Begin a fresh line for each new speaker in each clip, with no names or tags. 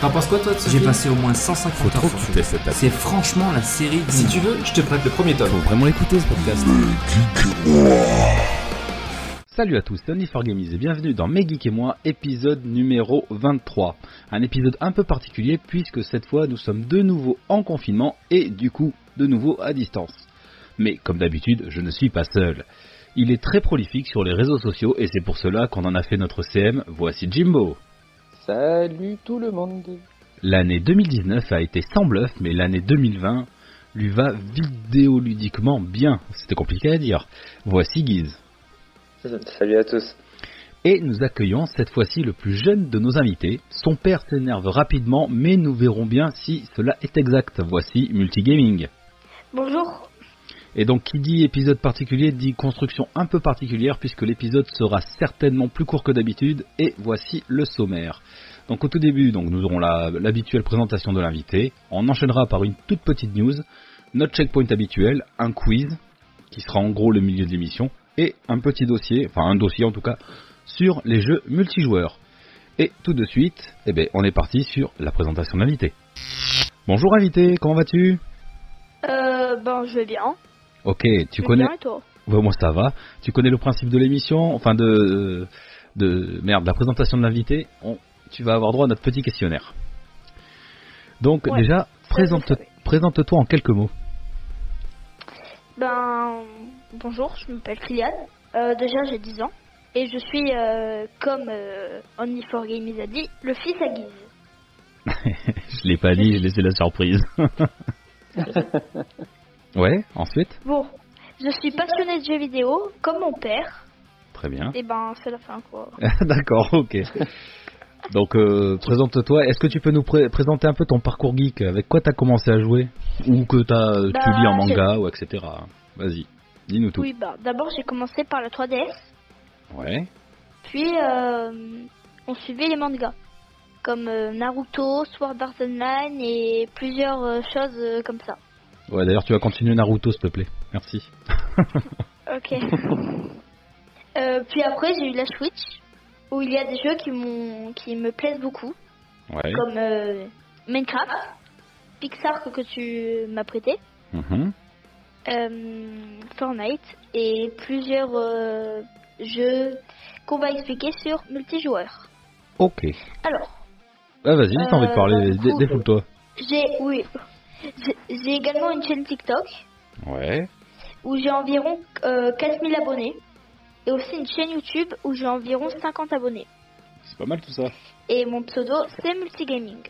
T'en penses quoi toi de ce
J'ai
film
passé au moins 150 heures. sur-
écouter cette
C'est franchement la série. du
Si
moment.
tu veux, je te prête le premier tome.
Faut vraiment l'écouter ce podcast.
Salut à tous, c'est Only for Gamies et bienvenue dans Mes Geeks et moi, épisode numéro 23. Un épisode un peu particulier puisque cette fois nous sommes de nouveau en confinement et du coup de nouveau à distance. Mais comme d'habitude, je ne suis pas seul. Il est très prolifique sur les réseaux sociaux et c'est pour cela qu'on en a fait notre CM, voici Jimbo.
Salut tout le monde.
L'année 2019 a été sans bluff, mais l'année 2020 lui va vidéoludiquement bien. C'était compliqué à dire. Voici Guise.
Salut à tous.
Et nous accueillons cette fois-ci le plus jeune de nos invités. Son père s'énerve rapidement, mais nous verrons bien si cela est exact. Voici Multigaming.
Bonjour.
Et donc, qui dit épisode particulier dit construction un peu particulière, puisque l'épisode sera certainement plus court que d'habitude. Et voici le sommaire. Donc, au tout début, donc, nous aurons la- l'habituelle présentation de l'invité. On enchaînera par une toute petite news, notre checkpoint habituel, un quiz, qui sera en gros le milieu de l'émission, et un petit dossier, enfin un dossier en tout cas, sur les jeux multijoueurs. Et tout de suite, eh ben, on est parti sur la présentation de l'invité. Bonjour invité, comment vas-tu
Euh, ben, je vais bien.
Ok, tu
je vais
connais...
bien et toi
Ouais, moi ça va. Tu connais le principe de l'émission, enfin de, de merde, la présentation de l'invité. On, tu vas avoir droit à notre petit questionnaire. Donc
Ouais,
déjà, présente,
je savais.
présente-toi en quelques mots.
Ben, bonjour, je m'appelle Kylian. Euh, déjà, j'ai 10 ans. Et je suis, euh, comme euh, only for Games a dit, le fils à Guise.
Je l'ai pas dit, j'ai laissé la surprise. ouais, ensuite,
Bon, je suis passionné de jeux vidéo, comme mon père.
très bien.
Et ben, c'est la fin, quoi.
D'accord, ok. Donc euh, présente-toi. Est-ce que tu peux nous pré- présenter un peu ton parcours geek Avec quoi t'as commencé à jouer Ou que t'as,
Bah,
tu lis en
j'ai-
manga ou etc. Vas-y, dis-nous tout.
Oui, ben, d'abord, j'ai commencé par la 3DS.
Ouais.
Puis, euh, on suivait les mangas. Comme euh, Naruto, Sword Art Online et plusieurs euh, choses euh, comme ça.
Ouais, d'ailleurs, tu vas continuer Naruto, s'il te plaît. Merci.
Ok. Euh, puis après, j'ai eu la Switch, où il y a des jeux qui, m'ont- qui me plaisent beaucoup,
Ouais.
comme euh, Minecraft, Pixar que, que tu m'as prêté,
Mhm.
euh, Fortnite, et plusieurs euh, jeux qu'on va expliquer sur multijoueur.
Ok.
Alors,
Ah, vas-y, si t'as envie de
Euh,
parler,
du
dé-
coup-
défoule-toi.
j'ai oui, j'ai j'ai également une chaîne TikTok,
Ouais.
où j'ai environ euh, 4000 abonnés, et aussi une chaîne YouTube, où j'ai environ 50 abonnés.
C'est pas mal tout ça.
Et mon pseudo, c'est Multigaming.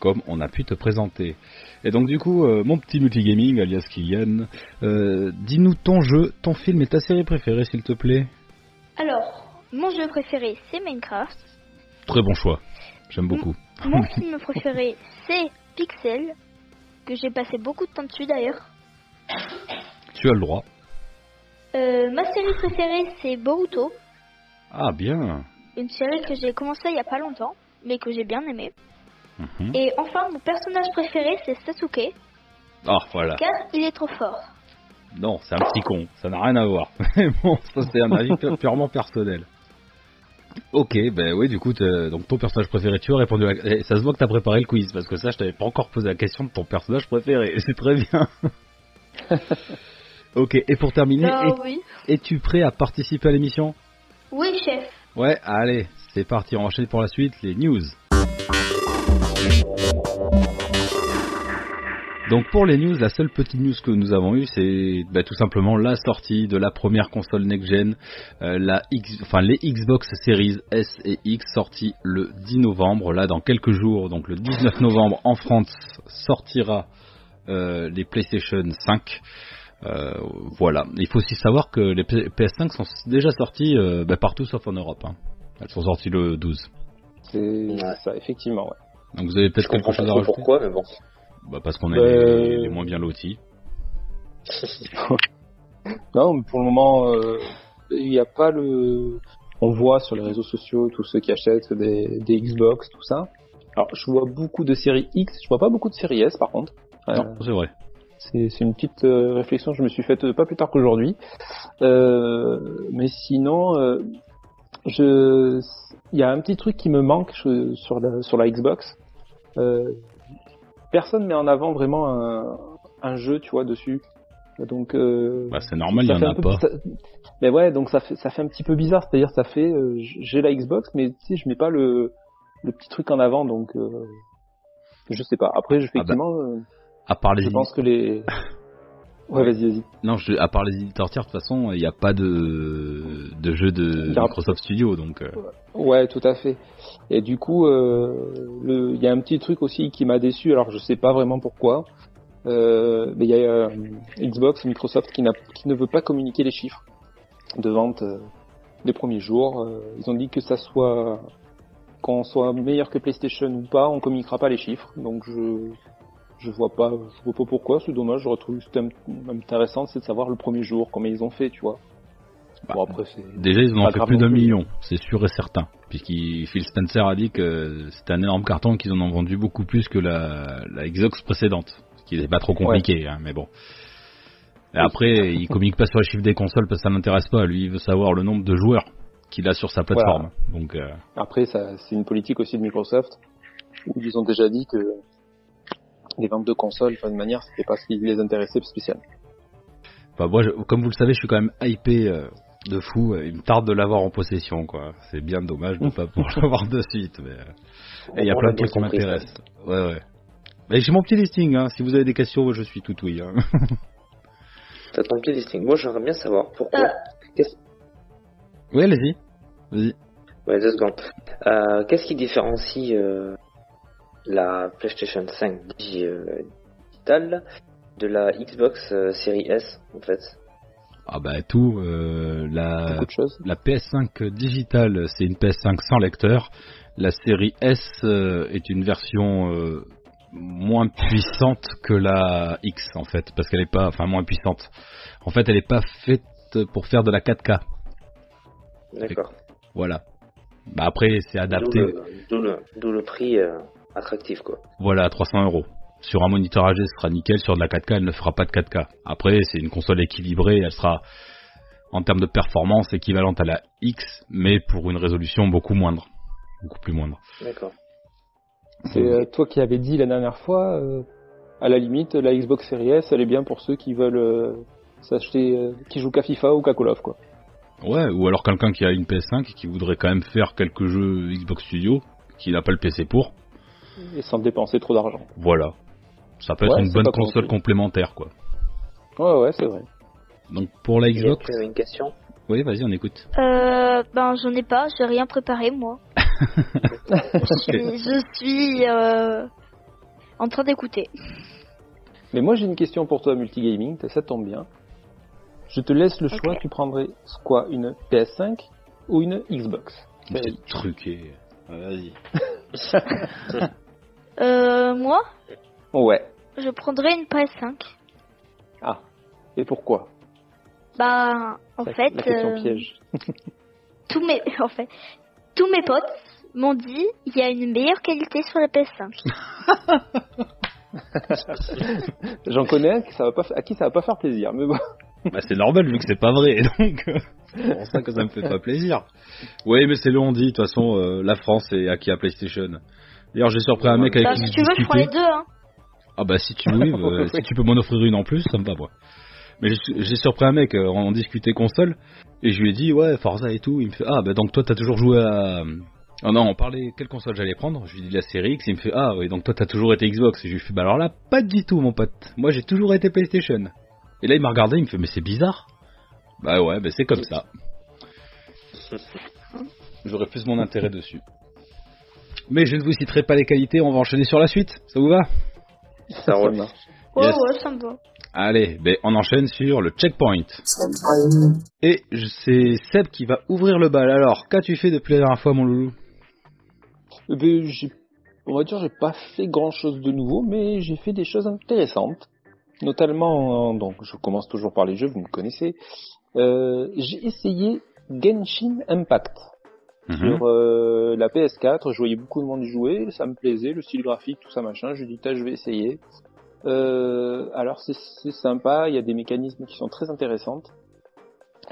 Comme on a pu te présenter. Et donc, du coup, euh, mon petit multigaming, alias Kylian, euh, dis-nous ton jeu, ton film et ta série préférée, s'il te plaît.
Alors, mon jeu préféré, c'est Minecraft.
Très bon choix.
Mm.
J'aime beaucoup.
Mon film préféré, c'est Pixel, que j'ai passé beaucoup de temps dessus d'ailleurs.
Tu as le droit.
Euh, ma série préférée, c'est Boruto,
Ah, bien.
une série que j'ai commencé il y a pas longtemps, mais que j'ai bien aimée.
Mhm.
Et enfin, mon personnage préféré, c'est Sasuke,
Ah, voilà.
car il est trop fort.
Non, c'est un petit con, ça n'a rien à voir. Mais bon, ça c'est un avis pu- purement personnel. Ok, ben oui, du coup, t'es- donc ton personnage préféré, tu as répondu à... eh, Ça se voit que t'as préparé le quiz, parce que ça, je t'avais pas encore posé la question de ton personnage préféré, c'est très bien. ok, et pour terminer,
Ah oui.
es- es-tu prêt à participer à l'émission
Oui, chef.
Ouais, allez, c'est parti, on enchaîne pour la suite, les news. Donc pour les news, la seule petite news que nous avons eue, c'est bah, tout simplement la sortie de la première console next-gen, euh, la X, enfin les Xbox Series S et X sorties le 10 novembre, là dans quelques jours, donc le 19 novembre en France sortira euh, les PlayStation 5. Euh, voilà. Il faut aussi savoir que les P- PS5 sont déjà sortis euh, bah, partout sauf en Europe. hein. Elles sont sorties le 12.
C'est c'est ça, effectivement. Ouais.
Donc vous avez
Je
peut-être quelque
comprends pas
chose à
trop
rajouter
pourquoi, mais bon.
Bah, Parce qu'on est
Euh,
les, les moins bien lotis.
Non, mais pour le moment, euh, il n'y a pas le. On voit sur les réseaux sociaux tous ceux qui achètent des, des Xbox, tout ça. Alors, je vois beaucoup de séries X. Je vois pas beaucoup de séries S, par contre. Euh,
Non, c'est vrai.
C'est c'est une petite euh, réflexion que je me suis faite euh, pas plus tard qu'aujourd'hui. Euh, mais sinon, euh, je, il y a un petit truc qui me manque je- sur la, sur la Xbox. Euh, personne met en avant vraiment un, un jeu, tu vois, dessus. Donc, euh,
Bah, c'est normal, il
ça
y en
fait un
a
peu-
pas.
ça- mais ouais, donc ça fait, ça fait un petit peu bizarre. C'est-à-dire, ça fait, euh, j'ai la Xbox, mais tu sais, je mets pas le, le petit truc en avant, donc euh, je sais pas.
Ah bah.
Après, effectivement, euh,
À part les
je pense que les. Ouais, vas-y, vas-y.
Non, je, à part les éditeurs tiers, de toute façon, il n'y a pas de, de jeu de
Il y a-
Microsoft Studio, donc euh,
Ouais, tout à fait. Et du coup, euh, le- il y a un petit truc aussi qui m'a déçu. Alors, je sais pas vraiment pourquoi. Euh, mais il y a euh, Xbox, Microsoft qui, n'a- qui ne veut pas communiquer les chiffres de vente euh, des premiers jours. Euh, ils ont dit que ça soit qu'on soit meilleur que PlayStation ou pas, on communiquera pas les chiffres. Donc je je vois pas, je vois pas pourquoi. C'est dommage. J'aurais trouvé c'était int- intéressant, c'est de savoir le premier jour combien ils ont fait, tu vois.
Bah,
bon après c'est
déjà ils en ont
Pas
fait
grave
plus
non
d'un
plus.
million, c'est sûr et certain. Puisqu'il Phil Spencer a dit que c'était un énorme carton qu'ils en ont vendu beaucoup plus que la, la Xbox précédente, ce qui n'est pas trop compliqué, hein, mais bon. Et
Oui.
après, il communique pas sur les chiffres des consoles parce que ça l'intéresse pas. Lui, il veut savoir le nombre de joueurs qu'il a sur sa plateforme. Donc, euh,
Après, ça, c'est une politique aussi de Microsoft où ils ont déjà dit que les ventes de consoles, enfin, de manière, c'était pas ce qui les intéressait spécialement.
Bah, moi, je- comme vous le savez, je suis quand même hypé euh, de fou. Il me tarde de l'avoir en possession, quoi. C'est bien dommage de ne pas pouvoir l'avoir de suite. Mais euh, et il y a
On
plein
l'a
de trucs qui
bien compris,
m'intéressent. Ouais, ouais. Mais j'ai mon petit listing. Hein. Si vous avez des questions, je suis tout oui. Hein.
T'as ton petit listing. Moi, j'aimerais bien savoir pourquoi.
Ouais, allez-y. Vas-y.
Ouais, deux secondes. Euh, Qu'est-ce qui différencie euh, la PlayStation 5 digi- euh, digitale de la Xbox euh, Series S, en fait
Ah bah tout. euh, la
Beaucoup de choses.
la PS5 digitale, c'est une PS5 sans lecteur. La série S euh, est une version euh, moins puissante que la X en fait, parce qu'elle est pas, enfin moins puissante. En fait, elle n'est pas faite pour faire de la 4K.
D'accord.
Voilà. Bah après, c'est
D'où
adapté.
le, d'où le- d'où le prix euh, attractif, quoi.
Voilà, à 300 euros. Sur un moniteur HD, ce sera nickel. Sur de la 4K, elle ne fera pas de 4K. Après, c'est une console équilibrée. Elle sera, en termes de performance, équivalente à la X, mais pour une résolution beaucoup moindre, beaucoup plus moindre.
D'accord.
C'est euh, toi qui avais dit la dernière fois, euh, à la limite, la Xbox Series S, elle est bien pour ceux qui veulent euh, s'acheter, euh, qui jouent qu'à FIFA ou qu'à Call of, quoi.
Ouais, ou alors quelqu'un qui a une PS5 et qui voudrait quand même faire quelques jeux Xbox Studio, qui n'a pas le PC pour,
Et sans dépenser trop d'argent.
voilà. Ça peut être
Ouais,
une
c'est
bonne
pas
console
con.
complémentaire, quoi.
Ouais, ouais, c'est vrai.
Donc pour la
Et
Xbox,
tu avais une question
oui, vas-y, on écoute.
Euh, ben j'en ai pas, j'ai rien préparé moi. je, je suis euh, en train d'écouter.
Mais moi, j'ai une question pour toi, Multigaming, t- ça tombe bien. Je te laisse le choix, tu prendrais quoi Une PS5 ou une Xbox
C'est truqué. Vas-y.
Euh, moi,
Ouais.
je prendrais une PS5.
Ah. Et pourquoi
Bah en
La-
fait,
La question
euh,
piège.
tous mes en fait tous mes potes m'ont dit il y a une meilleure qualité sur la PS5.
J'en connais un qui ça va pas, à qui ça va pas faire plaisir, mais bon.
Bah c'est normal vu que c'est pas vrai, donc euh, c'est pour ça que ça me fait pas plaisir. Oui, mais c'est le on dit, de toute façon, euh, la France est acquis à PlayStation. D'ailleurs, j'ai surpris un mec avec
Bah,
qui
si
je
tu veux, je prends les
discutais.
deux. Hein.
Ah bah si tu, oui, euh, si tu peux m'en offrir une en plus, ça me va moi. Mais j'ai- j'ai surpris un mec, euh, on discutait console, et je lui ai dit ouais Forza et tout, il me fait ah bah donc toi t'as toujours joué à... Ah non, on parlait quelle console j'allais prendre, je lui ai dit la série X, il me fait ah oui donc toi t'as toujours été Xbox, et je lui fais bah alors là pas du tout mon pote, moi j'ai toujours été PlayStation. Et là il m'a regardé, il me fait mais c'est bizarre. Bah ouais, bah c'est comme ça. Je refuse mon intérêt dessus. Mais je ne vous citerai pas les qualités, on va enchaîner sur la suite, ça vous va
Ça roule.
marche.
Ouais,
Yes.
ouais, ça me va.
Allez, ben on enchaîne sur le checkpoint. Et je- c'est Seb qui va ouvrir le bal. Alors, qu'as-tu fait depuis la dernière fois, mon loulou
Eh ben, j'ai- on va dire, j'ai pas fait grand chose de nouveau, mais j'ai fait des choses intéressantes. Notamment, euh, donc, je commence toujours par les jeux, vous me connaissez. Euh, j'ai essayé Genshin Impact
Mhm.
sur euh, la PS4. Je voyais beaucoup de monde y jouer, ça me plaisait, le style graphique, tout ça machin. Je dit, Tiens, je vais essayer. Euh, alors c'est- c'est sympa, il y a des mécanismes qui sont très intéressantes.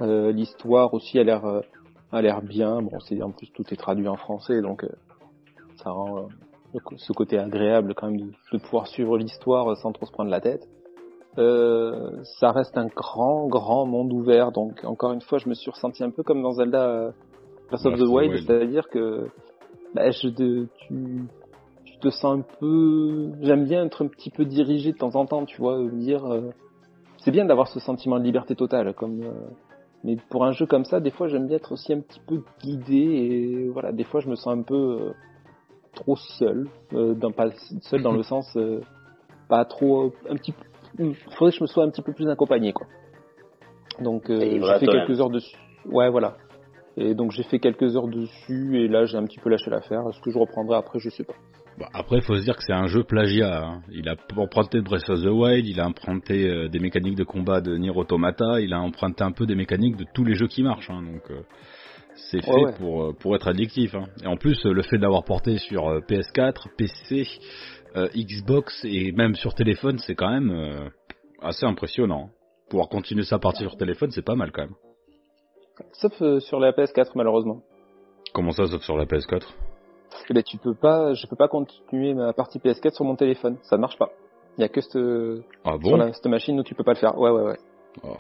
Euh, L'histoire aussi a l'air euh, a l'air bien. Bon, c'est en plus tout est traduit en français, donc euh, ça rend euh, le co- ce côté agréable quand même de, de pouvoir suivre l'histoire euh, sans trop se prendre la tête. Euh, ça reste un grand, grand monde ouvert. Donc encore une fois, je me suis ressenti un peu comme dans Zelda euh,
Breath
Breath of the
of the
Wild,
Wild.
c'est-à-dire que bah, je te- tu, tu te sens un peu. J'aime bien être un petit peu dirigé de temps en temps, tu vois, me dire. euh, c'est bien d'avoir ce sentiment de liberté totale, comme. euh, mais pour un jeu comme ça, des fois, j'aime bien être aussi un petit peu guidé et voilà, des fois, je me sens un peu euh, trop seul, euh, dans, pas seul dans le sens euh, pas trop, un petit, il faudrait que je me sois un petit peu plus accompagné, quoi. Donc, euh,
Et
j'ai
voilà,
fait
toi-même.
quelques heures dessus. Ouais, voilà. Et donc, j'ai fait quelques heures dessus et là, j'ai un petit peu lâché l'affaire. Est-ce que je reprendrai après Je sais pas.
Bah, après, faut se dire que c'est un jeu plagiat. hein. Il a emprunté Breath of the Wild, il a emprunté euh, des mécaniques de combat de Nier Automata, il a emprunté un peu des mécaniques de tous les jeux qui marchent. hein. donc, euh, c'est fait
Ouais, ouais.
Pour, euh, pour être addictif. hein. Et en plus, euh, le fait de l'avoir porté sur euh, PS4, PC, euh, Xbox et même sur téléphone, c'est quand même euh, assez impressionnant. hein. Pouvoir continuer sa partie sur téléphone, c'est pas mal quand même.
Sauf euh, sur la PS4, malheureusement.
Comment ça, sauf sur la PS4
Eh ben, tu peux pas, je peux pas continuer ma partie PS4 sur mon téléphone. Ça marche pas. Il y a que cette,
Ah
sur
bon
la- cette machine où tu peux pas le faire. Ouais, ouais, ouais.
Oh.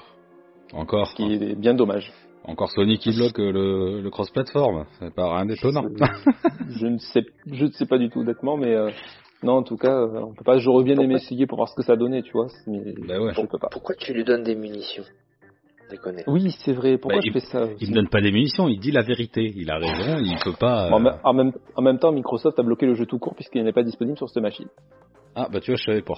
Encore
Ce qui est bien dommage.
Encore Sony qui bloque euh, le, le cross-platform, c'est pas rien d'étonnant.
Je- je ne sais, je ne sais pas du tout honnêtement, mais euh, non, en tout cas, euh, on peut pas. J'aurais bien aimé essayer pour voir ce que ça donnait, tu vois. Mais
Bah ouais.
je peux pas.
Pourquoi tu lui donnes des munitions Déconner.
Oui, c'est vrai. Pourquoi
Bah,
je
il-
fais ça
Il me donne pas des munitions, il dit la vérité, il a raison, il peut pas. euh,
en, même- en même, en même temps, Microsoft a bloqué le jeu tout court puisqu'il n'est pas disponible sur cette machine.
Ah bah tu vois, je savais pas.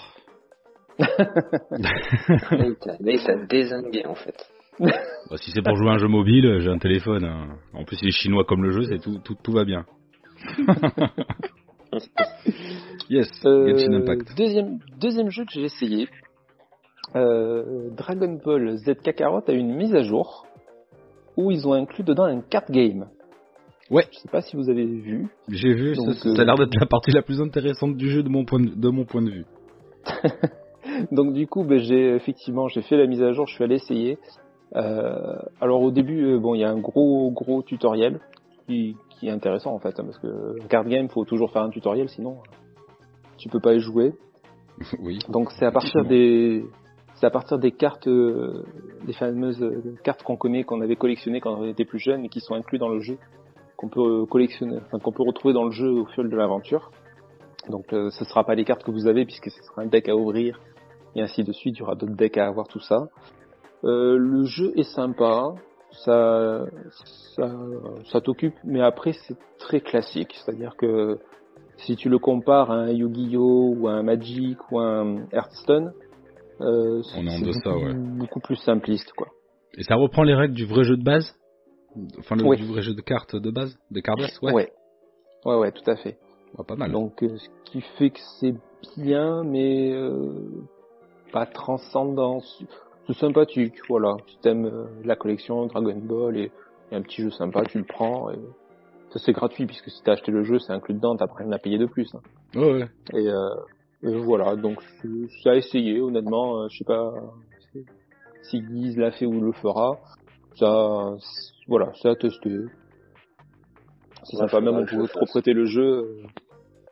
Nathan, Nathan, désingue bien en fait.
Bah, si c'est pour jouer à un jeu mobile, euh, j'ai un téléphone. hein. En plus, il est chinois comme le jeu, c'est tout, tout, tout va bien. yes,
Euh,
Genshin Impact.
Deuxième, deuxième jeu que j'ai essayé. Euh, Dragon Ball Z Kakarot a une mise à jour où ils ont inclus dedans un card game.
Ouais.
Je sais pas si vous avez vu.
J'ai vu, ça,
donc,
ça
euh,
a l'air d'être la partie la plus intéressante du jeu de mon point de, de mon point de vue.
Donc du coup, ben, j'ai effectivement j'ai fait la mise à jour, je suis allé essayer. Euh, alors au début, euh, bon, il y a un gros gros tutoriel qui, qui est intéressant en fait, hein, parce que un card game, faut toujours faire un tutoriel, sinon euh, tu peux pas y jouer.
oui.
Donc c'est à partir
Effectivement.
des c'est à partir des cartes euh, des fameuses euh, cartes qu'on connaît qu'on avait collectionnées quand on était plus jeune et qui sont incluses dans le jeu qu'on peut euh, collectionner enfin qu'on peut retrouver dans le jeu au fil de l'aventure. Donc euh, ce sera pas les cartes que vous avez puisque ce sera un deck à ouvrir et ainsi de suite, il y aura d'autres decks à avoir tout ça. Euh, le jeu est sympa, ça ça, ça t'occupe mais après c'est très classique, c'est-à-dire que si tu le compares à un Yu-Gi-Oh ou à un Magic ou à un Hearthstone, euh,
On est en
c'est
deçà,
beaucoup,
ouais.
beaucoup plus simpliste quoi.
Et ça reprend les règles du vrai jeu de base Enfin, le,
Oui.
du vrai jeu de cartes de base De Cardass Ouais.
ouais, ouais, ouais, tout à fait.
Ouais, pas mal.
Donc, euh, ce qui fait que c'est bien, mais euh, pas transcendant. C'est sympathique, voilà. Si t'aimes euh, la collection Dragon Ball et, et un petit jeu sympa, tu le prends. Et... Ça, c'est gratuit, puisque si t'as acheté le jeu, c'est inclus dedans, t'as pas rien à payer de plus. hein.
Ouais, ouais.
Et, euh, et voilà, donc c'est- c'est à essayer, honnêtement. euh, je sais pas si Guise l'a fait ou le fera. Ça, c'est- voilà, c'est à tester. C'est
Ouais,
sympa,
faudra
même on
que je
peut
le
trop
fasse.
prêter le jeu. euh,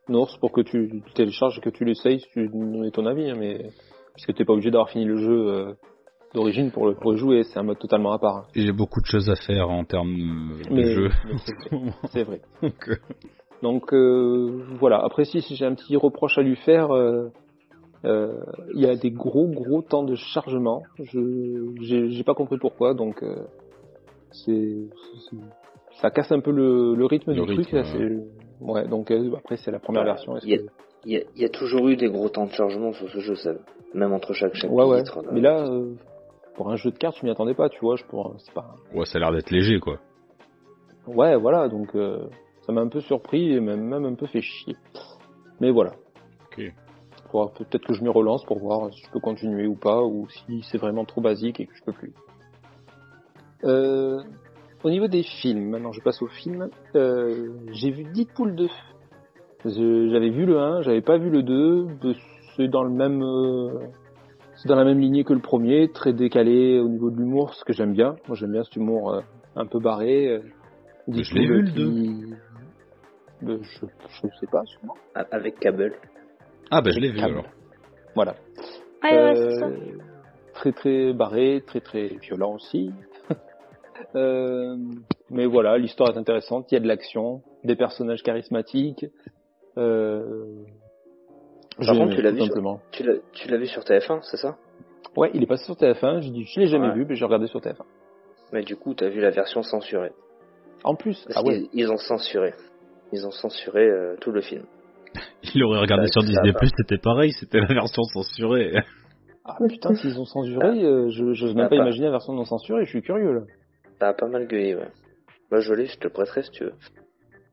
Non, c'est pour que tu tu télécharges et que tu l'essayes si tu donnes ton avis, hein, mais puisque t'es pas obligé d'avoir fini le jeu euh, d'origine pour le pour le jouer, c'est un mode totalement à part. hein.
J'ai beaucoup de choses à faire en termes de
Mais-
jeu.
mais c'est vrai, c'est vrai.
Donc, euh,
Donc euh, voilà, après si, si j'ai un petit reproche à lui faire, euh, euh, il y a des gros gros temps de chargement. Je j'ai j'ai pas compris pourquoi, donc euh, c'est c'est- ça casse un peu le, le rythme
Le
du truc.
rythme,
là, c'est- ouais, donc euh, après c'est la première
Ouais,
version. est-ce
il y a-
que-
Il y, a, il y a toujours eu des gros temps de chargement sur ce jeu, ça. Même entre chaque chapitre.
Ouais ouais.
euh,
Mais là, euh, pour un jeu de cartes, je m'y attendais pas, tu vois. Je pour c'est pas
ouais, ça a l'air d'être léger, quoi.
Ouais, voilà, donc euh, ça m'a un peu surpris et même, même un peu fait chier. Mais voilà.
Ok.
Faudra- Peut-être que je me relance pour voir si je peux continuer ou pas, ou si c'est vraiment trop basique et que je peux plus. Euh, au niveau des films, maintenant je passe aux films, euh, j'ai vu Deadpool 2. Je- J'avais vu le 1, j'avais pas vu le 2, de- c'est dans le même... euh, c'est dans la même lignée que le premier, très décalé au niveau de l'humour, ce que j'aime bien. Moi j'aime bien cet humour euh, un peu barré, euh, Du
je
coup,
l'ai vu, le
qui- le- Euh, je, je sais pas, sûrement.
A- Avec Cable.
Ah bah je l'ai vu
Câble.
alors.
Voilà.
Ouais, ouais, c'est ça.
Euh, Très très barré, très très violent aussi. Euh, mais voilà, l'histoire est intéressante, il y a de l'action, des personnages charismatiques. Euh,
Par
j'ai
contre,
aimé,
tu l'as
tout
vu sur-
simplement.
Tu l'as- tu l'as vu sur TF1, c'est ça
Ouais, il est passé sur TF1, je dis, je l'ai jamais
Ouais.
vu, mais j'ai regardé sur TF1.
Mais du coup, t'as vu la version censurée.
En plus,
Parce
ah ouais,
qu'ils ils ont censuré. Ils ont censuré euh, tout le film.
Il l'aurait regardé
bah,
Ça,
sur
ça
Disney+,
va.
c'était pareil, c'était la version censurée.
ah putain, s'ils ont censuré, euh, je je n'ose même
Ah,
pas
pas.
imaginer la version non censurée, je suis curieux là.
Ça a pas mal gueulé, ouais. Moi, je l'ai, je te le prêterai si tu veux.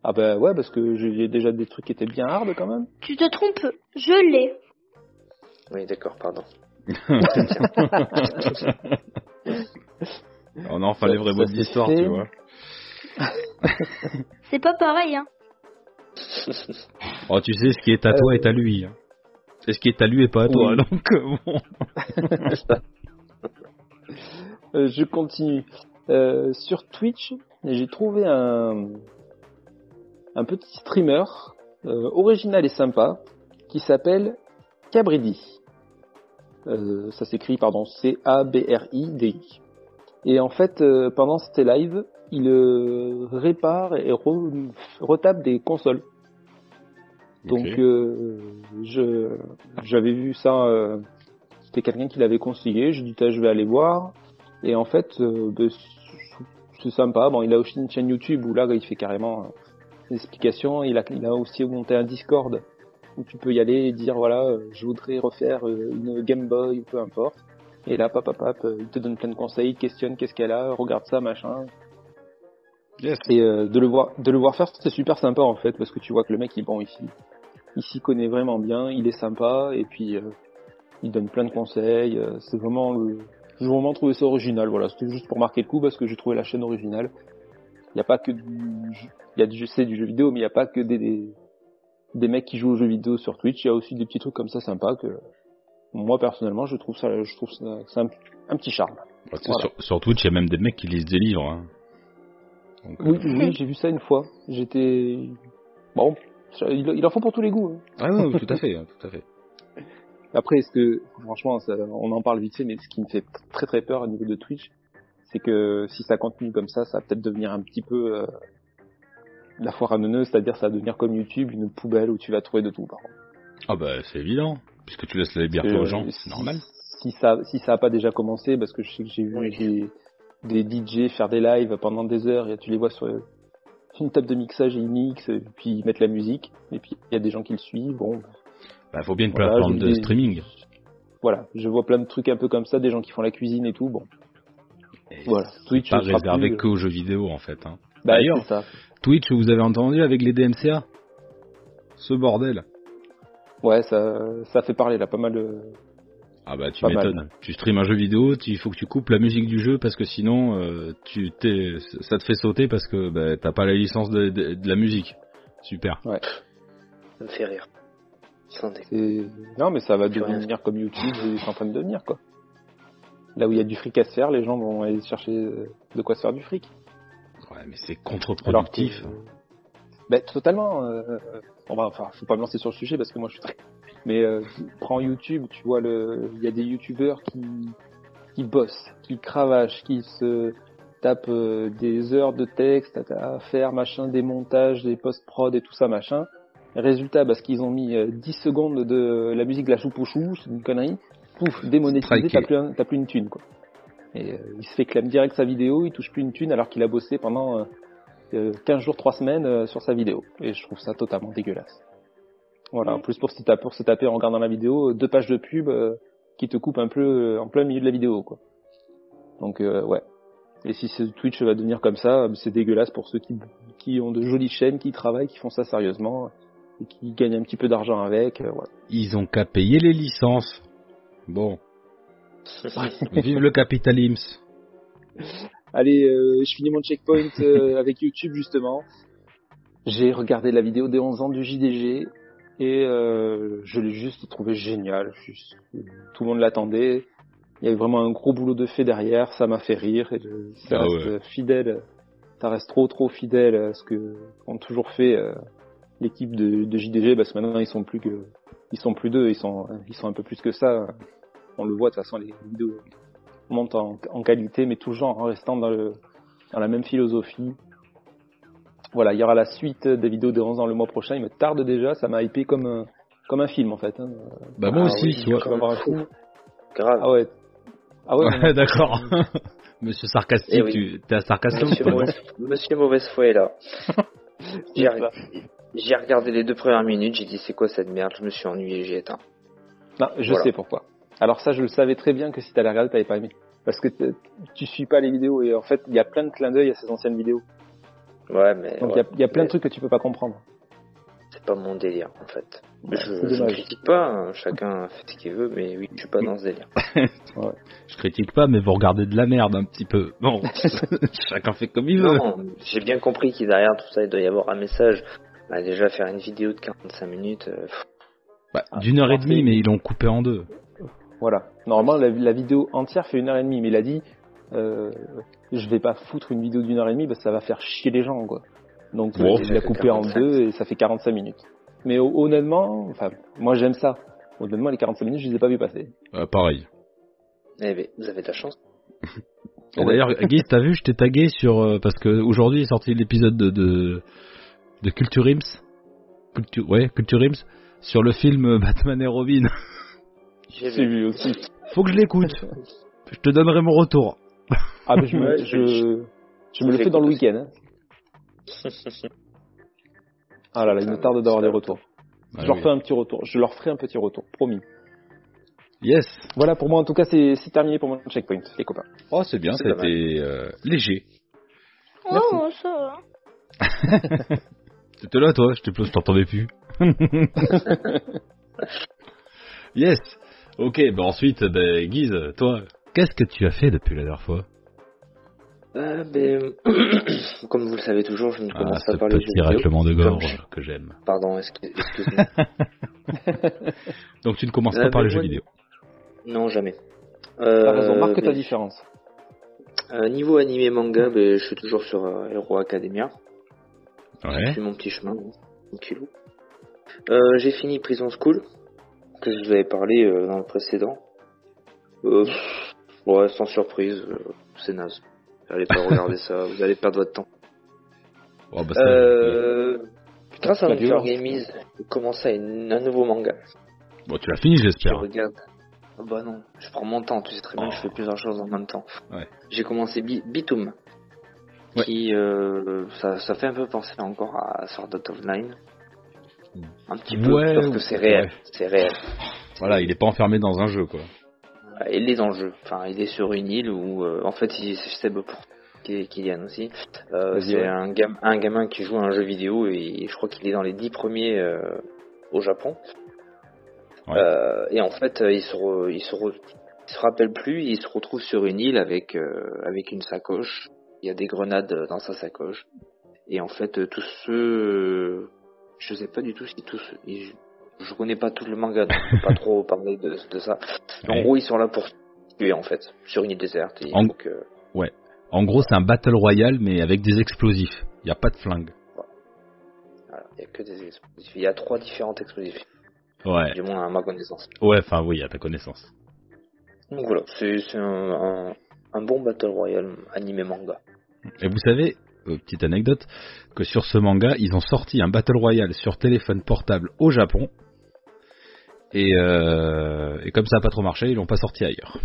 Ah bah ouais, parce que j'ai déjà des trucs qui étaient bien hard quand même.
Tu te trompes, je l'ai.
Oui, d'accord, pardon.
Oh non, fallait
Ça-
vrai
ça
boîte
s'est
d'histoire,
fait.
tu vois.
C'est pas pareil, hein.
Oh, tu sais, ce qui est à toi est à lui. hein. Et ce qui est à lui est pas à toi,
Euh, Oui.
donc euh, bon.
Euh, je continue. Euh, sur Twitch, j'ai trouvé un, un petit streamer euh, original et sympa qui s'appelle Cabridi. Euh, ça s'écrit, pardon, C-A-B-R-I-D-I. Et en fait, euh, pendant ces lives, il euh, répare et re- retape des consoles. Donc
Ok.
euh, je j'avais vu ça, euh, c'était quelqu'un qui l'avait conseillé. J'ai dit Tiens, je vais aller voir. Et en fait, euh, ben, c'est- c'est sympa. Bon, il a aussi une chaîne YouTube où là, il fait carrément euh, des explications. Il a, il a aussi monté un Discord où tu peux y aller et dire voilà, euh, je voudrais refaire euh, une Game Boy ou peu importe. Et là, papa, pap, euh, il te donne plein de conseils, il te questionne qu'est-ce qu'elle a, regarde ça, machin.
Yes.
Et euh, de le voir, de le voir faire, c'est super sympa en fait, parce que tu vois que le mec, il bon, il, s'y- il s'y connaît vraiment bien, il est sympa, et puis euh, il donne plein de conseils. euh, c'est vraiment le, j'ai vraiment trouvé ça original. Voilà, c'était juste pour marquer le coup parce que j'ai trouvé la chaîne originale. Il n'y a pas que du, il y a du, c'est du jeu vidéo, mais il n'y a pas que des, des des mecs qui jouent aux jeux vidéo sur Twitch. Il y a aussi des petits trucs comme ça sympas que moi personnellement, je trouve ça, je trouve ça, c'est un, un petit charme.
Bah, tu sais,
Voilà.
sur, sur Twitch, il y a même des mecs qui lisent des livres. hein. Donc, euh,
Oui, oui, j'ai vu ça une fois. J'étais bon, ça- il, il en faut pour tous les goûts. hein.
Ah ouais, ouais, tout à fait, tout à fait.
Après, est-ce que, franchement, ça- on en parle vite fait, mais ce qui me fait très très peur au niveau de Twitch, c'est que si ça continue comme ça, ça va peut-être devenir un petit peu euh, la foire à neuneux, c'est-à-dire ça va devenir comme YouTube, une poubelle où tu vas trouver de tout. Par contre.
Ah bah c'est évident, puisque tu laisses la
Euh,
liberté aux gens, c'est
si-
normal.
Si ça, si ça a pas déjà commencé, parce que je sais que j'ai vu
Oui.
des, des DJ faire des lives pendant des heures, et tu les vois sur euh, une table de mixage, ils mixent, et puis ils mettent la musique, et puis il y a des gens qui le suivent, bon,
Bah faut bien une
Voilà,
plateforme
je
de
dis-
streaming.
voilà, je vois plein de trucs un peu comme ça, des gens qui font la cuisine et tout, bon.
Et
Voilà,
c'est
Twitch
Pas
ne sera
réservé
plus, euh,
que aux jeux vidéo en fait. Hein.
Bah,
D'ailleurs.
c'est ça.
Twitch, vous avez entendu avec les DMCA Ce bordel.
Ouais, ça, ça fait parler là, pas mal euh, de.
Ah bah tu
Pas mal.
m'étonnes. Tu streames un jeu vidéo, tu- il faut que tu coupes la musique du jeu parce que sinon euh, tu t'es- ça te fait sauter parce que bah, t'as pas la licence de, de- de la musique. Super.
Ça me fait rire. Sans déconner.
c'est- Non, mais ça va
Plus rien.
devenir comme YouTube, et c'est en train de devenir quoi. Là où il y a du fric à se faire, les gens vont aller chercher euh, de quoi se faire du fric.
Ouais mais c'est
Alors que-
contre-productif.
Bah, totalement. euh, euh, Bon, bah, enfin, faut pas me lancer sur le sujet parce que moi je suis très. Mais euh, prends YouTube, tu vois, le... il y a des YouTubeurs qui... qui bossent, qui cravachent, qui se tapent euh, des heures de texte à à faire, machin, des montages, des post-prod et tout ça, machin. Résultat, parce qu'ils ont mis euh, 10 secondes de la musique de la choupochou, c'est une connerie, pouf, démonétisé,
Striké.
t'as plus, un- t'as plus une thune, quoi. Et euh, il se fait clame direct sa vidéo, il touche plus une thune alors qu'il a bossé pendant euh, euh, 15 jours, 3 semaines euh, sur sa vidéo. Et je trouve ça totalement dégueulasse. Voilà, en plus pour se taper, pour se taper en regardant la vidéo, euh, deux pages de pub euh, qui te coupent un peu euh, en plein milieu de la vidéo, quoi. Donc euh, ouais. Et si ce Twitch va devenir comme ça, euh, c'est dégueulasse pour ceux qui, qui ont de jolies chaînes, qui travaillent, qui font ça sérieusement, et qui gagnent un petit peu d'argent avec. euh, voilà.
Ils ont qu'à payer les licences. Bon,
Ah
vive le capitalisme.
Allez, euh, je finis mon checkpoint euh, avec YouTube justement. J'ai regardé la vidéo des 11 ans du JDG et euh, je l'ai juste trouvé génial. Juste, euh, tout le monde l'attendait. Il y avait vraiment un gros boulot de fait derrière. Ça m'a fait rire. Et je- ça
Ah
reste
ouais.
euh, fidèle. ça reste trop trop fidèle à ce que ont toujours fait euh, l'équipe de, de JDG parce que maintenant ils sont plus que ils sont plus deux, ils sont ils sont un peu plus que ça. On le voit de toute façon les vidéos montent en, en qualité mais toujours en restant dans le dans la même philosophie. Voilà, il y aura la suite des vidéos de 11 ans le mois prochain, il me tarde déjà, ça m'a hypé comme un, comme un film en fait. hein.
Bah, moi
Ah
aussi,
oui,
tu vois.
Tu vas voir un film.
Grave.
Ah ouais. Ah ouais, non,
Ouais, d'accord. Monsieur sarcastique,
Eh oui.
tu t'es un sarcasme
Monsieur,
toi, non
mauvaise, Monsieur Mauvaise Foi est là. J'ai
c'est ça.
j'ai regardé les deux premières minutes, j'ai dit c'est quoi cette merde, je me suis ennuyé, j'ai éteint.
Non, je
Voilà.
sais pourquoi. Alors ça, je le savais très bien que si t'allais regarder, t'avais pas aimé. Parce que t- tu suis pas les vidéos et en fait, il y a plein de clins d'œil à ces anciennes vidéos.
Ouais, mais
Donc il y
ouais,
a- il y, a plein de
mais
trucs que tu peux pas comprendre.
c'est pas mon délire en fait.
Ouais,
je
c'est
Bah, je ne
dommage.
critique pas, hein, chacun fait ce qu'il veut, mais oui, je suis pas dans ce délire.
Je critique pas, mais vous regardez de la merde un petit peu. Bon, chacun fait comme il veut.
Non, j'ai bien compris qu'il derrière tout ça, il doit y avoir un message. Bah, déjà, faire une vidéo de 45 minutes, euh, pff,
Bah,
Ah,
D'une heure et demie, mais ils l'ont coupé en deux.
Voilà. Normalement, la, la vidéo entière fait une heure et demie, mais il a dit, euh, je vais pas foutre une vidéo d'une heure et demie parce que ça va faire chier les gens, quoi. Donc euh,
Bon,
il
ça
l'a
fait
coupé en
45.
deux et ça fait 45 minutes. Mais ho- honnêtement, enfin, moi j'aime ça. Honnêtement, les 45 minutes, je les ai pas vu passer.
Euh, pareil.
eh ben, vous avez de la chance.
Et
Ouais.
D'ailleurs, Guy, t'as vu, je t'ai tagué sur euh, parce que aujourd'hui est sorti l'épisode de, de de Culture Ims, Culture, ouais, Culture Ims, sur le film euh, Batman et Robin.
J'ai
J'ai
vu.
vu aussi.
Faut que je l'écoute. Je te donnerai mon retour.
Ah, mais je me,
Ouais,
je, je me
je
le fais dans le
l'écoute
week-end. hein. Ah là là, il me tarde d'avoir des retours.
Ah
je leur
oui.
fais un petit retour. Je leur ferai un petit retour, promis.
Yes.
Voilà pour moi. En tout cas, c'est c'est terminé pour mon checkpoint, les copains.
Oh, c'est bien,
C'est pas mal.
c'était euh, léger.
Oh, ça va.
T'étais là, toi, je t'ai plus, je t'entendais plus. yes. Ok, bah ensuite, bah, Guise, toi, qu'est-ce que tu as fait depuis la dernière fois
Ah, ben, comme vous le savez toujours, je ne
Ah,
commence
ce
pas par les
petit
jeux vidéo.
raclement de
Comme
gorge que j'aime.
Pardon, excuse- excuse-moi.
Donc tu ne commences
Euh,
pas par
mais
les jeux
moi-
vidéo.
non, jamais.
T'as
Euh,
raison. Marque ta
mais-
différence.
Euh, niveau animé manga, ben, je suis toujours sur euh, Hero Academia. Je
Ouais.
suis mon petit chemin, hein, tranquillou. Euh, j'ai fini Prison School, que je vous avais parlé euh, dans le précédent. Euh, pff, ouais, sans surprise, euh, c'est naze. Vous allez pas regarder ça, vous allez perdre votre temps.
Oh, bah, ça,
Euh, grâce à
la
Unfair
violence.
Gamies, j'ai commencé à une- un nouveau manga.
Bon, tu l'as fini,
Je
j'espère.
regarde. Ah bah non, je prends mon temps, tu sais très bien que je
Oh.
fais plusieurs choses en même temps.
Ouais.
J'ai commencé Bi- Bitum,
Ouais.
qui euh, ça, ça fait un peu penser encore à Sword Art Online. Un petit peu,
Mm. Ouais,
sauf que c'est réel.
ouais.
C'est réel.
Voilà, il est pas enfermé dans un jeu, quoi.
Euh, Il est dans le jeu. Enfin, il est sur une île où, euh, en fait, il, c'est Bob pour qui- Kylian aussi. Euh,
Vas-y,
c'est
ouais.
un, gam- un gamin qui joue à un jeu vidéo et je crois qu'il est dans les dix premiers euh, au Japon.
Ouais.
Euh, et en fait, euh, il se, re- il, se re- il se rappelle plus, il se retrouve sur une île avec, euh, avec une sacoche. Il y a des grenades euh, dans sa sacoche. Et en fait, euh, tous ceux... Je sais pas du tout si tous... ils- je connais pas tout le manga, donc je peux pas trop parler de, de ça. En
Ouais.
gros, ils sont là pour se tuer, en fait, sur une île déserte. Et
En-
donc, euh,
En gros, c'est un battle royale, mais avec des explosifs. Il n'y a pas de flingue.
voilà, il y a que des explosifs. Il y a trois différentes explosifs,
Ouais,
du moins à ma connaissance.
ouais, enfin, oui, à ta connaissance.
Donc voilà, c'est c'est un, un- un bon Battle Royale animé manga.
Et vous savez, euh, petite anecdote, que sur ce manga, ils ont sorti un Battle Royale sur téléphone portable au Japon. Et, euh, et comme ça n'a pas trop marché, ils l'ont pas sorti ailleurs.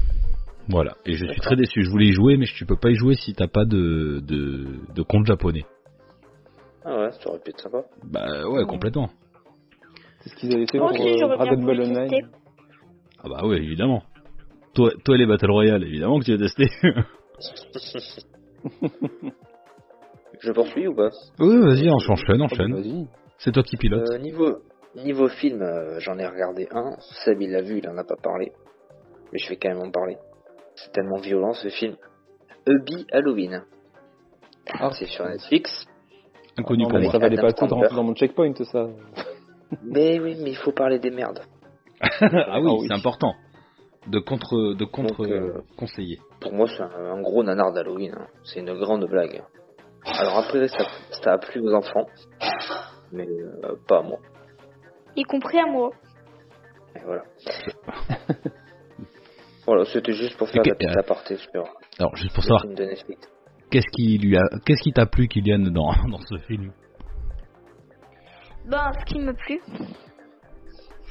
Voilà. Et je suis
D'accord.
très déçu. Je voulais y jouer, mais tu peux pas y jouer si t'as pas de, de, de compte japonais.
Ah ouais, ça aurait pu être sympa.
Bah ouais, complètement.
C'est ce qu'ils avaient fait
Moi
pour
aussi,
euh,
j'aurais bien
Dragon
voulu
Ball
tester.
Online.
Ah bah ouais, évidemment. Toi, toi et les Battle Royale, évidemment que tu as testé.
je poursuis ou pas
oui, vas-y, enchaîne, enchaîne,
Oh, bah,
enchaîne.
Vas-y.
C'est toi qui pilote.
Euh, niveau, niveau film, euh, j'en ai regardé un. Seb, il l'a vu, il en a pas parlé. Mais je vais quand même en parler. C'est tellement violent ce film. Ubi Halloween.
Ah.
C'est sur Netflix.
Inconnu
Ah, non,
pour
mais
moi.
Ça valait
Adam
pas le coup de
Sandler.
rentrer dans mon checkpoint, ça.
Mais oui, mais il faut parler des merdes.
ah oui,
Ah oui.
c'est important. De contre, de contre
Donc, euh,
conseiller.
Pour moi, c'est un, un gros nanar d'Halloween. hein. C'est une grande blague. Alors après, ça, ça a plu aux enfants, mais euh, pas à moi.
y compris à moi.
Et voilà. voilà, c'était juste pour faire
Ok.
la petite aparté sur
Alors, juste euh, pour
le
savoir,
film de Netflix.
qu'est-ce qui lui a, qu'est-ce qui t'a plu, Kylian, dans, dans ce film
Ben, ce qui me plut,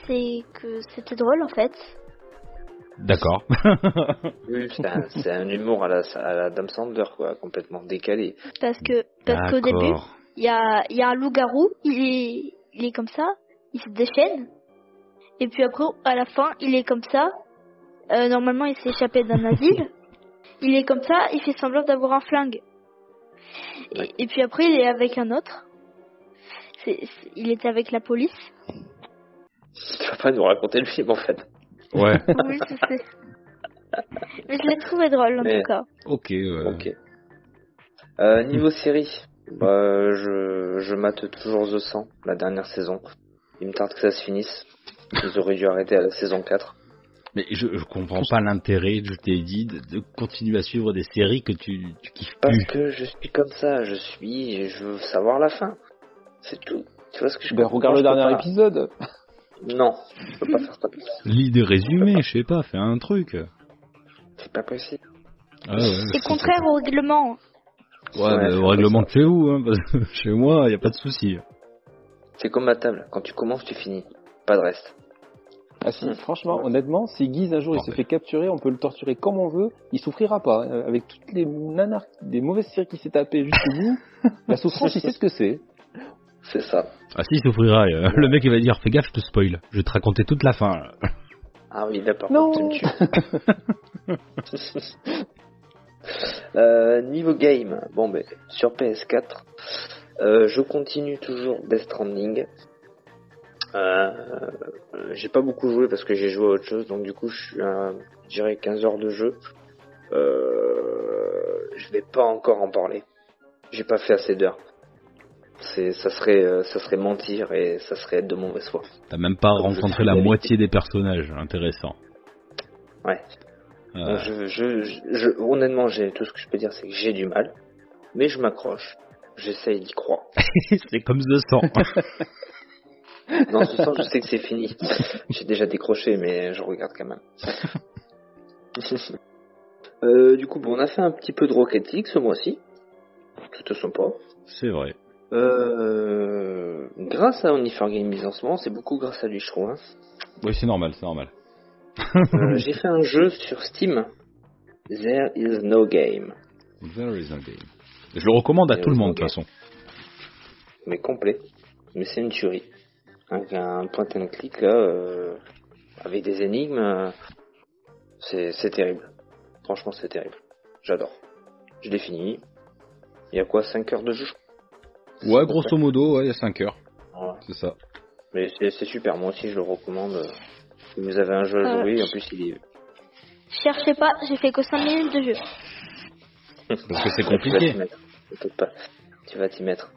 c'est que c'était drôle en fait.
D'accord.
Oui, c'est un, c'est un humour à la, à la Dame Sandler, quoi, complètement décalé.
Parce que parce qu'au début,
D'accord.
il y a, il y a un loup-garou, il est, il est comme ça, il se déchaîne. Et puis après, à la fin, il est comme ça. Euh, normalement, il s'est échappé d'un asile. Il est comme ça, il fait semblant d'avoir un flingue. Et, et puis après, il est avec un autre. C'est- c'est- il était avec la police.
Tu vas pas nous raconter le film, en fait.
Ouais.
Oui, je sais. Mais je l'ai trouvé drôle en
Mais-
tout cas.
ok. euh,
Ok. Euh, niveau
Hmm.
série, bah, je, je mate toujours The 100, la dernière saison. Il me tarde que ça se finisse. Ils auraient dû arrêter à la saison 4.
Mais je, je comprends pas l'intérêt, je t'ai dit, de, de continuer à suivre des séries que tu, tu kiffes
Parce
Hmm.
plus.
que je suis comme ça, je suis, je veux savoir la fin. C'est tout. Tu vois ce que je
Ben,
comprends,
regarde
je
le
peux
dernier
pas-
épisode.
Non, je peux pas faire ça.
Lis des résumés, je sais pas, fais un truc.
C'est pas possible.
Ah ouais,
C'est contraire au règlement.
Ouais, mais
c'est
au
comme
règlement
ça.
de chez vous, hein, parce que chez moi, y a pas de souci.
C'est comme ma table. Quand tu commences, tu finis. Pas de reste.
Ah si,
Hmm.
franchement, honnêtement, si Guise un jour il se
Bordel.
fait capturer, on peut le torturer comme on veut, il souffrira pas. Euh, Avec toutes les nanas, des mauvaises séries qu'il s'est tapées jusqu'au bout, la souffrance, il sait ce que c'est.
C'est ça.
Ah si, il souffrira. et, euh, le mec, il va dire, fais gaffe, je te spoil. Je vais te raconter toute la fin. là.
Ah oui, là par
Non.
contre, tu me tues. Euh, niveau game, bon ben, sur PS4, euh, je continue toujours Death Stranding. Euh, euh, j'ai pas beaucoup joué parce que j'ai joué à autre chose, donc du coup je suis à, je dirais 15 heures de jeu. Euh, je vais pas encore en parler. J'ai pas fait assez d'heures. C'est, ça serait, euh, ça serait mentir et ça serait être de mauvaise foi.
T'as même pas
je
rencontré
suis
la
d'habitude.
moitié des personnages, intéressant.
Ouais.
Euh,
Donc, je, je, je- je- honnêtement, j'ai, tout ce que je peux dire, c'est que j'ai du mal, mais je m'accroche. J'essaye d'y croire.
c'est comme 200.
Dans ce sens, je sais que c'est fini. J'ai déjà décroché, mais je regarde quand même. Euh, du coup, bon, on a fait un petit peu de Rocket League ce mois-ci. Plutôt sympa.
c'est vrai.
Euh, grâce à Unifor Game en ce moment, c'est beaucoup grâce à lui, je trouve. hein.
Oui, c'est normal, c'est normal.
Euh, j'ai fait un jeu sur Steam. There is no game.
There is no game. Je le recommande à
There
tout le
is no
monde, de toute
game.
façon.
mais complet. Mais c'est une tuerie. Hein, Avec un point and click là, euh, avec des énigmes, euh, c'est c'est terrible. Franchement, c'est terrible. J'adore. Je l'ai fini. Il y a quoi 5 heures de jeu je crois
Ouais, grosso modo, ouais, il y a 5 heures.
Voilà.
C'est ça.
Mais c'est c'est super, moi aussi je le recommande. Si vous avez un jeu à
Euh.
jouer, en plus il est.
Cherchez pas, j'ai fait que 5 minutes de jeu.
Parce que c'est
Tu vas t'y
compliqué.
mettre. T'inquiète pas. Tu vas t'y mettre.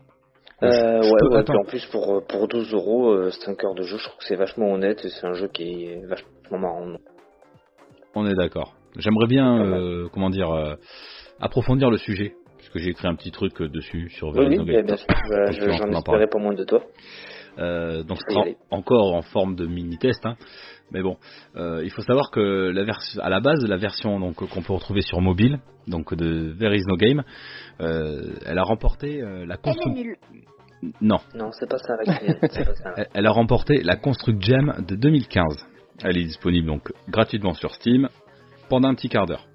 Ouais,
Euh,
je- je
ouais,
peux-
ouais,
attends.
puis en plus pour, euh, pour 12 euros, euh, 5 heures de jeu, je trouve que c'est vachement honnête et c'est un jeu qui est vachement marrant.
On est d'accord. J'aimerais bien,
Pas mal.
euh, comment dire, euh, approfondir le sujet. Parce que j'ai écrit un petit truc euh, dessus sur
Oui,
There is
oui,
no
bien
game.
bien sûr, bah,
Donc,
je-
tu vas
j'en
en
espérais
parler.
pas moins de toi.
Euh, donc
Faut y
en-
aller.
encore en forme de mini test, hein. mais bon, euh, il faut savoir que la version, à la base, la version donc qu'on peut retrouver sur mobile, donc de There Is No Game, euh, elle a remporté euh, la
Elle est
constru...
nulle.
non,
Non, c'est pas ça la clé, c'est pas ça.
elle- elle a remporté la Construct Jam de 2015. Elle est disponible donc gratuitement sur Steam pendant un petit quart d'heure.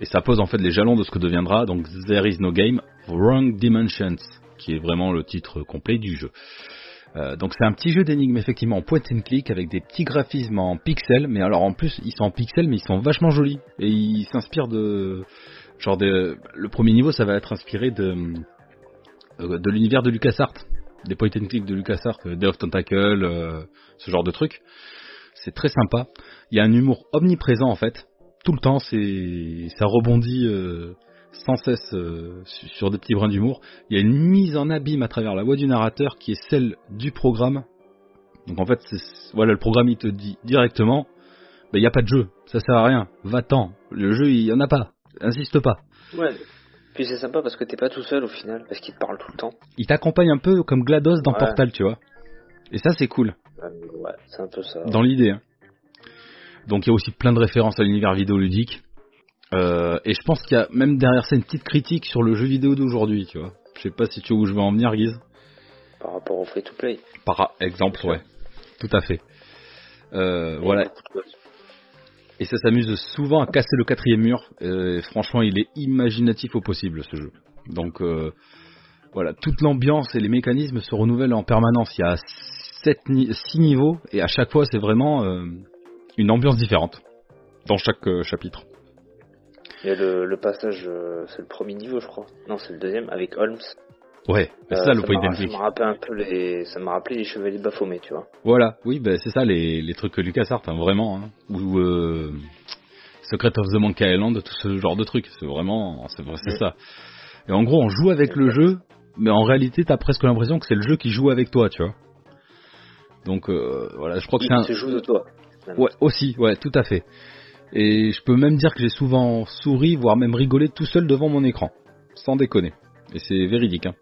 Et ça pose en fait les jalons de ce que deviendra donc There Is No Game Wrong Dimensions, qui est vraiment le titre complet du jeu. Euh, donc c'est un petit jeu d'énigmes effectivement en point and click avec des petits graphismes en pixels, mais alors en plus ils sont en pixels mais ils sont vachement jolis et ils s'inspirent de genre de le premier niveau ça va être inspiré de euh, de l'univers de LucasArts des point and click de LucasArts, euh, Day of Tentacle, euh, ce genre de truc. C'est très sympa. Il y a un humour omniprésent en fait. Tout le temps, c'est ça rebondit euh, sans cesse euh, su- sur des petits brins d'humour. Il y a une mise en abîme à travers la voix du narrateur qui est celle du programme. Donc en fait, c'est- voilà, le programme il te dit directement, ben il n'y a pas de jeu, ça sert à rien, va-t'en. Le jeu il y en a pas, insiste pas.
Ouais, Puis c'est sympa parce que t'es pas tout seul au final, parce qu'il te parle tout le temps.
Il t'accompagne un peu comme GLaDOS dans
Ouais.
Portal, tu vois. Et ça, c'est cool,
Euh, ouais, c'est un peu ça.
dans l'idée. hein. Donc il y a aussi plein de références à l'univers vidéoludique. Euh, et je pense qu'il y a même derrière ça une petite critique sur le jeu vidéo d'aujourd'hui, tu vois. Je sais pas si tu vois où je veux en venir, Guise.
Par rapport au free-to-play.
Par exemple, ouais. Tout à fait. Euh, voilà. Et ça s'amuse souvent à casser le quatrième mur. Euh, franchement, il est imaginatif au possible ce jeu. Donc euh, voilà, toute l'ambiance et les mécanismes se renouvellent en permanence. Il y a 6 niveaux et à chaque fois, c'est vraiment euh, une ambiance différente dans chaque euh, chapitre.
Il y a le, le passage, euh, c'est le premier niveau, je crois. Non, c'est le deuxième, avec Holmes.
Ouais, c'est
Euh,
ça le point
m'a- Ça m'a rappelé un peu les, ça m'a rappelé les Chevaliers Baphomets, tu vois.
Voilà, oui, ben, c'est ça les, les trucs que LucasArts, hein, vraiment. hein. Ou euh, Secret of the Monkey Island, tout ce genre de trucs. C'est vraiment, c'est vrai, c'est
Ouais.
ça. Et en gros, on joue avec le jeu, mais en réalité, t'as presque l'impression que c'est le jeu qui joue avec toi, tu vois. Donc euh, voilà, je crois que
Il
c'est un,
se joue de toi.
Ouais, aussi, ouais, tout à fait. Et je peux même dire que j'ai souvent souri, voire même rigolé tout seul devant mon écran. Sans déconner. Et c'est véridique, hein.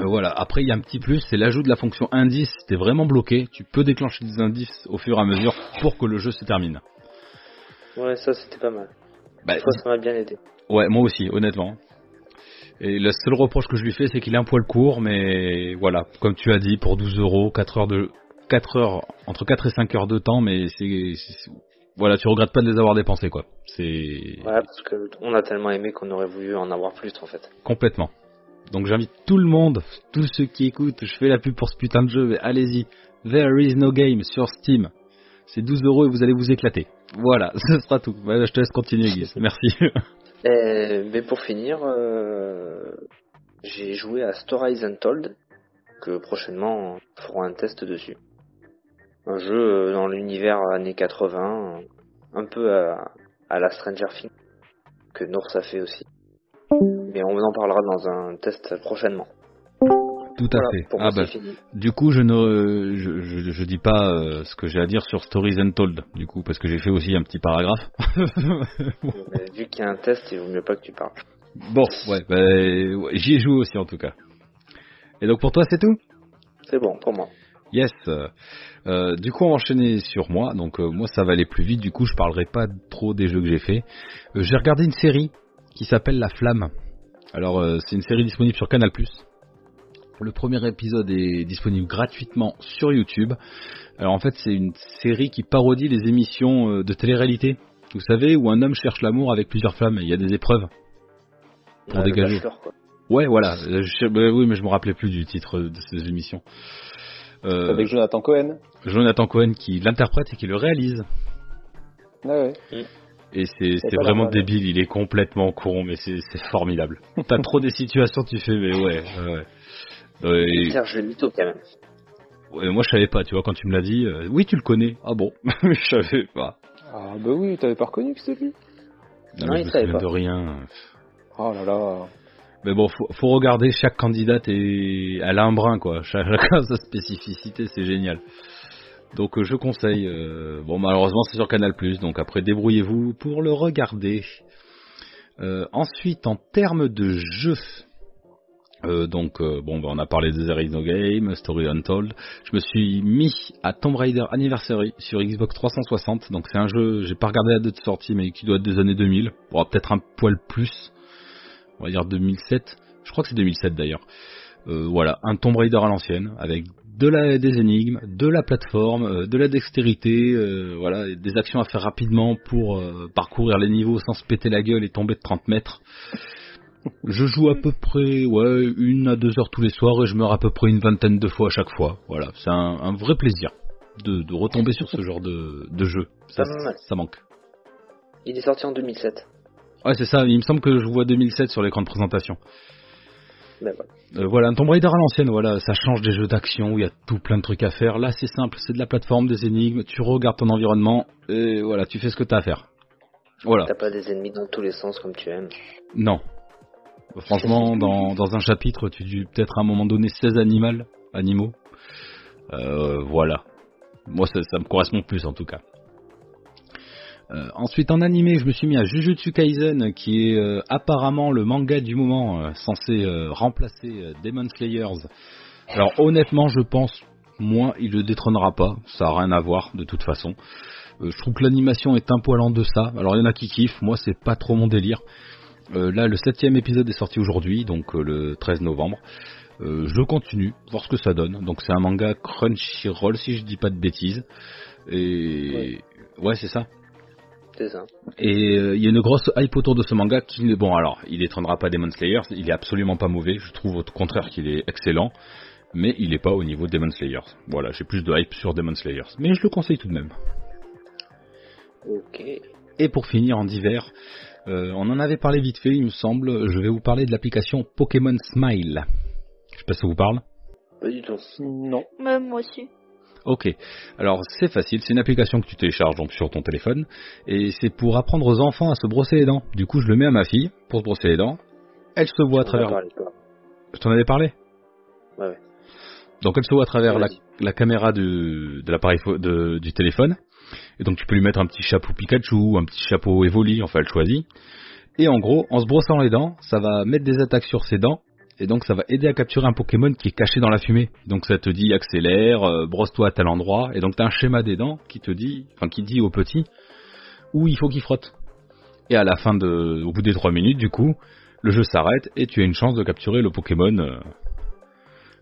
Euh, voilà, après il y a un petit plus, c'est l'ajout de la fonction indice. T'es vraiment bloqué, tu peux déclencher des indices au fur et à mesure pour que le jeu se termine.
Ouais, ça c'était pas mal.
Bah,
Toi, ça m'a bien aidé.
ouais, moi aussi, honnêtement. Et le seul reproche que je lui fais, c'est qu'il est un poil court, mais voilà, comme tu as dit, pour 12 euros, 4 heures de, 4 heures, entre 4 et 5 heures de temps, mais c'est, c'est- voilà, tu regrettes pas de les avoir dépensés, quoi. C'est,
Ouais, parce que on a tellement aimé qu'on aurait voulu en avoir plus, en fait.
Complètement. Donc j'invite tout le monde, tous ceux qui écoutent, je fais la pub pour ce putain de jeu, mais allez-y. There is no game sur Steam. C'est 12 euros et vous allez vous éclater. Voilà, ce sera tout. Voilà, je te laisse continuer, Guy. Merci.
Euh, mais pour finir, euh, j'ai joué à Stories Untold, que prochainement on fera un test dessus. Un jeu euh, dans l'univers années 80, un peu à, à la Stranger Things, que Norse a fait aussi. Mais on en parlera dans un test prochainement.
tout à
Voilà,
fait.
pour
Ah
moi
bah,
c'est fini.
du coup, je ne, je, je- je dis pas euh, ce que j'ai à dire sur Stories Untold, du coup, parce que j'ai fait aussi un petit paragraphe.
Mais vu qu'il y a un test, il vaut mieux pas que tu parles.
bon, ouais, bah, ouais, j'y ai joué aussi en tout cas. Et donc pour toi, c'est tout
C'est bon, pour moi.
Yes. euh, euh, du coup, on va enchaîner sur moi. Donc euh, moi, ça va aller plus vite. Du coup, je parlerai pas trop des jeux que j'ai fait. Euh, j'ai regardé une série qui s'appelle La Flamme. Alors, euh, c'est une série disponible sur Canal+. Le premier épisode est disponible gratuitement sur YouTube. Alors en fait, c'est une série qui parodie les émissions euh, de télé-réalité. Vous savez, où un homme cherche l'amour avec plusieurs femmes. Il y a des épreuves. Pour
Ouais, Ah, le
dégager.
bachelor, quoi.
Ouais, voilà. Euh, je- bah oui, mais je me rappelais plus du titre de ces émissions. Euh,
Avec Jonathan Cohen.
Jonathan Cohen qui l'interprète et qui le réalise.
Ah ouais.
Et c'est c'est
pas
vraiment
normal.
débile, il est complètement con, mais c'est c'est formidable. T'as trop des situations, tu fais, mais ouais. ouais. Euh, et-
Serge le mytho quand même.
ouais, moi je savais pas, tu vois, quand tu me l'as dit, euh, oui tu le connais, ah bon, je savais pas.
Ah bah oui, t'avais pas reconnu que c'était lui.
Non,
Non,
mais
il
je me
savait
souviens
pas.
de rien.
Oh là là.
Mais bon, faut, faut regarder, chaque candidate est, elle a un brin, quoi. Chacun a sa spécificité, c'est génial. Donc euh, je conseille. euh, bon, malheureusement, c'est sur Canal+, donc après, débrouillez-vous pour le regarder. Euh, ensuite, en termes de jeu, euh, donc, euh, bon, bah, on a parlé de There Is No Game, Story Untold. Je me suis mis à Tomb Raider Anniversary sur Xbox 360. Donc, c'est un jeu, j'ai pas regardé la date de sortie, mais qui doit être des années 2000. Bon, peut-être un poil plus. On va dire 2007. Je crois que c'est 2007 d'ailleurs. Euh, voilà, un Tomb Raider à l'ancienne, avec de la, des énigmes, de la plateforme, euh, de la dextérité, euh, voilà, et des actions à faire rapidement pour euh, parcourir les niveaux sans se péter la gueule et tomber de 30 mètres. Je joue à peu près ouais, une à deux heures tous les soirs et je meurs à peu près une vingtaine de fois à chaque fois. Voilà, c'est un, un vrai plaisir de, de retomber sur ce genre de, de jeu. Ça,
Pas mal.
ça manque.
Il est sorti en 2007.
Ouais, c'est ça, il me semble que je vois 2007 sur l'écran de présentation.
Ben voilà.
Euh, voilà, un Tomb Raider à l'ancienne, voilà, ça change des jeux d'action où il y a tout plein de trucs à faire. Là, c'est simple, c'est de la plateforme, des énigmes, tu regardes ton environnement et voilà, tu fais ce que t'as à faire. Voilà.
T'as pas des ennemis dans tous les sens comme tu aimes.
Non. Franchement, dans, dans un chapitre, tu dis peut-être à un moment donné 16 animaux. animaux. Euh, voilà. Moi, ça, ça me correspond plus en tout cas. Euh, ensuite, en animé, je me suis mis à Jujutsu Kaisen, qui est euh, apparemment le manga du moment euh, censé euh, remplacer euh, Demon Slayers. Alors honnêtement, je pense, moi, il le détrônera pas. Ça a rien à voir, de toute façon. Euh, je trouve que l'animation est un poil en deçà. Alors il y en a qui kiffent, moi c'est pas trop mon délire. Euh, là, le septième épisode est sorti aujourd'hui, donc euh, le 13 novembre. Euh, je continue, voir ce que ça donne. Donc c'est un manga Crunchyroll, si je dis pas de bêtises. Et ouais c'est ça.
C'est ça.
Et euh, il y a une grosse hype autour de ce manga qui n'est bon alors, il étonnera pas Demon Slayer, il est absolument pas mauvais, je trouve au contraire qu'il est excellent, mais il n'est pas au niveau de Demon Slayer. Voilà, j'ai plus de hype sur Demon Slayer, mais je le conseille tout de même.
Ok.
Et pour finir en divers, euh, on en avait parlé vite fait, il me semble, je vais vous parler de l'application Pokémon Smile. Je sais pas si ça vous parle.
Pas du tout.
Non.
Même moi aussi.
Ok. Alors c'est facile, c'est une application que tu télécharges donc sur ton téléphone et c'est pour apprendre aux enfants à se brosser les dents. Du coup, je le mets à ma fille pour se brosser les dents. Elle se voit à travers.
On en parlait pas.
Je t'en avais parlé.
Ouais, ouais.
Donc elle se voit à travers la,
Vas-y.
la caméra du, de l'appareil pho- de- du téléphone. Et donc tu peux lui mettre un petit chapeau Pikachu, un petit chapeau Evoli, enfin elle choisit. Et en gros, en se brossant les dents, ça va mettre des attaques sur ses dents. Et donc ça va aider à capturer un Pokémon qui est caché dans la fumée. Donc ça te dit accélère, euh, brosse-toi à tel endroit. Et donc t'as un schéma des dents qui te dit, enfin qui dit au petit où il faut qu'il frotte. Et à la fin de, au bout des 3 minutes du coup, le jeu s'arrête et tu as une chance de capturer le Pokémon euh,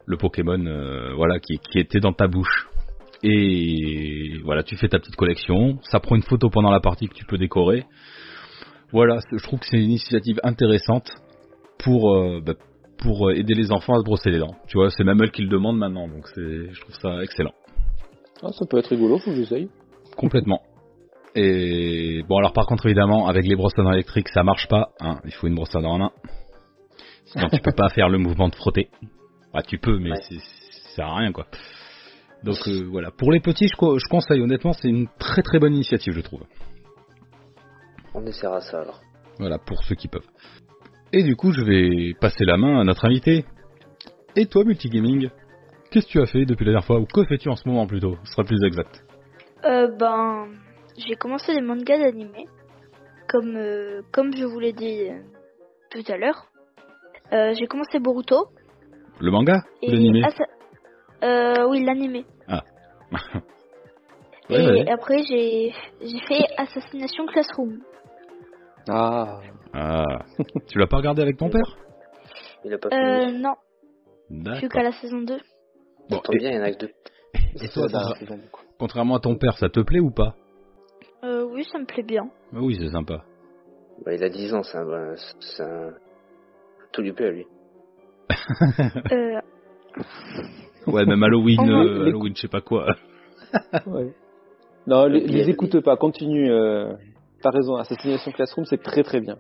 le Pokémon euh, voilà qui, qui était dans ta bouche. Et voilà, tu fais ta petite collection, ça prend une photo pendant la partie que tu peux décorer. Voilà, c'est- je trouve que c'est une initiative intéressante pour euh, bah, pour aider les enfants à se brosser les dents. Tu vois, c'est même elle qui le demande maintenant, donc c'est je trouve ça excellent,
Ah, ça peut être rigolo, faut que j'essaye.
complètement. Et bon alors par contre évidemment avec les brosses à dents électriques ça marche pas, hein, il faut une brosse à dents en main. Sinon tu peux pas faire le mouvement de frotter. Bah tu peux mais
Ouais.
c'est- ça sert à rien quoi. Donc euh, voilà, pour les petits je, co- je conseille honnêtement c'est une très très bonne initiative je trouve.
On essaiera ça alors.
Voilà, pour ceux qui peuvent. Et du coup, je vais passer la main à notre invité. Et toi, Multigaming, qu'est-ce que tu as fait depuis la dernière fois Ou que fais-tu en ce moment plutôt Ce sera plus exact.
Euh, ben, j'ai commencé les mangas d'animé, comme, euh, comme je vous l'ai dit euh, tout à l'heure. Euh, j'ai commencé Boruto.
Le manga
et
Ou l'animé
Ah, ça- euh, Oui, l'animé.
Ouais,
et
ouais.
après, j'ai j'ai fait Assassination Classroom.
Ah.
Ah, tu l'as pas regardé avec ton père
Il a pas
Euh,
fini.
non, je suis qu'à
D'accord.
la saison 2.
Bon,
Tant
et-
bien, il y en a que deux.
et toi, ça- contrairement à ton père, ça te plaît ou pas
Euh, oui, ça me plaît bien.
Bah Oui, c'est sympa.
Bah, il a 10 ans, c'est un, bah, c'est un- Tout lui plaît à lui.
Euh,
Ouais, même Halloween,
Oh, non.
euh, Halloween, je sais pas quoi.
Ouais. Non, les,
Oubliez
les
de
écoute pas, continue. Euh, T'as raison, Assassination Classroom, c'est très très bien.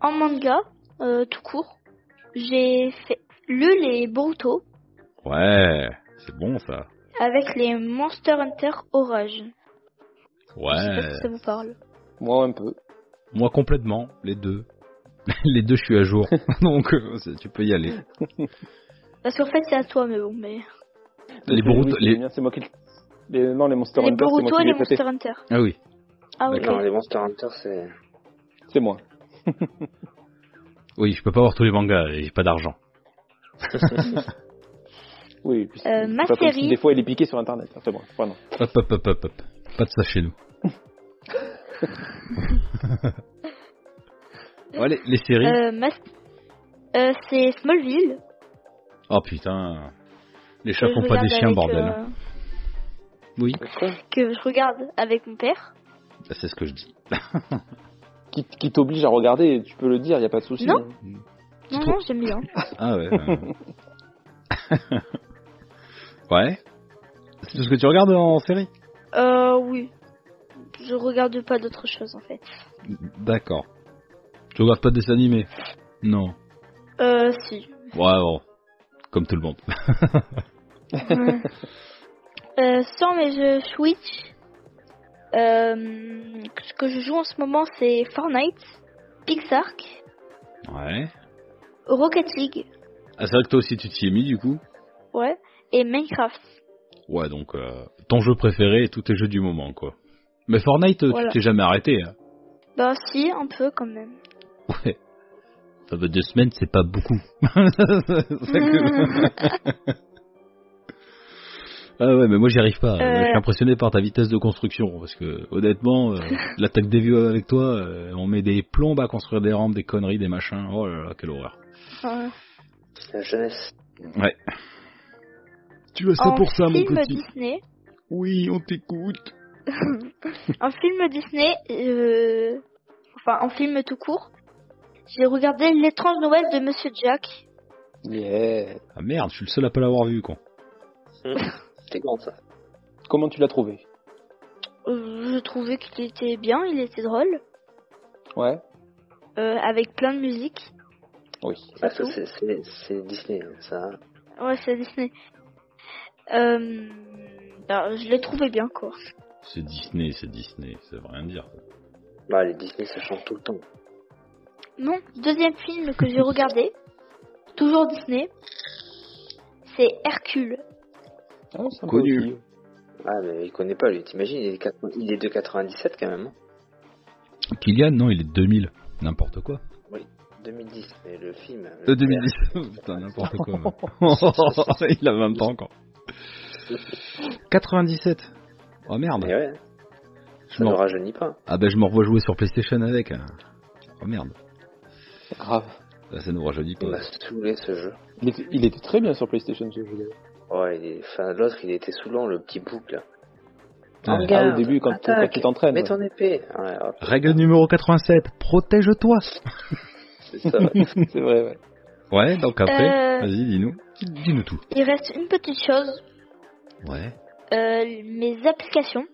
en manga, euh, tout court, j'ai fait lu les Boruto
Ouais, c'est bon ça.
avec les Monster Hunter Orage. Je sais
Ouais.
pas si ça vous parle.
Moi un peu.
Moi complètement, les deux. les deux, je suis à jour. Donc, euh, c'est- tu peux y aller.
Parce qu'en fait, c'est à toi, mais bon, mais.
Les Boruto-
Oui, c'est
les-
bien, C'est moi qui. Les, non, les Monster
les
Hunter, c'est
Boruto
moi
et
qui
les
les ai prêtés.
Monster Hunter.
Ah oui.
Ah, ok.
Non, les Monster Hunter, c'est.
C'est moi.
Oui, je peux pas avoir tous les mangas, et j'ai pas d'argent.
Oui. puis c'est-
Euh,
c'est
ma
pas comme si
série-
Des fois, elle est piquée sur Internet. Ah, C'est moi. Pardon.
Hop, hop, hop, hop, hop. Pas de ça chez nous. ouais, les, les séries.
Euh, ma- euh, c'est Smallville.
Oh putain. Les
que
chats
je
font pas
regarde
des chiens,
avec,
bordel. hein.
euh,
Oui.
Quoi
que je regarde avec mon père.
Bah, C'est ce que je dis.
Qui, qui t'oblige à regarder, tu peux le dire, y a pas de souci.
Non.
hein.
Non,
trouves-
non, j'aime bien.
Ah ouais. euh. ouais. C'est tout ce que tu regardes en série
Euh, oui. Je regarde pas d'autres choses en fait.
D'accord. Tu regardes pas de dessins animés Non.
Euh, si.
Ouais, bon. Comme tout le monde.
euh, sans mes jeux Switch, euh, ce que je joue en ce moment c'est Fortnite, Pixark,
Ouais.
Rocket League,
Ah, c'est vrai que toi aussi tu t'y es mis du coup
ouais, et Minecraft.
Ouais, donc euh, ton jeu préféré et tous tes jeux du moment, quoi. Mais Fortnite, euh,
Voilà.
tu t'es jamais arrêté. hein.
Bah si, un peu quand même.
Ouais. Ça veut deux semaines, c'est pas beaucoup. C'est ça que- ah ouais, mais moi j'y arrive pas. Je suis
Euh.
impressionné par ta vitesse de construction. Parce que honnêtement, euh, l'attaque des vieux avec toi, euh, on met des plombes à construire des rampes, des conneries, des machins. Oh là là, quelle horreur.
Ouais.
La jeunesse.
Ouais. Tu as
En film Disney,
Oui, on t'écoute.
en film Disney, euh, enfin en film tout court, j'ai regardé l'étrange Noël de Monsieur Jack.
Yeah.
Ah merde, je suis le seul à pas l'avoir vu, con.
C'est grand ça.
Comment tu l'as trouvé
Euh, je trouvais qu'il était bien, il était drôle,
Ouais.
euh, avec plein de musique.
Oui.
Bah, ça,
tout.
c'est- c'est c'est Disney, hein, ça.
Ouais, c'est Disney. Euh, bah, je l'ai trouvé bien quoi.
C'est Disney, c'est Disney, ça veut rien dire.
Bah, les Disney, ça change tout le temps.
Mon deuxième film que j'ai regardé, toujours Disney, c'est Hercule.
Ah, sympa
Connu.
aussi.
Ah, mais il connaît pas, lui, t'imagines, il, est quatre- il est de 97 quand même. hein.
Kylian, non, il est 2000. N'importe quoi.
2010, mais le film.
Euh,
le-
2010. Putain, n'importe quoi. même. il a 20 ans encore. 97. Oh merde.
Mais ouais,
Je
hein. ça
m'en-
ne rajeunit pas.
Ah ben je m'en revois jouer sur PlayStation avec. hein. Oh merde.
Grave.
Ça, ça nous rajeunit pas.
Il m'a saoulé ce jeu.
Il était, il était très bien sur PlayStation ce jeu. d'ailleurs.
Ouais, il est... enfin, l'autre, il était saoulant, le petit bouc là.
Ah,
au début, quand- quand
attaque,
tu t'entraînes,
Mets
ouais.
ton épée. Ouais, hop,
Règle numéro 87. Protège-toi.
c'est ça.
C'est vrai, ouais.
Ouais, donc après,
Euh.
vas-y, dis-nous. Dis-nous tout.
Il reste une petite chose,
Ouais.
euh, mes applications.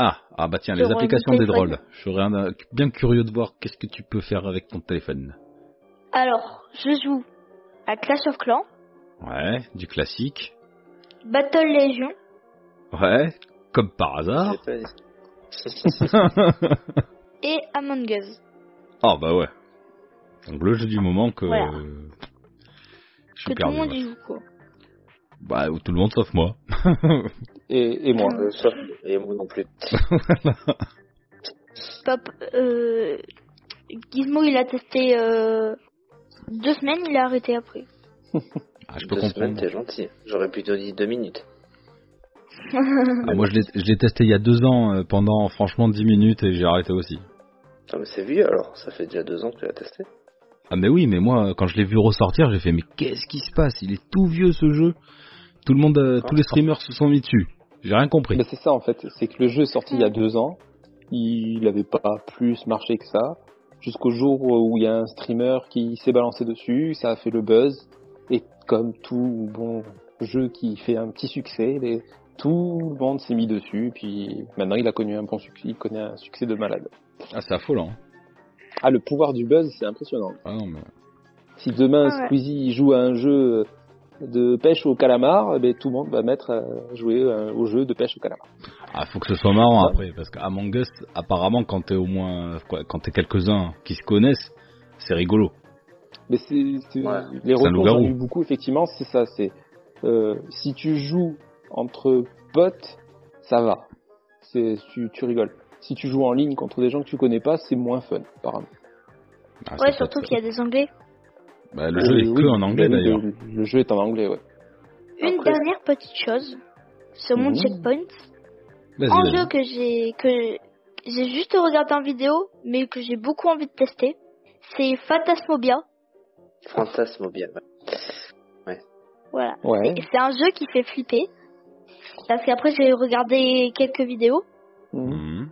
Ah, ah bah tiens,
Sur
les
un
applications des
téléphone.
drôles. Je serais un- euh, bien curieux de voir qu'est-ce que tu peux faire avec ton téléphone.
Alors, je joue à Clash of Clans,
Ouais, du classique.
Battle Legion,
Ouais, comme par hasard.
J'ai pas dit.
et Among Us.
Ah bah ouais. Donc le jeu du moment que
Voilà.
euh, je
Que
suis
tout le
perdu.
monde
ouais.
y joue, quoi.
Bah tout le monde sauf moi.
Et, et moi.
Euh, sauf- Et moi non plus.
Pop, euh, Gizmo, il a testé euh, deux semaines, il a arrêté après.
Ah, je peux
Deux semaines,
comprendre.
t'es gentil. J'aurais plutôt dit deux minutes.
Ah, moi je l'ai- je l'ai testé il y a deux ans euh, pendant franchement 10 minutes et j'ai arrêté aussi.
Non, mais c'est vieux alors, ça fait déjà deux ans que tu l'as testé.
Ah mais oui, mais moi quand je l'ai vu ressortir, j'ai fait mais qu'est-ce qui se passe Il est tout vieux ce jeu. Tout le monde, euh, tous les streamers se sont mis dessus. J'ai rien compris.
Mais c'est ça en fait, c'est que le jeu est sorti
Mm.
il y a deux ans, il n'avait pas plus marché que ça, jusqu'au jour où il y a un streamer qui s'est balancé dessus, ça a fait le buzz, et comme tout bon jeu qui fait un petit succès, les- tout le monde s'est mis dessus, puis maintenant il a connu un bon succès, il connaît un succès de malade.
Ah c'est affolant.
Ah, le pouvoir du buzz, c'est impressionnant.
Ah non mais
Si demain
Ah ouais.
Squeezie joue à un jeu de pêche au calamar, eh ben, tout le monde va mettre à jouer euh, au jeu de pêche au calamar.
Ah, faut que ce soit marrant après, parce qu'Among Us, apparemment, quand t'es au moins, quoi, quand t'es quelques-uns qui se connaissent, c'est rigolo.
Mais c'est, c'est-
Ouais.
les
C'est un
retours j'en ai
loup-garou.
eu beaucoup effectivement, c'est ça, c'est euh, si tu joues entre potes, ça va, c'est tu, tu rigoles. Si tu joues en ligne contre des gens que tu connais pas, c'est moins fun, apparemment.
Ah,
ouais,
ça
surtout
peut être-
qu'il y a des Anglais.
Bah, le jeu est
Euh,
que
oui,
en anglais
oui,
d'ailleurs.
Le, le jeu est en anglais, ouais.
Une
Après-
dernière petite chose sur mon
Mhm.
checkpoint,
Mmh. Vas-y,
un
vas-y.
jeu que j'ai que j'ai juste regardé en vidéo, mais que j'ai beaucoup envie de tester, c'est Phantasmobia.
Fantasmobia.
Voilà.
Ouais.
Mmh.
Et C'est un jeu qui fait flipper. Parce qu'après, j'ai regardé quelques vidéos.
Mhm.
Mhm.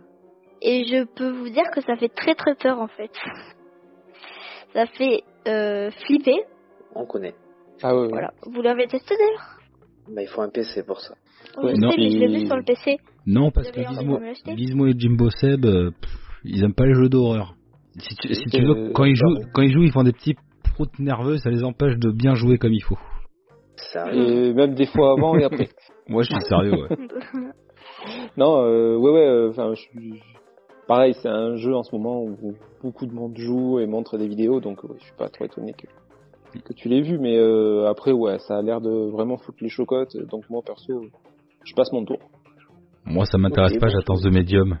Et je peux vous dire que ça fait très très peur en fait. Ça fait euh, flipper.
On connaît.
Ah ouais, ouais.
Voilà. Vous l'avez testé d'ailleurs
Bah, il faut un PC pour ça.
Oui,
Ouais,
je
Euh, non,
sais, mais je l'ai vu
et-
sur le PC.
Non, parce
Vous
que
avez envie
Gizmo,
de me l'acheter
Gizmo et Jimbo Seb, euh, pff, ils aiment pas les jeux d'horreur. Si tu, si
Oui,
tu veux,
euh,
quand ils jouent,
pardon.
quand ils jouent, ils font des petits proutes nerveux, ça les empêche de bien jouer comme il faut.
Sérieux
Et même des fois avant et après.
Moi, je suis sérieux, ouais.
Non, euh, ouais, ouais, euh, enfin, je suis- pareil, c'est un jeu en ce moment où beaucoup de monde joue et montre des vidéos, donc ouais, je suis pas trop étonné que, que tu l'aies vu, mais euh, après, ouais, ça a l'air de vraiment foutre les chocottes, donc moi, perso, je passe mon tour.
Moi, ça m'intéresse
Ok,
pas,
bon.
j'attends The Medium.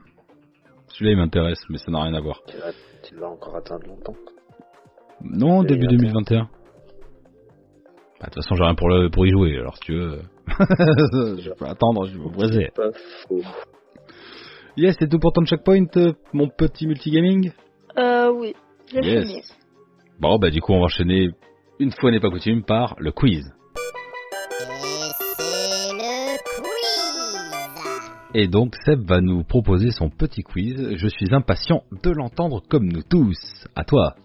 Celui-là, il m'intéresse, mais ça n'a rien à voir.
Tu vas, tu vas encore attendre longtemps.
Non,
Et
début
après
2021. Bah, De toute façon, j'ai rien pour, le, pour y jouer, alors si tu veux. je peux attendre, je vais me briser.
Pas faux.
Yes, c'est tout pour ton checkpoint, euh, mon petit multigaming
Euh, oui. J'ai
Yes.
fini.
Bon, bah, du coup, on va enchaîner, une fois n'est pas coutume, par le quiz. Et donc, Seb va nous proposer son petit quiz. Je suis impatient de l'entendre comme nous tous. À toi.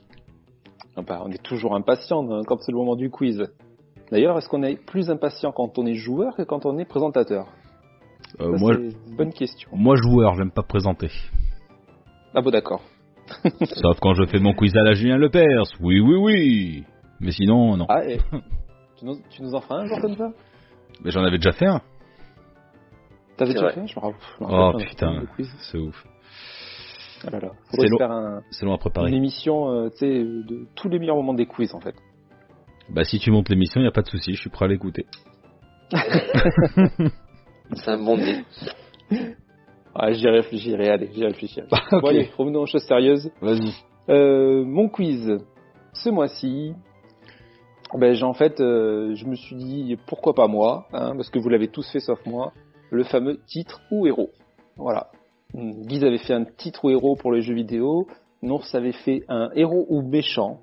Ah bah, on est toujours impatient hein, quand c'est le moment du quiz. D'ailleurs, est-ce qu'on est plus impatient quand on est joueur que quand on est présentateur
Euh,
Ça,
moi,
Bah, c'est une bonne question.
moi, joueur, j'aime pas présenter.
Ah bon, d'accord.
Sauf quand je fais mon quiz à la Julien Lepers. Oui, oui, oui. Mais sinon, non.
Ah, et tu, nous, tu nous en feras un jour comme ça
Mais j'en avais déjà fait un.
T'avais
C'est
déjà
vrai.
fait Je me rappelle- je me
Oh
rappelle pas,
putain,
le quiz.
c'est ouf.
Ah là là.
C'est
Faudrait se
long.
faire un-
C'est long à
une
préparer.
émission euh, tu sais, de tous les meilleurs moments des quiz en fait.
Bah si tu montes l'émission, y a pas de souci, je suis prêt à l'écouter.
C'est un bon dé.
Ah, j'y réfléchirai, allez, j'y réfléchirai.
ok.
Bon, allez, revenons aux choses sérieuses.
Vas-y.
Euh, mon quiz, ce mois-ci, ben, j'ai- en fait, euh, je me suis dit, pourquoi pas moi, hein, parce que vous l'avez tous fait sauf moi, le fameux titre ou héros. Voilà. Hmm, Guise avait fait un titre ou héros pour les jeux vidéo, Nours avait fait un héros ou méchant.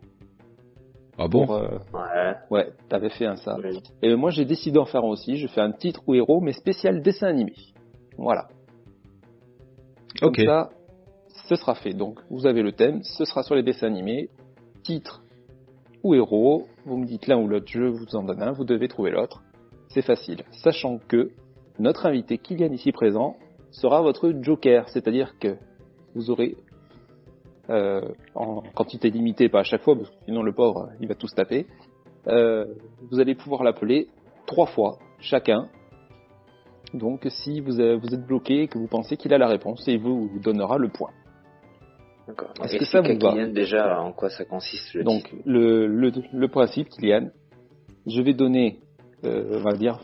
Ah bon
Pour, euh,
Ouais.
ouais, t'avais fait un ça.
ouais.
Et ben, moi, j'ai décidé d'en faire un aussi, je fais un titre ou héros, mais spécial dessin animé. Voilà. Comme
Ok.
ça, ce sera fait. Donc, vous avez le thème, ce sera sur les dessins animés, titre ou héros. Vous me dites l'un ou l'autre, je vous en donne un, vous devez trouver l'autre. C'est facile. Sachant que notre invité Kylian ici présent sera votre joker, c'est-à-dire que vous aurez euh, en quantité limitée, pas à chaque fois, parce que sinon le pauvre, il va tous taper. Euh, vous allez pouvoir l'appeler trois fois chacun. Donc si vous, euh, vous êtes bloqué et que vous pensez qu'il a la réponse, et il vous vous donnera le point.
D'accord.
Est-ce que
Explique
ça vous
à
va
Kylian déjà en quoi ça consiste le
Donc le, le, le principe, Kylian, je vais donner, euh, on va dire,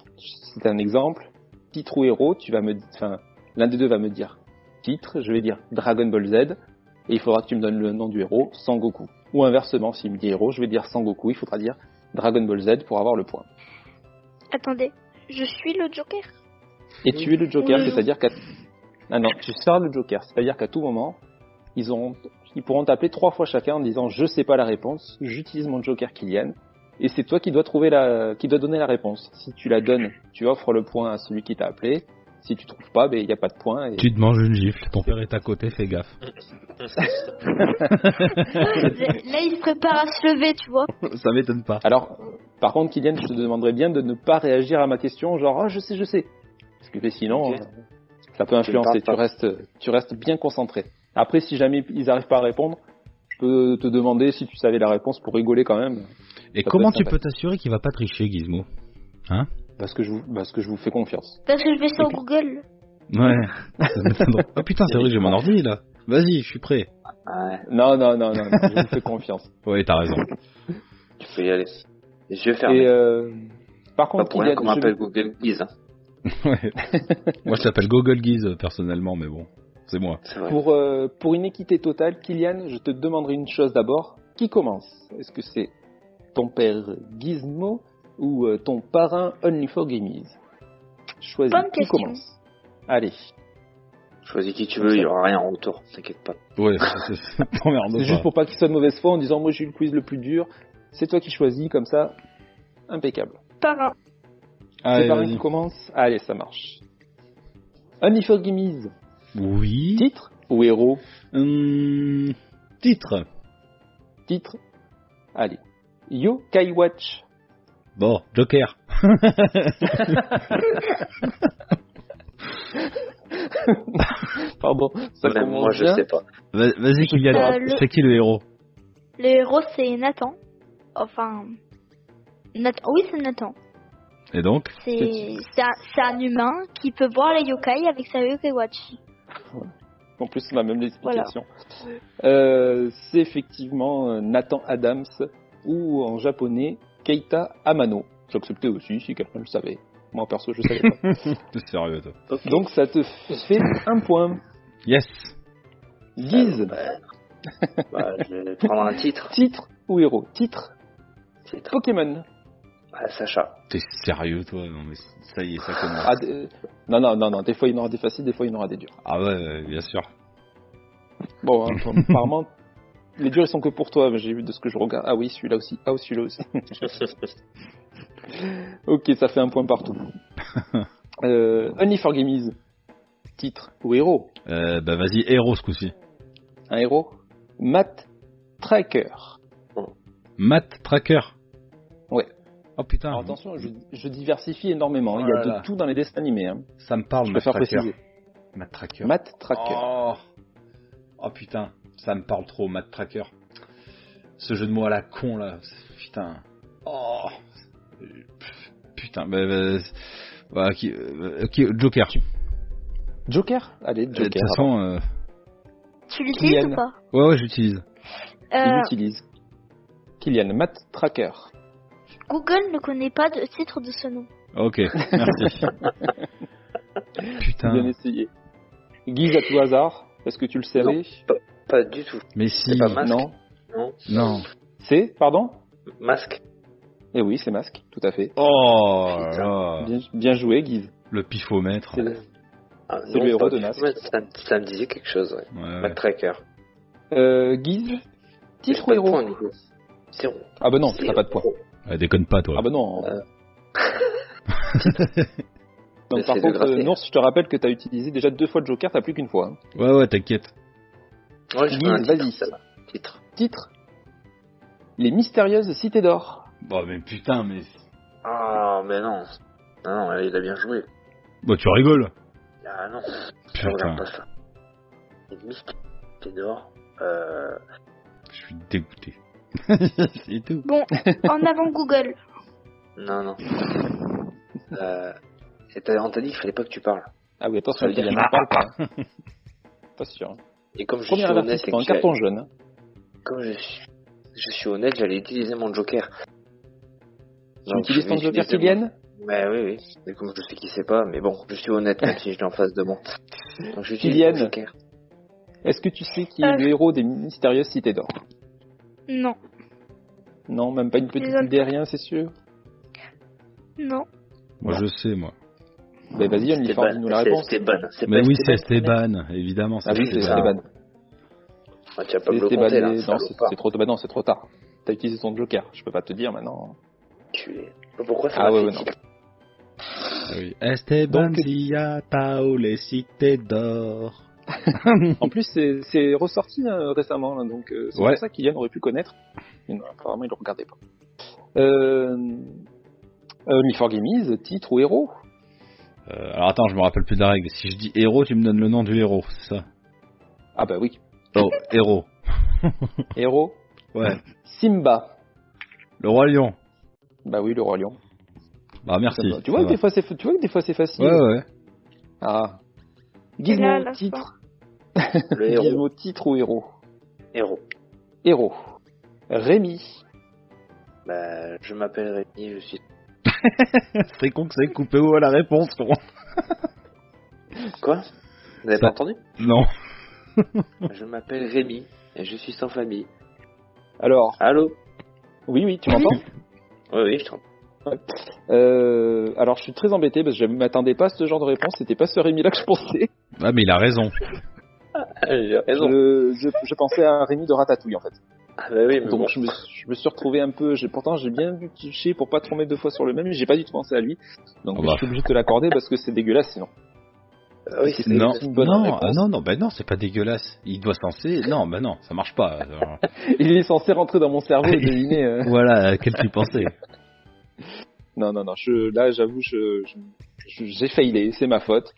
c'est un exemple, titre ou héros, tu vas me, enfin, l'un des deux va me dire titre, je vais dire Dragon Ball Z, et il faudra que tu me donnes le nom du héros, Sangoku. Ou inversement, s'il me dit héros, je vais dire Sangoku, il faudra dire Dragon Ball Z pour avoir le point.
Attendez, je suis le Joker
Et tu es le Joker,
Oui.
c'est-à-dire qu'à ah non, tu seras le Joker, c'est-à-dire qu'à tout moment, ils auront, ils pourront t'appeler trois fois chacun en disant je sais pas la réponse, j'utilise mon Joker Kylian, et c'est toi qui dois trouver la, qui dois donner la réponse. Si tu la donnes, tu offres le point à celui qui t'a appelé. Si tu trouves pas, ben il n'y a pas de point. Et...
Tu te manges une gifle, ton père est à côté, fais gaffe.
Là, il se prépare à se lever, tu vois.
ça m'étonne pas.
Alors, par contre, Kylian, je te demanderais bien de ne pas réagir à ma question, genre ah je sais, je sais, parce que ben, sinon
Ok.
euh, ça peut influencer.
parles
Tu
pas.
restes, tu restes bien concentré. Après, si jamais ils arrivent pas à répondre, je peux te demander si tu savais la réponse pour rigoler quand même.
Et
peut
comment
être
tu
sympa.
peux t'assurer qu'il va pas tricher, Gizmo
Parce que je vous, parce que je vous fais confiance.
Parce que je vais sur
Et puis-
Google.
Ouais. ça m'étonnerait. Ah putain, c'est vrai, j'ai mon ordi là. Vas-y, je suis prêt.
Ah Ouais,
Non, non, non, non, non, je vous fais confiance.
Ouais, t'as raison.
tu peux y aller. Les yeux
Et
fermés.
euh, par
pas
contre,
pour
il y
rien
a
qu'on
je-
m'appelle Google Guise. hein.
Ouais. moi, je t'appelle Google Guise euh, personnellement, mais bon, c'est moi.
C'est vrai.
pour, euh, pour une équité totale, Kylian, je te demanderai une chose d'abord. Qui commence Est-ce que c'est ton père Gizmo ou euh, ton parrain Only for Gamies Choisis
Bonne
qui
question.
commence. Allez,
Choisis qui tu veux, il y aura rien en retour. T'inquiète pas.
Ouais, c'est- c'est- t'emmerdes
c'est
pas.
juste pour pas qu'il soit de mauvaise foi en disant moi j'ai eu le quiz le plus dur. C'est toi qui choisis comme ça, impeccable.
Par un.
C'est
Allez,
parrain
vas-y.
qui commence. Allez, ça marche. Only for Gamies,
Oui.
titre ou héros
Hum, titre.
titre. Allez. Yo Kai Watch.
Bon, Joker.
Pardon, ça
Même
commence
moi, je
bien.
sais pas.
Va- Vas-y, Kylian.
Euh, le-
C'est qui le héros
Le héros, c'est Nathan. Enfin. Nathan. Oui, c'est Nathan.
Et donc
C'est c'est un, c'est un humain qui peut voir les yokai avec sa yokai watch.
En plus, on a même l'explication. Euh, c'est effectivement euh, Nathan Adams ou en japonais Keita Amano. J'acceptais aussi si quelqu'un le savait. Moi perso, je savais pas.
T'es sérieux, toi
Donc ça te fait un point.
Yes
Guise,
Ah, bah, Euh, bah, je vais prendre un titre.
titre ou héros Titre,
titre.
Pokémon.
Ah, Sacha.
T'es sérieux, toi Non, mais ça y est, ça commence.
Ah, des- Non, non, non, non, des fois il y en aura des faciles, des fois il y en aura des durs.
Ah ouais, ouais, bien sûr.
Bon, hein, apparemment, les durs ils sont que pour toi, mais j'ai vu de ce que je regarde. Ah oui, celui-là aussi, ah oui, celui-là aussi. ok, ça fait un point partout. euh, Only for Gamies, titre ou héros
Euh, bah vas-y, héros ce coup-ci.
Un héros Matt Tracker.
Matt Tracker.
Ouais.
Oh putain,
Alors attention, je, je diversifie énormément, il y a
Voilà.
de tout dans les dessins animés. hein.
ça me
Oh,
parle,
Je
Matt
préfère
Tracker.
préciser.
Matt Tracker.
Matt Tracker.
Oh. Oh, putain, ça me parle trop, Matt Tracker. Ce jeu de mots à la con là, c'est- putain. Oh. Pff, Putain, bah, bah, c'est- voilà, qui- euh, qui- Joker.
Oh.
Joker Allez,
Euh, De toute
Joker.
façon, euh,
Tu l'utilises
Kylian.
ou pas
ouais, ouais, j'utilise.
Il
Euh,
utilise. Kylian, Matt Tracker.
Google ne connaît pas de titre de ce nom.
Ok, merci.
Bien
putain,
essayé. Guise à tout hasard, est-ce que tu le savais
Pas du tout.
mais si.
C'est pas Masque.
Non.
Non.
Non.
C'est Pardon
Masque.
Eh oui, c'est Masque, tout à fait.
Oh là
Putain.
là.
Bien, bien joué, Guise.
Le pifomètre.
C'est
Ouais,
le-
Ah,
C'est le héros
pas
de
du tout.
Masque.
Ouais, Ça, me- ça me disait quelque chose, ouais.
ouais.
Matt Tracker.
Euh, Guise, titre ou
J'ai pas de
héros
point, du coup. Zéro.
Ah bah non, t'as pas de poids.
Ouais, déconne pas, toi.
Ah bah non.
Euh.
Donc par
J'essaie de
contre,
gratter.
euh, Nours, je te rappelle que t'as utilisé déjà deux fois le Joker, t'as plus qu'une fois. hein.
Ouais, ouais, t'inquiète.
Ouais, je prends un
Guise,
titre,
vas-y.
ça va. Titre.
Titre Les mystérieuses cités d'or.
Bon, Bah, mais putain, mais.
Ah, mais non. Non, non, il a bien joué.
Bon, Bah, tu rigoles.
Ah non, je
Putain,
regarde pas ça. Et Mystique, t'es dehors. Euh,
je suis dégoûté. C'est tout.
Bon, en avant Google.
non, non. euh, et t'as- on t'a dit qu'il fallait pas que tu parles.
Ah oui,
Ça
attention,
veut dire
Kylian,
qu'il
on parle pas. hein. Attention.
Et comme je
hein. Premier
suis honnête et
avertissement,
que
un
j'ai-
carton jaune. hein.
comme je suis, je suis honnête, j'allais utiliser mon joker.
Tu utilises ton Joker,
Kylian
Kylian
Mais oui, oui. Mais comme je sais qu'il sait pas, mais bon, je suis honnête même si je l'ai en face de moi. Donc j'utilise
Kylian.
mon joker.
Est-ce que tu sais qui est
Euh.
le héros des mystérieuses cités d'or
Non,
Non, même pas une petite
Désolé.
idée, rien, c'est sûr.
non.
Moi, je sais, moi.
Ben vas-y, Omnifor,
Esteban,
dis-nous la
c'est
réponse.
Esteban. C'est
Mais
pas
oui, c'est
mec.
Esteban, évidemment.
Ah oui, c'est
Esteban.
Esteban.
Ah, tu vas
C'est
pas me le
Esteban,
compter, là.
mais non, c'est
salopard.
c'est trop, bah non, c'est trop tard. T'as utilisé ton Joker, je peux pas te dire maintenant.
Enculé. Bah, Pourquoi ça
Ah
m'a
ouais,
fait
ouais, non.
tilt
Ah oui. Esteban
Donc-
Zia Tao, les cités d'or.
En plus, c'est- c'est ressorti euh, récemment, là, donc euh, c'est
Ouais.
pour ça qu'Yann aurait pu connaître. Mais non, apparemment, il le regardait pas. Euh... Only for Gamies, titre ou héros
Euh, alors attends, je me rappelle plus de la règle. Si je dis héros, tu me donnes le nom du héros, c'est ça
Ah bah oui,
Oh, héros.
héros.
Ouais.
Simba.
Le roi lion.
Bah oui, le roi lion.
Bah merci.
Ça va. Tu, vois
ça
que
va.
des fois, Ah, c'est fa- tu vois que des fois c'est facile.
Ouais, ouais.
Ah.
Et là, à
Gizmo,
la
titre.
Le héros.
Gizmo, titre ou héros
héros.
Héros. Rémi.
Bah, je m'appelle Rémi, je suis.
c'est con que c'est coupé où à la réponse, con.
Quoi Vous avez
Ça-
pas entendu
Non.
Je m'appelle Rémi et je suis sans famille.
Alors,
Allô
oui, oui, tu m'entends
Oui, oui, je t'entends.
Euh, alors je suis très embêté parce que je m'attendais pas à ce genre de réponse, c'était pas ce Rémi là que je pensais.
Ah, mais il a raison.
J'ai raison.
Je, je, je pensais à Rémi de Ratatouille en fait.
Ah, bah oui, mais
Donc
bon.
je, me, je me suis retrouvé un peu, j'ai, pourtant j'ai bien vu toucher pour pas tromper deux fois sur le même, j'ai pas du tout pensé à lui. Donc
Ah bah.
je suis obligé de te l'accorder parce que c'est dégueulasse sinon.
Ah oui, c'est
Non,
une bonne
non,
réponse.
ah non, non, bah non, c'est pas dégueulasse. Il doit se lancer. Non, bah non, ça marche pas. Alors,
Il est censé rentrer dans mon cerveau et deviner. euh.
voilà, à quel tu pensais
Non, non, non, je, là j'avoue, je, je- je- j'ai failé, c'est ma faute.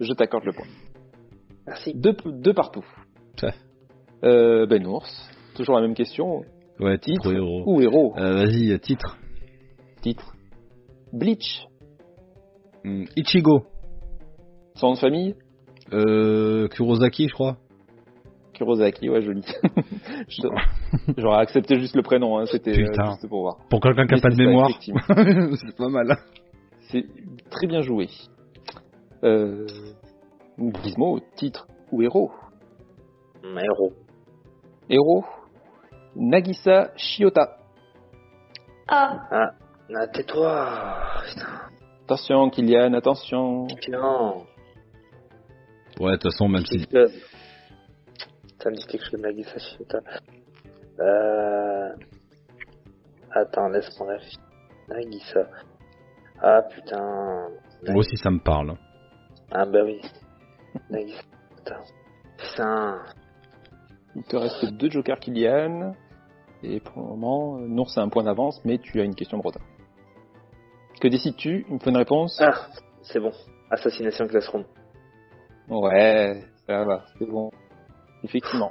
Je t'accorde le point.
Merci.
Deux, deux partout.
Ça.
Euh, ben ours, toujours la même question.
Ouais, titre
Titre
ou héros.
ou héros
Euh, Vas-y, euh, titre.
Titre. Bleach,
Hmm, Ichigo.
son nom de famille
Euh, Kurosaki, je crois.
Kurosaki, ouais, joli. Je te- J'aurais accepté juste le prénom, hein, c'était euh,
Putain.
juste pour voir.
Pour quelqu'un qui a
Mais
pas de
c'est ça,
mémoire.
effectivement.
c'est pas
hein.
mal.
C'est très bien joué. Euh... Gizmo, titre ou héros
Un héros.
Héros Nagisa Shiota.
Ah,
Ah, tais-toi Putain,
Attention, Kylian, attention.
Kylian
Ouais, de toute façon, même si.
Club. Euh, Ça me dit quelque chose, Maggie Sashita. Euh... Attends, laisse-moi réfléchir. Nagisa. Ah putain.
Moi aussi, ça me parle.
Ah bah oui. Nagisa. Putain. Putain.
Il te reste deux jokers, Kylian. Et pour le moment, euh, non, c'est un point d'avance, mais tu as une question de retard. Que décides-tu Il me faut une réponse
Ah, c'est bon. Assassination Classroom.
Ouais, ça va, c'est bon. Effectivement.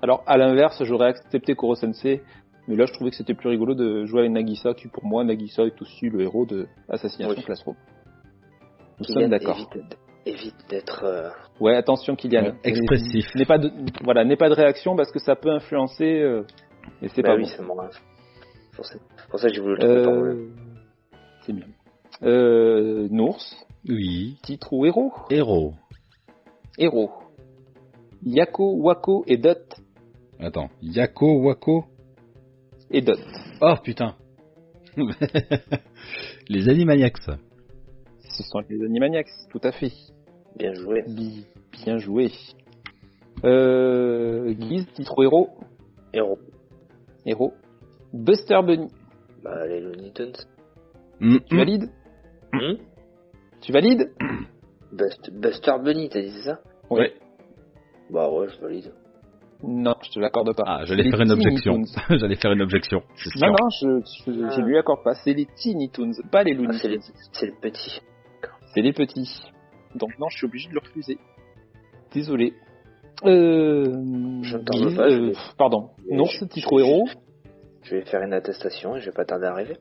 Alors, à l'inverse, j'aurais accepté Koro Sensei, mais là, je trouvais que c'était plus rigolo de jouer avec Nagisa, qui pour moi, Nagisa est aussi le héros de Assassination
Oui.
Classroom. Nous
Kylian,
sommes d'accord.
Évite, évite d'être... euh,
Ouais, attention, Kylian.
Ouais, expressif.
N'aie pas de, voilà, n'aie pas de réaction parce que ça peut influencer, euh, et c'est
bah
pas
oui,
bon.
c'est mon rêve. C'est pour ça- c'est pour ça que j'ai voulu le trouver par moi-même.
Euh, c'est bien. Euh, Nours,
Oui.
titre ou héros
Héros.
Héros. Yako, Wako et Dot.
Attends. Yako Wako.
Et Dot.
Oh putain. Les Animaniacs.
Ce sont les Animaniacs, tout à fait.
Bien joué.
Bi- Bien joué. Euh, Guise, titre ou héros
Héros.
Héros. Buster Bunny.
Bah les Looney Tunes.
Mm,
Tu
mm.
valides
Hmm
Tu valides
Bust- Buster Bunny, t'as dit c'est ça
Oui.
Ouais.
Bah ouais, je valide.
Non, je te l'accorde pas.
Ah, j'allais
Les
faire une
Teeny
objection.
Toons.
J'allais faire une objection. C'est
Non,
sûr.
non, je, je, je lui accorde pas. C'est les Teeny Toons, pas les
Ah,
Looney
c'est les-
Tunes.
c'est le petit.
C'est les petits. Donc non, je suis obligé de le refuser. Désolé. Euh...
Je ne t'en veux
Guise,
pas, je
euh,
vais-
pff, Pardon.
je-
Non,
je-
ce titre au héros.
Je vais faire une attestation et je vais pas tarder à arriver.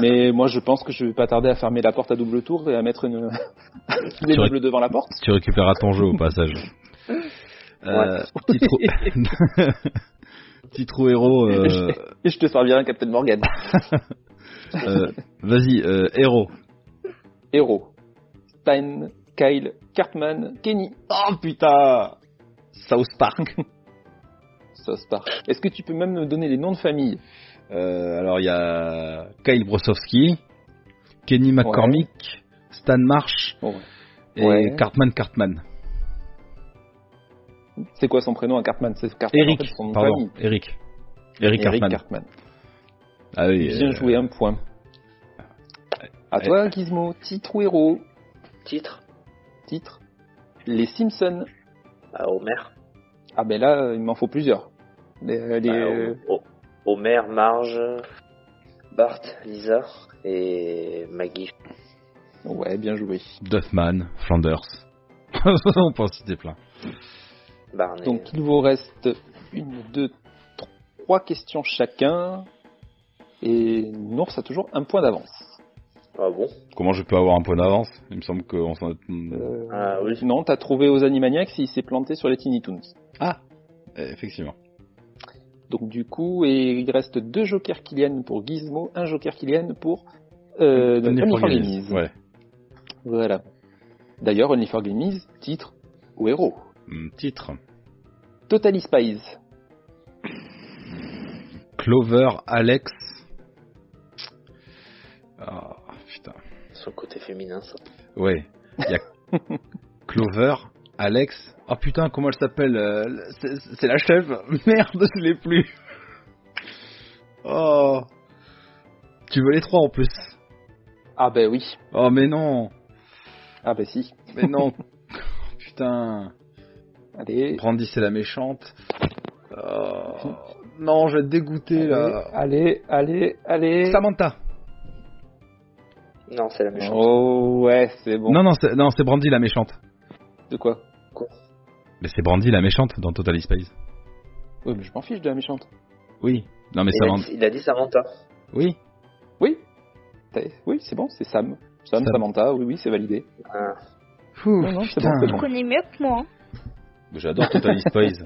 Mais moi, je pense que je vais pas tarder à fermer la porte à double tour et à mettre une... les
Tu ré-
doubles devant la porte.
Tu récupéras ton jeu au passage. Euh, titre... titre au héros. euh,
Et je te servirai un Captain Morgan.
euh, Vas-y, euh, héros.
Héros. Stan, Kyle, Cartman, Kenny.
Oh putain South Park.
Ça se part. Est-ce que tu peux même me donner les noms de famille
Euh, alors il y a Kyle Brosowski, Kenny McCormick, Stan Marsh
Oh, ouais.
et
Ouais.
Cartman Cartman.
C'est quoi son prénom à Cartman C'est Cartman.
Eric,
en fait, son nom de
pardon,
famille.
Eric. Eric
Eric
Cartman.
Cartman.
Ah oui,
Bien
euh,
joué, un point. À
Ouais.
toi, Gizmo, titre ou héros
Titre
Titre Les Simpsons.
à Bah, Homer.
Ah ben là, il m'en faut plusieurs. Les, les-
Bah, Ho- Ho- Homer, Marge, Bart, Lisa et Maggie.
Bah, oh.
Ouais, bien joué.
Duffman, Flanders. On peut en citer plein.
Barney.
Donc il vous reste une, deux, tro- trois questions chacun. Et Nours a toujours un point d'avance.
Ah bon
Comment je peux avoir un point d'avance Il me semble qu'on s'en. est...
Euh,
Ah oui.
Non, t'as trouvé aux Animaniacs s'il s'est planté sur les Teeny Toons.
Ah Effectivement.
Donc du coup, et il reste deux jokers Kylian pour Gizmo, un joker Kylian pour euh,
Tony
Tony
Forganis,
Forganis.
Ouais.
Voilà. D'ailleurs, Only for Gamers, titre ou héros.
Hum, Titre
Totally Spies.
Clover, Alex. Ah putain.
Son côté féminin, ça.
Ouais. Il y a Clover, Alex. Oh putain, comment elle s'appelle euh, c'est- C'est la chef. Merde, je l'ai plus. Oh. Tu veux les trois en plus
Ah ben oui.
Oh mais non,
Ah ben si.
mais non. putain.
Allez.
Brandy, c'est la méchante. Oh. Non, je vais te dégoûter
Ah
là.
Allez, allez, allez.
Samantha.
Non, c'est la méchante.
Oh ouais, c'est bon.
Non, non, c'est, non, c'est Brandy la méchante.
De quoi
Mais c'est Brandy la méchante dans Total Space.
Oui, mais je m'en fiche de la méchante.
Oui. Non, mais
il, a
Samantha.
dit, il a dit Samantha.
Oui.
Oui. T'as- Oui, c'est bon, c'est Sam. Sam,
Sam.
Samantha, oui, oui, c'est validé.
Ah,
Non, non, c'est bon,
putain.
c'est
tu
bon.
connais mieux que moi. hein.
J'adore Total Spies.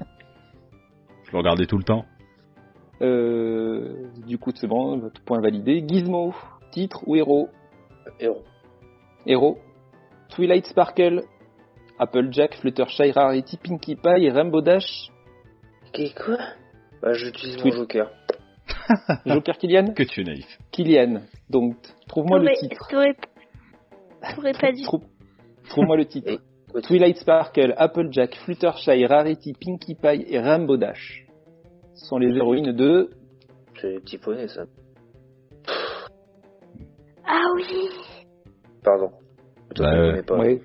Je le regardais tout le temps.
Euh, du coup, c'est bon, votre point validé. Gizmo, titre ou héros
héros.
Héros. Twilight Sparkle. Applejack, Fluttershy, Rarity, Pinkie Pie, Rainbow Dash,
Qu'est quoi Bah j'utilise mon
Tweet.
joker.
Joker Kylian
Que tu es naïf.
Kylian. Donc, trouve-moi le
T'aurais-
titre.
T'aurais t'aurais pas dit.
Trou- Trouve-moi le titre.
Quoi, tu-
Twilight Sparkle, Applejack, Fluttershy, Rarity, Pinkie Pie et Rainbow Dash sont les héroïnes de
C'est les petits poneys ça.
Ah oui
Pardon. Je
Bah,
connais
ouais.
pas.
Ouais.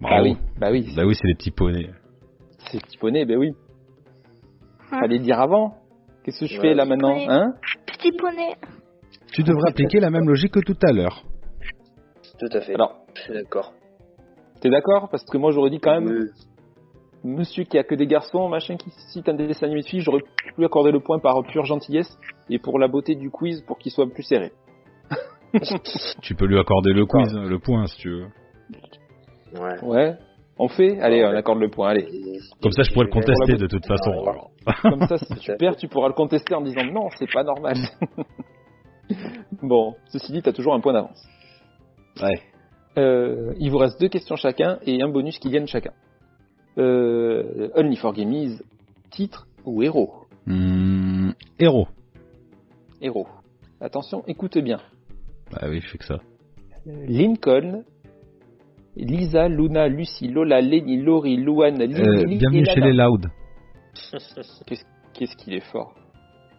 Bah oui, bah oui,
Bah oui, c'est les petits poneys.
c'est petit poney, bah oui.
Hein.
Fallait dire avant. Qu'est-ce que je
Ouais,
fais là
petit
maintenant,
poney.
hein
Petit poney.
Tu devrais appliquer la même logique que tout à l'heure.
Tout à fait.
Alors,
Je suis d'accord.
t'es d'accord Parce que moi j'aurais dit quand même
Oui.
monsieur qui a que des garçons, machin qui cite un dessin animé de filles, j'aurais pu lui accorder le point par pure gentillesse et pour la beauté du quiz pour qu'il soit plus serré.
Tu peux lui accorder le quiz, le point si tu veux.
Ouais.
Ouais. On fait Allez, on accorde le point, allez.
Et-
Comme ça, je pourrais le
et-
contester de toute façon.
Ouais, voilà.
Comme ça, si
Tout à
tu perds, tu pourras le contester en disant non, c'est pas normal. bon, ceci dit, t'as toujours un point d'avance.
Ouais.
Euh, il vous reste deux questions chacun et un bonus qui gagne chacun. Euh, Only for Gamies, titre ou héros
Hmm, héros.
Héros. Attention, écoute bien.
Bah oui, je fais que ça.
Lincoln, Lisa, Luna, Lucie, Lola, Lenny, Laurie, Louane, Lily,
Euh,
Lily et
bienvenue chez
Lana.
les Loud.
Qu'est-ce qu'il est fort.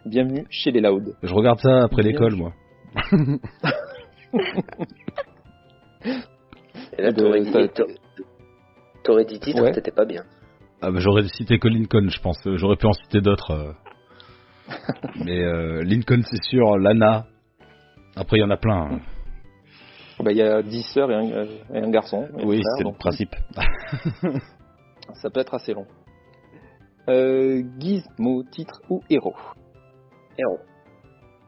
Bienvenue chez les Loud.
Je regarde ça après
Bien
l'école,
sûr.
moi.
Et là,
De-
t'aurais dit,
t'as-
t'aurais- t'aurais dit titre,
Ouais.
t'étais pas bien.
Ah bah, j'aurais cité que Lincoln, je pense. Euh, J'aurais pu en citer d'autres. euh. Mais euh, Lincoln, c'est sûr. Lana. Après, il y en a plein. hein.
Bah, Il y a 10 sœurs et un, euh, et un garçon. et un
Oui,
frère,
c'est le
donc
principe.
Ça peut être assez long. Euh, Gizmo, titre ou héros
Héros.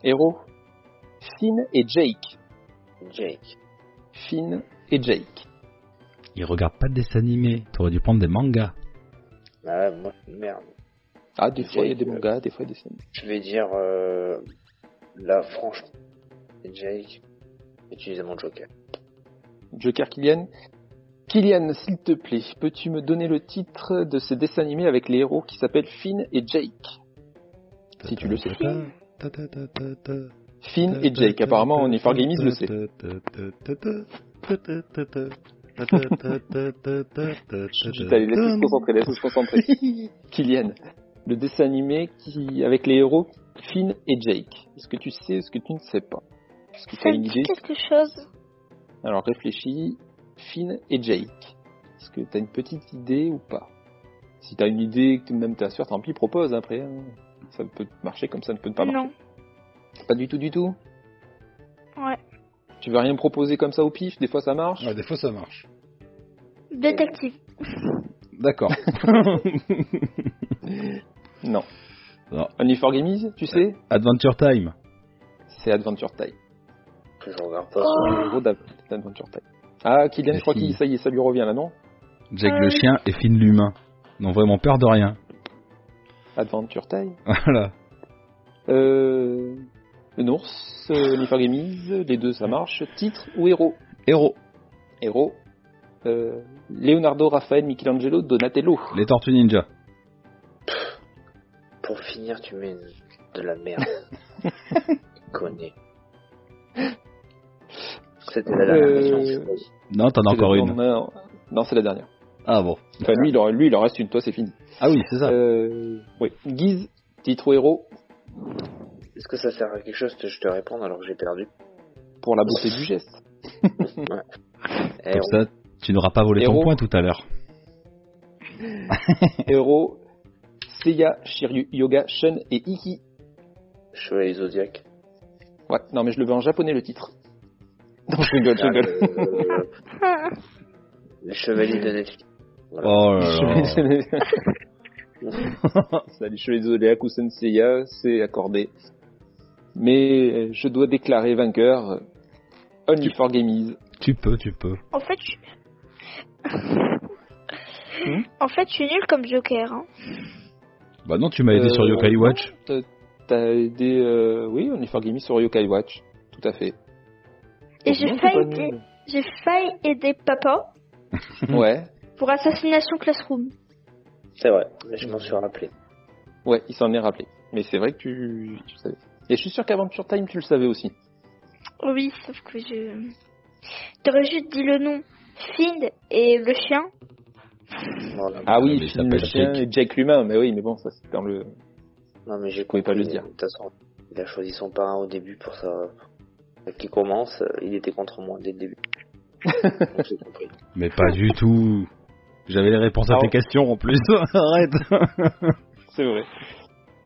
Héros Finn et Jake.
Jake.
Finn et Jake.
Il regarde pas de dessins animés. T'aurais dû prendre des mangas.
Ah, moi, merde.
Ah, des fois il y a des
Jake,
mangas, des fois il y a des films.
Je vais dire, euh, là, franchement, Jake, utilisez mon joker.
Joker Kylian. Kylian, s'il te plaît, peux-tu me donner le titre de ce dessin animé avec les héros qui s'appellent Finn et Jake Si tu le sais. Finn et Jake, apparemment on est for Gamers le sait. Je suis allé laisser se concentrer, laisse se concentrer. Kylian, le dessin animé qui, avec les héros Finn et Jake. Est-ce que tu sais ce que tu ne sais pas Est-ce que tu
Ça
as
me
une
dit
idée
quelque chose.
Alors réfléchis, Finn et Jake. Est-ce que t'as une petite idée ou pas Si t'as une idée, que même t'es sûr, tant pis, propose après. hein. Ça peut marcher comme ça ne peut pas marcher.
non.
Pas du tout, du tout
Ouais.
Tu veux rien proposer comme ça au pif Des fois ça marche
des fois, ça marche.
Détective.
D'accord.
Non.
Non.
Only for Gamies, tu sais
Adventure Time.
C'est Adventure Time.
Je regarde pas.
Le gros d'Av- d'Adventure Time. Ah, Kylian,
La
je crois
fille.
qu'il ça y est, ça lui revient là, non
Jake
Ah
le
oui.
chien et Finn l'humain. N'ont vraiment peur de rien.
Adventure Time.
Voilà.
Euh... Un ours, euh, Only for Gamies, les deux ça marche. Titre ou héros
Héros.
héros, euh, Leonardo, Raphaël, Michelangelo, Donatello.
Les Tortues Ninja.
Pour finir, tu mets une- de la merde. Connais. C'était la dernière
Euh,
question. je suppose.
Non, t'en as encore
C'est la-
une.
Non, non, c'est la dernière.
Ah bon.
Enfin, lui, il en, lui, il en reste une. Toi, c'est fini.
Ah oui, c'est ça.
Euh, oui. Guise, titre ou héros,
Est-ce que ça sert à quelque chose que je te réponde alors que j'ai perdu
pour la beauté du geste.
Eh,
Comme ça, tu n'auras pas volé ton
Héros.
point tout à l'heure.
héros, Seiya, Shiryu, Yoga, Shun et Iki.
Chevalier Zodiac.
Ouais, non, mais je le veux en japonais, le titre. Non, je rigole,
Ah,
je rigole.
Euh, les Chevaliers euh, de Netflix.
Oh là là.
Salut, Oh. ah, je suis désolé, Akusen Seiya, c'est accordé. Mais euh, je dois déclarer vainqueur euh, Only for Gamies.
tu peux, tu peux.
En fait, je...
Hmm
en fait, je suis nulle comme Joker. hein.
Bah non, tu m'as aidé
Euh,
sur Yokai Watch.
T'as- T'as aidé, euh, oui, Only for Gaming sur Yokai Watch, tout à fait.
Et
Non,
j'ai
c'est pas
failli, aider-
nul.
j'ai failli aider papa.
Ouais.
pour Assassination Classroom.
C'est vrai, mais je m'en suis rappelé.
Ouais, il s'en est rappelé. Mais c'est vrai que tu, tu le savais. Et je suis sûr qu'Aventure Time, tu le savais aussi.
Oui, sauf que je. T'aurais juste dit le nom. Find et le chien.
Voilà.
Ah
Ah,
oui,
mais il
Finn le
s'appelle
chien
Jake.
et Jake l'humain. Mais oui, mais bon, ça c'est dans le.
Non, mais j'ai
pouvez
compris.
pas le dire.
De toute façon, il a choisi son parrain au début pour ça. Qui commence, euh, il était contre moi dès le début. Donc, j'ai compris.
Mais pas du tout. J'avais les réponses à
Ah
tes
bon
questions en plus. Arrête.
C'est vrai.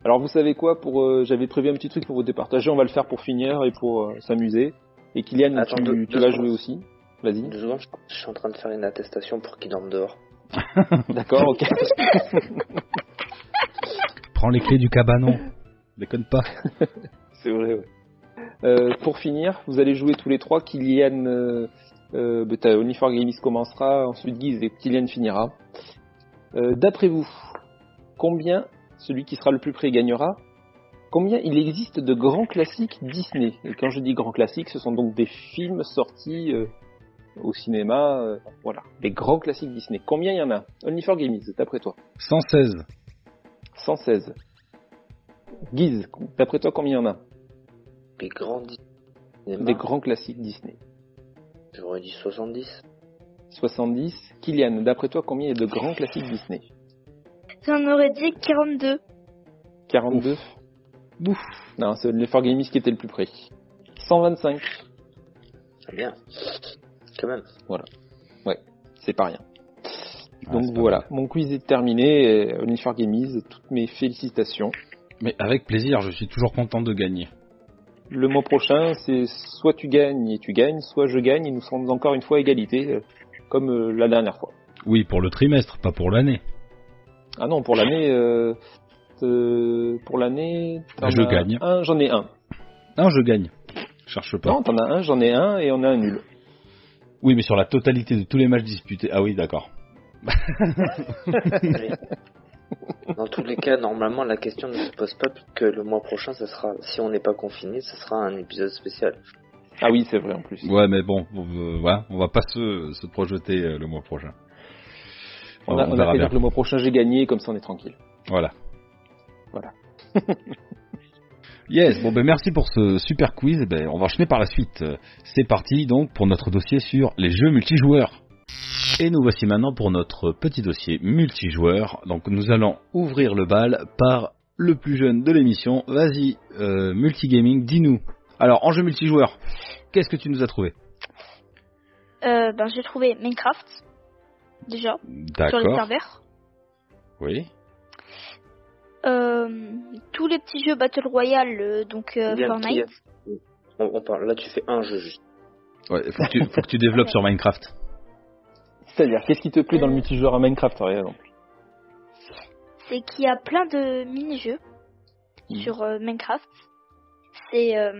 Alors vous savez quoi pour euh, j'avais prévu un petit truc pour vous départager, on va le faire pour finir et pour euh, s'amuser. Et Kylian,
Attends,
tu, tu
deux- deux
vas
secondes.
jouer aussi. Vas-y.
Deux secondes, je- je suis en train de faire une attestation pour qu'il dorme dehors.
D'accord, ok.
Prends les clés du cabanon. Déconne pas.
C'est vrai. Ouais. Euh, pour finir, vous allez jouer tous les trois. Kylian, euh, euh, bah, t'as- Only for Gamers commencera, ensuite Guise et Kylian finira. Euh, D'après vous, combien celui qui sera le plus près gagnera Combien il existe de grands classiques Disney Et quand je dis grands classiques, ce sont donc des films sortis euh, au cinéma, euh, voilà, des grands classiques Disney. Combien il y en a Only for Gamers, d'après toi
116.
116. Guise, d'après toi, combien il y en a
Des grands dis-
Des grands classiques Disney.
J'aurais dit 70.
70. Kylian, d'après toi, combien il y a de grands classiques Disney
J'en aurais dit 42.
42 Bouf Non, c'est l'effort Games qui était le plus près. 125,
C'est bien. Quand même.
c'est pas rien.
Ah, c'est
Donc
pas
voilà,
mal.
mon quiz est terminé. Euh, et Only for Gamies, toutes mes félicitations.
Mais avec plaisir, je suis toujours content de gagner.
Le mois prochain, c'est soit tu gagnes et tu gagnes, soit je gagne et nous serons encore une fois à égalité, euh, comme euh, la dernière fois.
Oui, pour le trimestre, pas pour l'année.
Ah non, pour l'année, euh, euh, pour l'année, t'en
Je
as
gagne.
un, j'en ai un.
Non, je gagne. Je cherche pas.
Non, t'en as un, j'en ai un et on a un nul.
Oui, mais sur la totalité de tous les matchs disputés. Ah oui, d'accord.
Allez. Dans tous les cas, normalement, la question ne se pose pas puisque le mois prochain, ça sera, si on n'est pas confiné, ce sera un épisode spécial.
Ah oui, c'est vrai en plus.
Ouais, mais bon, on, veut- voilà, on va pas se, se projeter euh, le mois prochain.
On a,
on
on a
verra
fait
bien.
donc le mois prochain, j'ai gagné, comme ça on est tranquille.
Voilà.
Voilà.
yes, bon ben merci pour ce super quiz. Eh Ben, on va enchaîner par la suite. Euh, C'est parti donc pour notre dossier sur les jeux multijoueurs. Et nous voici maintenant pour notre petit dossier multijoueur. Donc nous allons ouvrir le bal par le plus jeune de l'émission. Vas-y, euh, multigaming, dis-nous. Alors en jeu multijoueur, qu'est-ce que tu nous as trouvé
Euh, ben, j'ai trouvé Minecraft. Déjà. Sur les
D'accord.
serveurs.
Oui.
Euh, tous les petits jeux Battle Royale, euh, donc euh,
Bien,
Fortnite.
On, on parle, là, tu fais un jeu juste.
Ouais, faut, que tu, faut que tu développes sur Minecraft.
C'est-à-dire, qu'est-ce qui te plaît dans le multijoueur à Minecraft, par exemple
c'est qu'il y a plein de mini-jeux
Mmh.
Mhm.
sur euh, Minecraft. C'est. euh,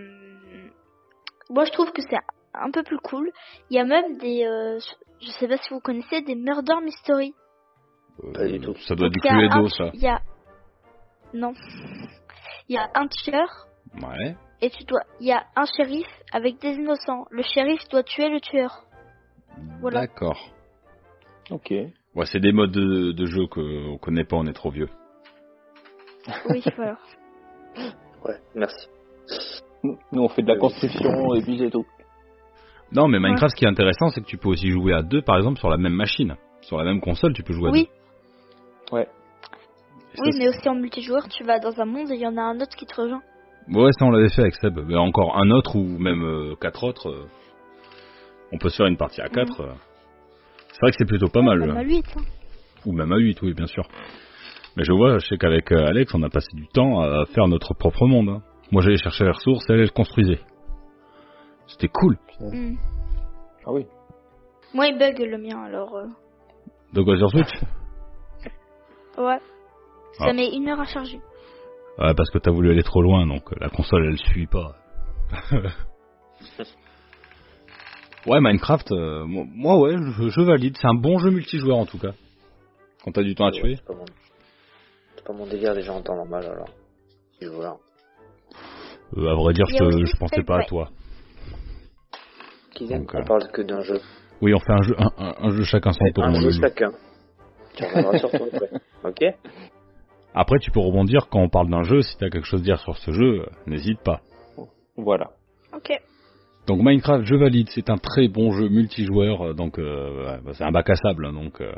Moi, je trouve que c'est un peu plus cool. Il y a même des. euh, Je sais pas si vous connaissez, des Murder Mystery.
Pas du tout.
Ça doit être du
Donc, il y a
Cluedo,
un-
ça.
Il y a. Non. Il y a un tueur
Ouais.
et tu dois. Il y a un shérif avec des innocents. Le shérif doit tuer le tueur. Voilà.
D'accord.
Ok.
Ouais, c'est des modes de, de jeu qu'on connaît pas, on est trop vieux.
Oui, voilà.
Ouais, merci.
Nous, nous, on fait de la
Oui.
construction et puis c'est tout.
Non, mais Minecraft, ce qui est intéressant, c'est que tu peux aussi jouer à deux, par exemple, sur la même machine. Sur la même console, tu peux jouer à
Oui,
deux. Ouais.
deux.
oui,
Ça,
mais aussi en multijoueur, tu vas dans un monde et il y en a un autre qui te rejoint.
c'est- Ouais, ça, on l'avait fait avec Seb. Mais encore un autre, ou même euh, quatre autres. euh, On peut se faire une partie à quatre. euh. C'est vrai que c'est plutôt pas mal.
Même à
euh,
huit, hein.
Ou même à huit, oui, bien sûr. Mais je vois, je sais qu'avec euh, Alex, on a passé du temps à faire notre propre monde. hein. Moi, j'allais chercher les ressources, elle, elle construisait. C'était cool.
Mhm.
Ah oui.
Moi, il bug le mien, alors. euh,
De quoi sur Switch
Ouais. Ça
Ah.
met une heure à charger.
Ouais, parce que t'as voulu aller trop loin, donc euh, la console elle suit pas. ouais, Minecraft, euh, moi- moi ouais, je, je valide. C'est un bon jeu multijoueur en tout cas. Quand t'as du temps à
Ouais,
tuer.
C'est pas, mon... c'est pas mon délire déjà en temps normal alors. Et voilà.
Euh, à vrai dire,
Il
je,
y a
te-
aussi
je pensais pas à
Sackboy.
toi.
Kylian,
Donc, euh,
on parle que d'un jeu.
Oui, on fait un jeu, un, un- un jeu chacun son tour.
Un
on
jeu
le joue.
chacun. Tu reviendras sur toi après. Ok
Après, tu peux rebondir quand on parle d'un jeu. Si t'as quelque chose à dire sur ce jeu, euh, n'hésite pas.
Voilà.
Ok.
Donc Minecraft, je valide, c'est un très bon jeu multijoueur, euh, donc euh, ouais, bah, c'est un bac à sable, hein, donc euh,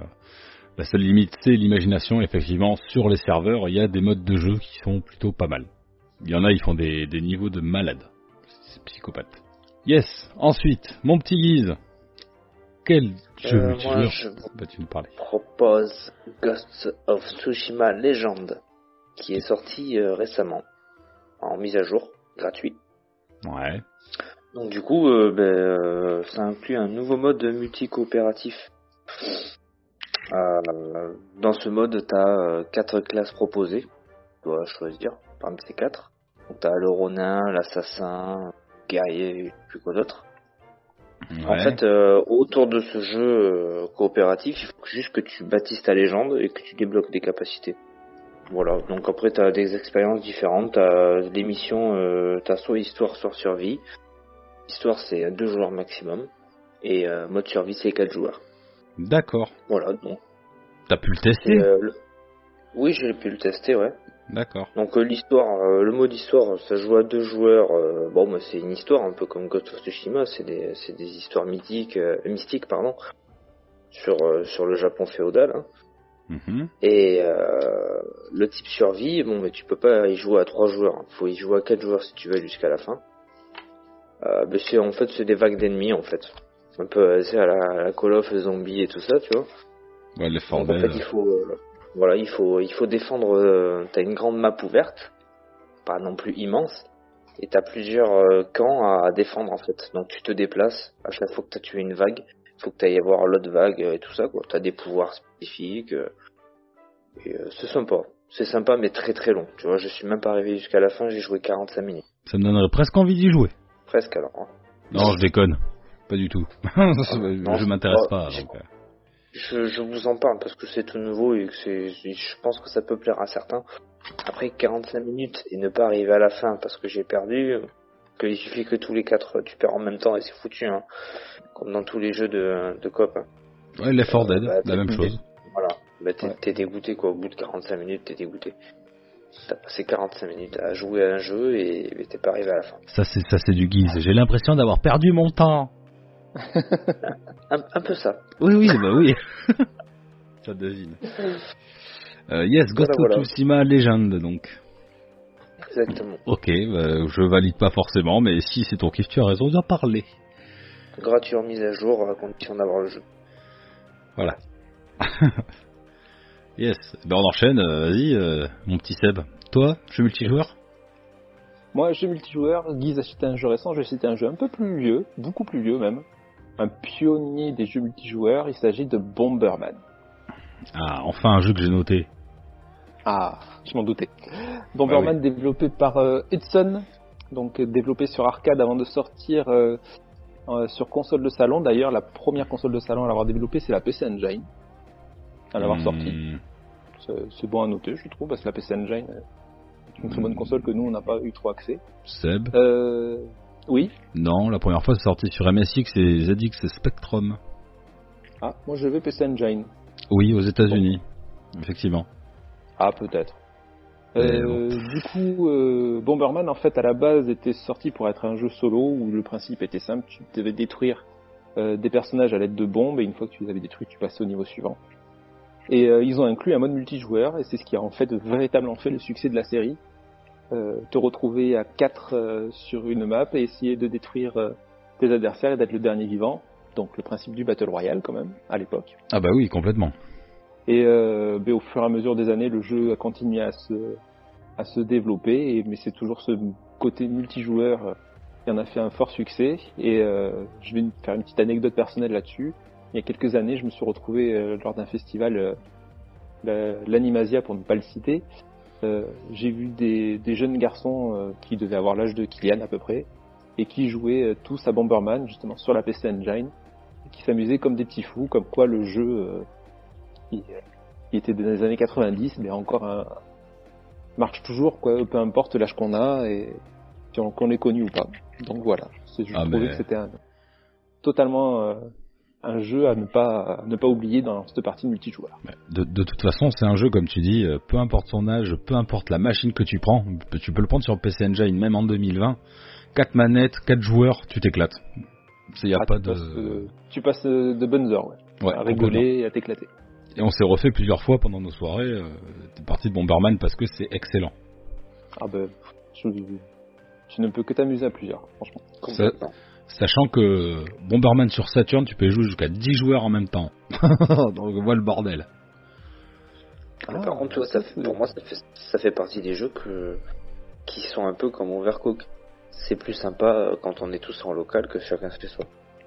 la seule limite c'est l'imagination. Effectivement, sur les serveurs, il y a des modes de jeu qui sont plutôt pas mal. Il y en a, ils font des, des niveaux de malade. C'est psychopathe. Yes. Ensuite, mon petit Guise, quel jeu
Euh, moi,
multijoueur
je
vas-tu nous parler
propose Ghosts of Tsushima Legend, qui est sorti euh, récemment, en mise à jour, gratuit.
Ouais.
Donc du coup, euh, ben, euh, ça inclut un nouveau mode multi-coopératif. Euh, dans ce mode, tu as quatre classes proposées. Tu dois choisir parmi ces quatre. Tu as le ronin, l'assassin, le guerrier, et plus quoi d'autre. En
Ouais.
fait, euh, autour de ce jeu euh, coopératif, il faut juste que tu bâtisses ta légende et que tu débloques des capacités. Voilà, donc après, tu as des expériences différentes. Tu des missions, euh, tu soit histoire, soit survie. Histoire, c'est deux joueurs maximum. Et euh, mode survie, c'est quatre joueurs.
D'accord.
Voilà, donc.
T'as pu le
c'est,
tester
euh, le- Oui, j'ai pu le tester, ouais.
D'accord.
Donc euh, l'histoire, euh, le mode histoire, ça joue à deux joueurs. euh, bon, bah, c'est une histoire un peu comme Ghost of Tsushima, c'est des, c'est des histoires mythiques, euh, mystiques pardon, sur euh, sur le Japon féodal. hein.
Mhm.
Et euh, le type survie, bon, mais tu peux pas y jouer à trois joueurs. hein. Faut y jouer à quatre joueurs si tu veux jusqu'à la fin. Euh, mais c'est en fait c'est des vagues d'ennemis en fait. Un peu euh, c'est à la, à la Call of Zombie et tout ça, tu vois.
Ouais, les
Donc, en
bordel.
fait, il faut, euh, voilà, il faut, il faut défendre. euh, t'as une grande map ouverte, pas non plus immense, et t'as plusieurs euh, camps à défendre en fait. Donc tu te déplaces à chaque fois que t'as tué une vague, faut que t'ailles voir l'autre vague euh, et tout ça quoi. T'as des pouvoirs spécifiques. euh, et, euh, c'est sympa, c'est sympa mais très très long. Tu vois, je suis même pas arrivé jusqu'à la fin, j'ai joué 45 minutes,
Ça me donnerait presque envie d'y jouer.
presque alors. hein.
Non, je déconne. Pas du tout.
Non,
je m'intéresse
oh,
pas.
je-
donc, euh,
Je, je vous en parle parce que c'est tout nouveau et que c'est, je pense que ça peut plaire à certains. Après 45 minutes et ne pas arriver à la fin parce que j'ai perdu, que il suffit que tous les quatre tu perds en même temps et c'est foutu, hein. comme dans tous les jeux de, de cop. hein.
Ouais, Left 4 Dead,
Bah,
la même chose.
Voilà, bah, t'es,
Ouais.
t'es dégoûté quoi, au bout de 45 minutes t'es dégoûté. T'as passé 45 minutes à jouer à un jeu et, et t'es pas arrivé à la fin.
Ça c'est ça c'est du guise. J'ai l'impression d'avoir perdu mon temps.
Un, un peu ça.
Oui oui bah oui. ça devine. Euh, yes, Ghost of
Voilà, voilà.
Tsushima Legend donc.
Exactement.
Ok, bah, je valide pas forcément, mais si c'est ton kiff, tu as raison d'en parler.
Gratuit en mise à jour à condition d'avoir le jeu.
Voilà. yes, ben on enchaîne. euh, Vas-y, euh, mon petit Seb. Toi, jeu multijoueur
Moi, jeu multijoueur, Guise a cité un jeu récent, je vais citer un jeu un peu plus vieux, beaucoup plus vieux même. Un pionnier des jeux multijoueurs, il s'agit de Bomberman.
Ah, enfin un jeu que j'ai noté.
Ah, je m'en doutais. Bomberman
Ah
développé par euh, Hudson, donc euh, développé sur arcade avant de sortir euh, euh, sur console de salon. D'ailleurs, la première console de salon à l'avoir développée, c'est la PC Engine. À l'avoir
Hmm,
sortie. C'est- C'est bon à noter, je trouve, parce que la PC Engine euh, est une très bonne
Hmm.
console que nous, on n'a pas eu trop accès.
Seb.
Euh, oui
Non, la première fois c'est sorti sur MSX et ZX Spectrum.
Ah, moi je vais PC Engine.
Oui, aux États-Unis. Effectivement.
Ah, peut-être.
Mais
Euh, Du coup, euh, Bomberman, en fait, à la base, était sorti pour être un jeu solo où le principe était simple. Tu devais détruire euh, des personnages à l'aide de bombes et une fois que tu les avais détruits, tu passais au niveau suivant. Et euh, ils ont inclus un mode multijoueur et c'est ce qui a en fait véritablement fait le succès de la série. Euh, te retrouver à 4 sur une map et essayer de détruire euh, tes adversaires et d'être le dernier vivant. Donc le principe du Battle Royale quand même, à l'époque.
Ah bah oui, complètement.
Et euh, ben, au fur et à mesure des années, le jeu a continué à se, à se développer, et, mais c'est toujours ce côté multijoueur euh, qui en a fait un fort succès. Et euh, je vais faire une petite anecdote personnelle là-dessus. Il y a quelques années, je me suis retrouvé euh, lors d'un festival, euh, la- l'Animasia pour ne pas le citer. Euh, J'ai vu des, des jeunes garçons euh, qui devaient avoir l'âge de Kylian à peu près, et qui jouaient euh, tous à Bomberman, justement sur la PC Engine, et qui s'amusaient comme des petits fous, comme quoi le jeu... euh, il- qui était dans les années 90, mais encore un... marche toujours, quoi, peu importe l'âge qu'on a et si on- qu'on est connu ou pas. Donc voilà, C'est- je
Ah,
trouvais
mais-
que c'était un... totalement euh, un jeu à ne pas, à ne pas oublier dans cette partie multijoueur.
De, de toute façon, c'est un jeu, comme tu dis, euh, peu importe son âge, peu importe la machine que tu prends, tu peux le prendre sur PC Engine même en 2020. 4 manettes, 4 joueurs, tu t'éclates. Il n'y a
Ah,
pas
tu, passes,
de.
euh, tu passes euh, de bonnes heures, ouais,
Ouais,
à rigoler et à t'éclater.
complètement. Et on s'est refait plusieurs fois pendant nos soirées, euh, des parties de Bomberman parce que c'est excellent.
Ah ben, tu, tu ne peux que t'amuser à plusieurs, franchement.
Complètement.
Sachant que Bomberman sur Saturn, tu peux y jouer jusqu'à 10 joueurs en même temps. Donc, on voit le bordel.
Mais par contre, tu vois, ça, fait- pour moi, ça fait, ça fait partie des jeux que, qui sont un peu comme Overcook. C'est plus sympa euh, quand on est tous en local que chacun se fait soi.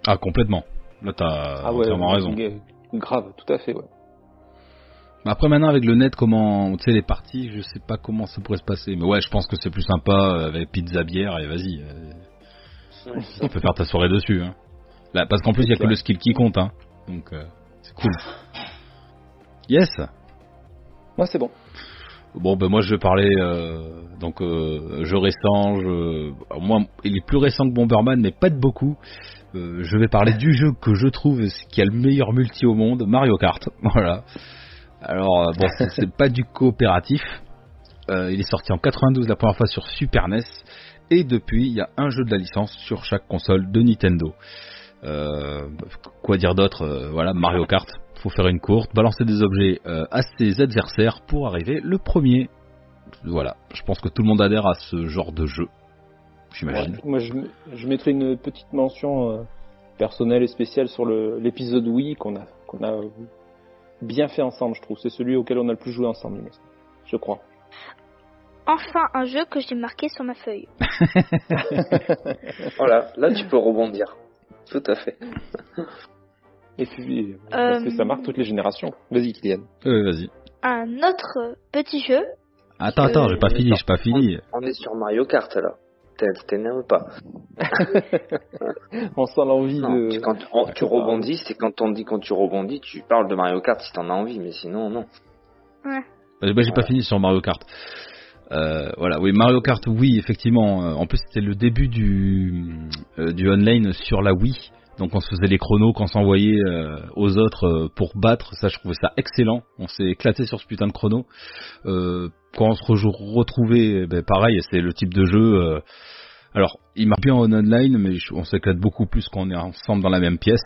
Ah, complètement. Là, t'as
ah ouais,
entièrement raison.
g- Grave, tout à fait, ouais.
Mais Après maintenant avec le net, comment tu sais les parties, je sais pas comment ça pourrait se passer. Mais ouais, je pense que c'est plus sympa euh, avec pizza bière et vas-y, euh, tu peux faire ta soirée dessus. Hein. Là, parce qu'en plus il y a que le skill qui compte, hein. donc euh, c'est cool. Yes.
Moi, c'est bon.
Bon ben moi je vais parler euh, donc euh, jeu récent, je, alors, moi il est plus récent que Bomberman mais pas de beaucoup. Euh, je vais parler du jeu que je trouve ce qui a le meilleur multi au monde, Mario Kart. Voilà. Alors euh, bon c'est- c'est pas du coopératif. Euh, il est sorti en 92 la première fois sur Super NES et depuis il y a un jeu de la licence sur chaque console de Nintendo. Euh, quoi dire d'autre Euh, Voilà Mario Kart faut faire une courte, balancer des objets euh, à ses adversaires pour arriver le premier. Voilà, je pense que tout le monde adhère à ce genre de jeu. J'imagine.
Ouais. Moi, je, je mettrai une petite mention euh, personnelle et spéciale sur le- l'épisode Wii qu'on a, qu'on a euh, bien fait ensemble, je trouve. C'est celui auquel on a le plus joué ensemble, il me semble. je crois.
Enfin, un jeu que j'ai marqué sur ma feuille.
Voilà, là tu peux rebondir. Tout à fait.
Et puis,
Euh,
parce que ça marque toutes les générations. Vas-y, Kylian.
Euh, vas-y.
Un autre euh, petit jeu.
Attends, attends, j'ai pas fini, j'ai pas fini.
On est sur Mario Kart là. T'es- T'énerve pas.
On sent l'envie
Non,
de...
tu- quand tu- on- tu rebondis, c'est quand on dit quand tu rebondis, tu parles de Mario Kart si t'en as envie, mais sinon non.
Bah, bah, j'ai pas fini sur Mario Kart. Euh, voilà, oui, Mario Kart, oui, effectivement. euh, En plus, c'était le début du, euh, du online sur la Wii. Donc, on se faisait les chronos, qu'on s'envoyait euh, aux autres euh, pour battre. Ça, je trouvais ça excellent. On s'est éclaté sur ce putain de chrono. Euh, quand on se re- retrouvait, eh ben, pareil, c'est le type de jeu. euh, alors, il marche bien en online, mais je- on s'éclate beaucoup plus quand on est ensemble dans la même pièce.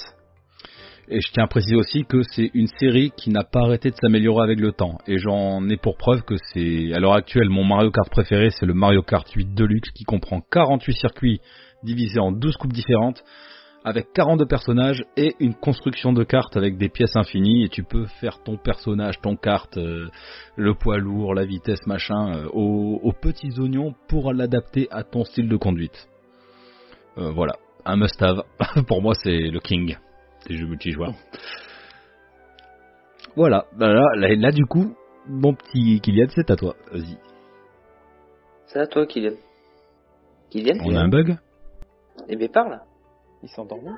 Et je tiens à préciser aussi que c'est une série qui n'a pas arrêté de s'améliorer avec le temps. Et j'en ai pour preuve que c'est, à l'heure actuelle, mon Mario Kart préféré, c'est le Mario Kart 8 Deluxe qui comprend 48 circuits divisés en 12 coupes différentes, avec 42 personnages et une construction de cartes avec des pièces infinies. Et tu peux faire ton personnage, ton kart, euh, le poids lourd, la vitesse, machin, euh, aux, aux petits oignons pour l'adapter à ton style de conduite. Euh, voilà. Un must-have. pour moi, c'est le king des jeux multijoueurs. Voilà, Bah là, là, là, du coup, mon petit Kylian, c'est à toi. Vas-y.
C'est à toi Kylian. Kylian,
On a un bug
eh bien parle.
Il s'endormit.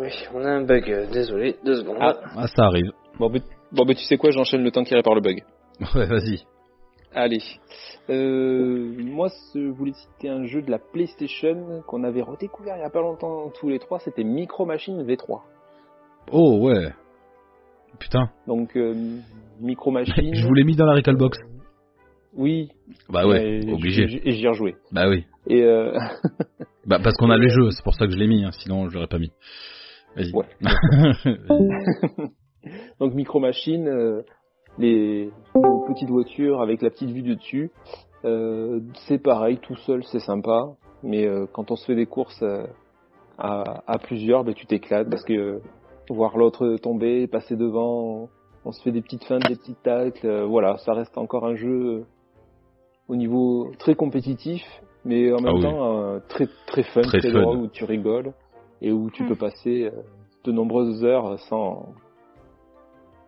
Oui, on a un bug, euh, désolé, deux secondes.
Ah.
Ah, ça arrive.
Bon, bah, bon, bah, tu sais quoi, j'enchaîne le temps qui répare le bug.
Ouais, vas-y.
Allez. Euh, moi, ce- je voulais citer un jeu de la PlayStation qu'on avait redécouvert il y a pas longtemps tous les trois, c'était Micro Machine V3.
Oh, ouais. Putain,
Donc, euh, Micro Machine...
je vous l'ai mis dans la Recalbox.
Oui.
Bah ouais,
et-
obligé.
Et j'y ai rejoué.
Bah oui.
Et euh,
Bah parce qu'on a les jeux, c'est pour ça que je l'ai mis, hein, sinon je l'aurais pas mis. Vas-y.
Ouais.
Vas-y.
donc micro machine, euh, les, les petites voitures avec la petite vue de dessus, euh, c'est pareil, tout seul c'est sympa, mais euh, quand on se fait des courses euh, à, à plusieurs, ben, tu t'éclates parce que euh, voir l'autre tomber, passer devant, on, on se fait des petites feintes, des petites tacles, euh, voilà, ça reste encore un jeu euh, au niveau très compétitif, mais en même
Ah oui.
temps euh, très très fun,
Très
très,
fun.
drôle, où tu rigoles et où tu
Mm.
peux passer euh, de nombreuses heures sans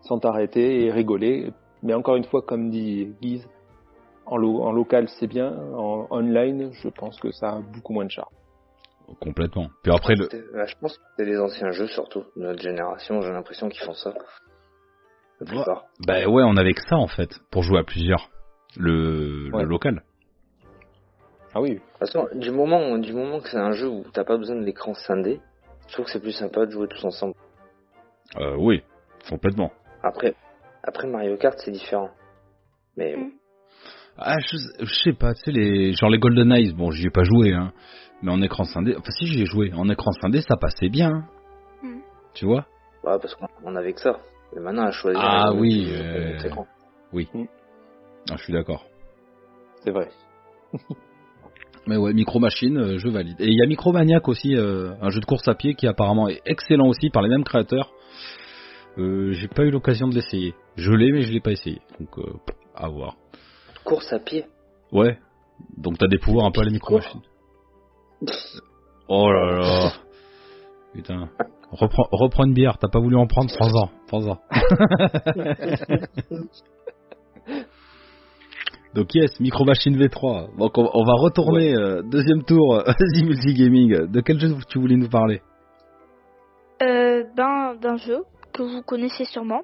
sans t'arrêter et rigoler. Mais encore une fois, comme dit Guise, en, lo- en local c'est bien, en online je pense que ça a beaucoup moins de charme.
Complètement. Puis après le.
C'était- ouais, bah, je pense que c'est les anciens jeux surtout, de notre génération, j'ai l'impression qu'ils font ça. La plupart.
Bah ouais, on avait que ça en fait pour jouer à plusieurs. Le, le
Ouais.
local.
Ah oui, Ah
De toute façon, du moment, du moment que c'est un jeu où t'as pas besoin de l'écran scindé, Je trouve que c'est plus sympa de jouer tous ensemble.
Euh, oui, complètement.
Après, après Mario Kart, c'est différent. Mais bon.
Ah, je, je sais pas, tu sais, les, genre les Golden Eyes, bon, j'y ai pas joué, hein. Mais en écran scindé, enfin si j'y ai joué, en écran scindé, ça passait bien. hein.
Mm.
Tu vois
Bah, parce qu'on on avait que ça. Mais maintenant, à choisir.
Ah
euh,
oui,
c'est-
euh,
c'est grand.
Ah, Je suis d'accord.
C'est vrai.
Mais ouais, Micro Machine, euh, je valide. Et il y a Micro Maniac aussi, euh, un jeu de course à pied qui apparemment est excellent aussi par les mêmes créateurs. Euh, j'ai pas eu l'occasion de l'essayer. Je l'ai, mais je l'ai pas essayé. Donc, euh, à voir.
Course à pied.
Ouais. Donc t'as des pouvoirs un peu à la micro machine. Oh là là. Putain. Reprends, reprends une bière, t'as pas voulu en prendre, prends-en, prends-en. Donc yes, Micro Machine V3. Donc on, on va retourner, euh, deuxième tour, vas-y Multigaming, de quel jeu tu voulais nous parler
Euh, ben, d'un jeu que vous connaissez sûrement,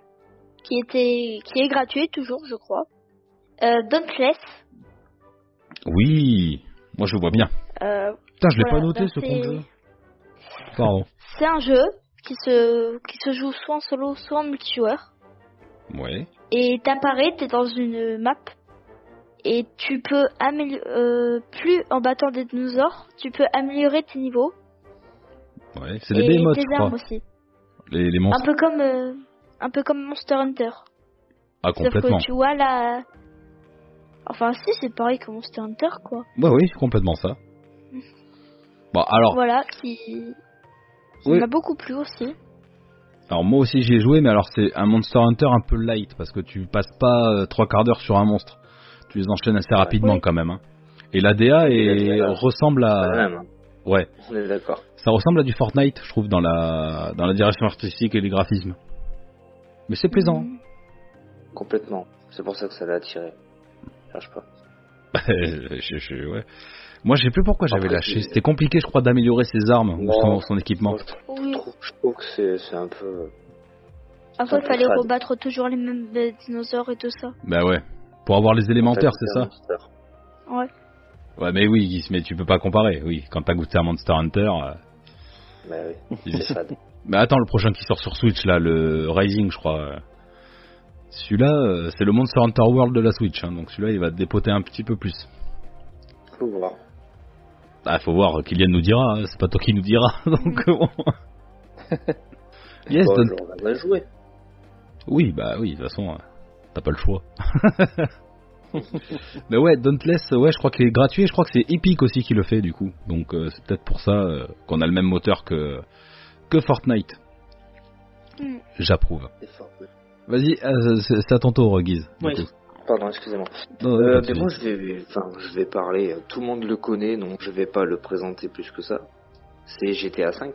qui était, qui est gratuit toujours, je crois. Euh, Dauntless.
Oui, moi je vois bien.
Euh,
Putain, je l'ai
voilà,
pas noté
ben,
ce
c'est-
compte jeu. Pardon.
C'est un jeu qui se, qui se joue soit en solo, soit en multijoueur.
Ouais.
Et t'apparais, t'es dans une map. Et tu peux améliorer, plus en battant des dinosaures, tu peux améliorer tes niveaux.
Ouais, c'est des
Et
bémotes, je
tes
crois.
armes aussi.
Les, les
Un
monstres.
peu comme, euh, un peu comme Monster Hunter.
Ah,
Sauf
complètement.
que tu vois là. Enfin, si, c'est pareil que Monster Hunter, quoi.
Bah oui, c'est complètement ça. Bon, alors,
Voilà, qui. qui
Oh. Oui.
m'a beaucoup plu aussi.
alors moi aussi j'y ai joué, mais alors c'est un Monster Hunter un peu light, parce que tu passes pas euh, trois quarts d'heure sur un monstre. Tu les enchaînes assez rapidement
Oui.
quand même. hein. Et la DA est-
la DA.
ressemble
Pas la
à...
même, hein.
Ah Ouais,
On est d'accord.
ça ressemble à du Fortnite, je trouve, dans la, dans la direction artistique et les graphismes. Mais c'est plaisant. hein.
Mm.
Complètement. C'est pour ça que ça l'a attiré. Cherche pas.
Je- je- ouais. Moi je sais plus pourquoi j'avais
Après,
lâché.
c'est-
C'était compliqué, je crois, d'améliorer ses armes ou
Non.
son, son équipement.
Moi, je, trouve,
Oui.
je trouve- je trouve que c'est- c'est un peu.
Après,
un
il
peu
fallait
crade.
rebattre toujours les mêmes euh, dinosaures et tout ça.
Bah ouais. Pour avoir les élémentaires, c'est ça
Monster.
Ouais.
Ouais, mais oui, Guis, mais tu peux pas comparer, oui. Quand t'as goûté à Monster Hunter. euh,
Bah oui.
Il-
C'est fade.
Mais attends, le prochain qui sort sur Switch, là, le Rising, je crois. euh, Celui-là, euh, c'est le Monster Hunter World de la Switch, hein, donc celui-là, il va te dépoter un petit peu plus.
Faut voir.
Ah, faut voir, Kylian nous dira, hein, c'est pas toi qui nous dira, donc bon. yes,
Bon,
Don-
je regarde la jouer.
Oui, bah oui, de toute façon, euh, t'as pas le choix. Mais ouais, Dauntless, ouais, je crois qu'il est gratuit et je crois que c'est Epic aussi qui le fait du coup. Donc euh, c'est peut-être pour ça euh, qu'on a le même moteur que, que Fortnite.
Hmm.
Mm.
J'approuve.
C'est fort.
Vas-y, euh, c'est c'est à ton tour, Guise. du
Oui.
coup.
Pardon, excusez-moi.
Non, non,
Euh,
pas de
mais
souci.
moi, je vais, enfin, je vais parler. euh, Tout le monde le connaît, donc je vais pas le présenter plus que ça. C'est GTA V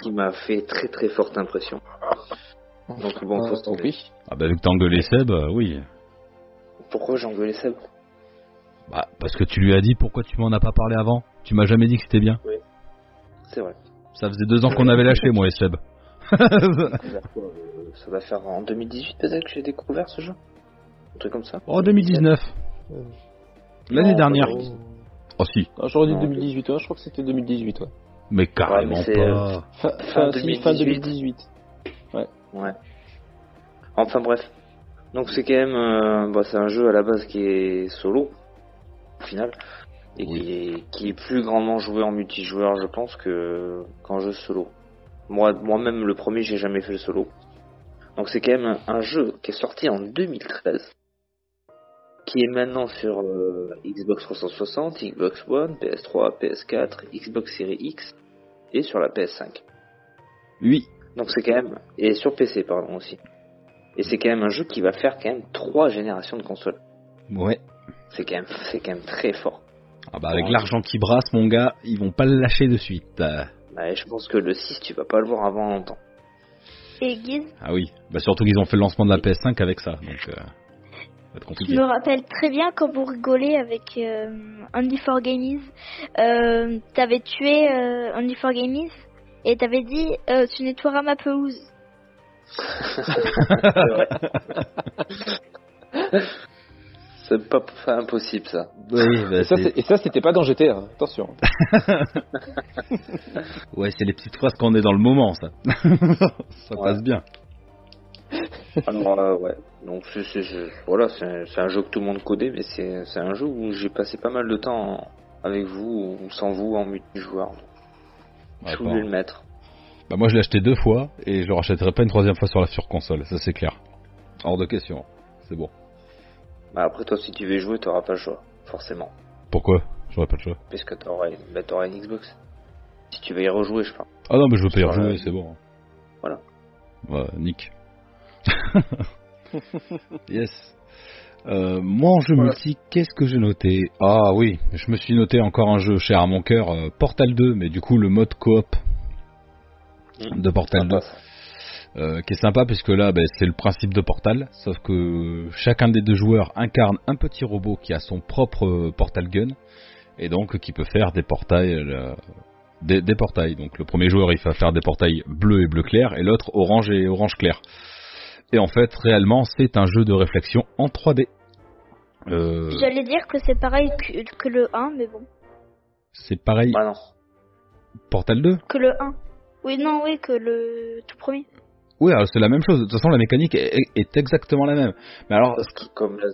qui m'a fait très très forte impression. Donc bon, faut se
tant
trouver.
pis.
Ah bah vu que t'as engueulé Seb, euh, oui.
Pourquoi j'ai engueulé Seb
Bah, parce que tu lui as dit pourquoi tu m'en as pas parlé avant. Tu m'as jamais dit que c'était bien.
C'est vrai.
Ça faisait deux ans qu'on avait lâché, moi et Seb.
Euh, Ça va faire en 2018 peut-être que j'ai découvert ce jeu. Un truc comme ça.
oh, 2019.
Euh,
L'année
non,
dernière.
pas
Oh si,
Ah, J'aurais dit
Non,
2018, ouais, je crois que c'était 2018. Ouais.
mais euh, carrément
Ouais, mais c'est,
pas.
Fin,
Fin
si, fin
2018.
2018.
Ouais. Enfin bref. Donc c'est quand même, euh, bah, c'est un jeu à la base qui est solo, au final, et qui, est, qui est plus grandement joué en multijoueur, je pense, que qu'en jeu solo. Moi, moi-même, le premier, j'ai jamais fait le solo. Donc c'est quand même un, un jeu qui est sorti en 2013, qui est maintenant sur euh, Xbox 360, Xbox One, PS3, PS4, Xbox Series X et sur la PS5.
Oui.
Donc c'est quand même et sur PC pardon aussi. Et c'est quand même un jeu qui va faire quand même trois générations de consoles.
Ouais.
C'est quand même c'est quand même très fort.
Ah bah avec l'argent qui brasse, mon gars, ils vont pas le lâcher de suite. Euh,
Ouais, Bah, je pense que le 6 tu vas pas le voir avant longtemps.
Et Guise,
ah oui, bah surtout qu'ils ont fait le lancement de la PS5 avec ça, donc euh, ça va être
je
compliqué.
me rappelle très bien quand vous rigolez avec euh, Andy for Gamies. Euh, t'avais tué euh, Andy for Gamies et t'avais dit euh, tu nettoieras ma pelouse.
C'est pas pas impossible ça.
Oui, bah,
Et ça,
c'est-
c'est- et ça, c'était pas dans GTA, hein. attention.
Ouais, c'est les petites phrases quand on est dans le moment, ça. ça
Ouais.
passe bien.
Alors euh, ouais. Donc c'est c'est- c'est- voilà, c'est un- c'est un jeu que tout le monde connaît, mais c'est c'est un jeu où j'ai passé pas mal de temps en- avec vous ou sans vous en multijoueur.
Ouais,
Je
bon.
voulais le mettre.
Bah, moi, je l'ai acheté deux fois et je le rachèterai pas une troisième fois sur la surconsole, ça c'est clair. Hors de question. C'est bon.
Bah, après toi, si tu veux jouer, t'auras pas le choix, forcément,
Pourquoi J'aurais pas le choix.
parce que t'auras bah, t'auras une Xbox. Si tu veux y rejouer, je pense.
Ah non, mais je veux pas y
Sur,
rejouer,
euh,
c'est bon.
voilà.
Ouais, nick. yes. Euh, moi, en jeu
Voilà.
multi, qu'est-ce que j'ai noté Ah oui, je me suis noté encore un jeu cher à mon cœur, euh, Portal 2, mais du coup le mode coop
Mm.
de Portal 2,
Sympa, ça.
euh, qui est sympa puisque là, ben, c'est le principe de Portal, sauf que chacun des deux joueurs incarne un petit robot qui a son propre euh, Portal Gun, et donc euh, qui peut faire des portails... euh, des, des portails. Donc le premier joueur, il va faire des portails bleu et bleu clair, et l'autre orange et orange clair. Et en fait, réellement, c'est un jeu de réflexion en 3D. Euh,
J'allais dire que c'est pareil que, que le 1, mais bon.
c'est pareil,
Ah non.
Portal 2
Que le 1. Oui, non, oui, que le tout premier.
Oui, alors, c'est la même chose. De toute façon, la mécanique est, est- est exactement la même. Mais alors,
Parce que comme la-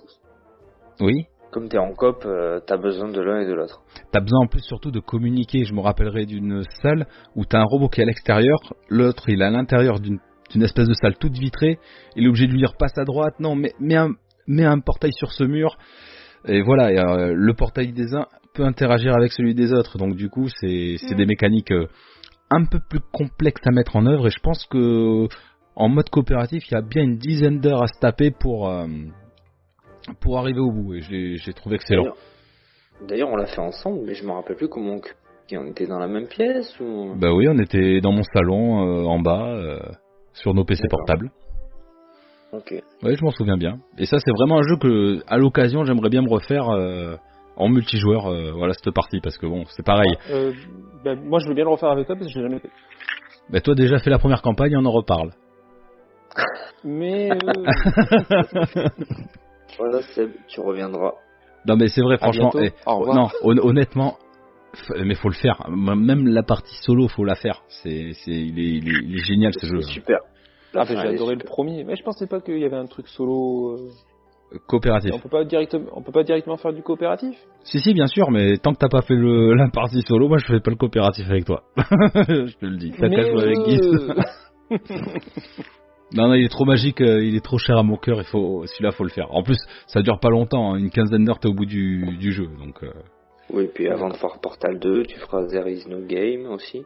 oui
comme t'es en cop, euh, t'as besoin de l'un et de l'autre.
T'as besoin en plus surtout de communiquer. Je me rappellerai d'une salle où t'as un robot qui est à l'extérieur, l'autre il est à l'intérieur d'une d'une espèce de salle toute vitrée. Il est obligé de lui dire passe à droite, non, mais mets un, mets un portail sur ce mur. Et voilà, et, euh, le portail des uns peut interagir avec celui des autres. Donc du coup, c'est c'est
Mm.
des mécaniques euh, un peu plus complexes à mettre en œuvre. Et je pense que en mode coopératif, il y a bien une dizaine d'heures à se taper pour euh, pour arriver au bout. Et j'ai j'ai trouvé excellent.
D'ailleurs- D'ailleurs, on l'a fait ensemble, mais je me rappelle plus comment on, qui on était dans la même pièce ou.
Bah oui, on était dans mon salon euh, en bas, euh, sur nos PC
D'accord.
portables.
Ok.
Oui, je m'en souviens bien. Et ça, c'est vraiment un jeu que, à l'occasion, j'aimerais bien me refaire euh, en multijoueur. euh, voilà cette partie, parce que bon, c'est pareil.
Euh, ben, moi, je veux bien le refaire avec toi parce que j'ai jamais fait.
Bah toi, déjà fait la première campagne, on en reparle.
Mais euh,
Voilà, Seb, tu reviendras.
Non, mais c'est vrai,
à
franchement.
bientôt.
eh,
au revoir.
non, hon- honnêtement, f- mais faut le faire. Même la partie solo, faut la faire. C'est, c'est, il est, il est- il est génial ce jeu. hein.
C'est super.
Ah, ben,
Ouais,
j'ai adoré le
super.
premier. Mais je pensais pas qu'il y avait un truc solo. euh,
Coopératif.
On peut pas directement, on peut pas directement faire du coopératif.
Si, si, bien sûr, mais tant que t'as pas fait le, la partie solo, moi je fais pas le coopératif avec toi. je te le dis. T'as qu'à
Mais,
jouer avec Guy.
euh,
Non, non, il est trop magique, euh, il est trop cher à mon cœur, il faut, celui-là faut le faire. En plus, ça dure pas longtemps, hein, une quinzaine d'heures t'es au bout du, du jeu, donc. euh,
Oui, et puis avant de faire Portal 2, tu feras There is no game aussi.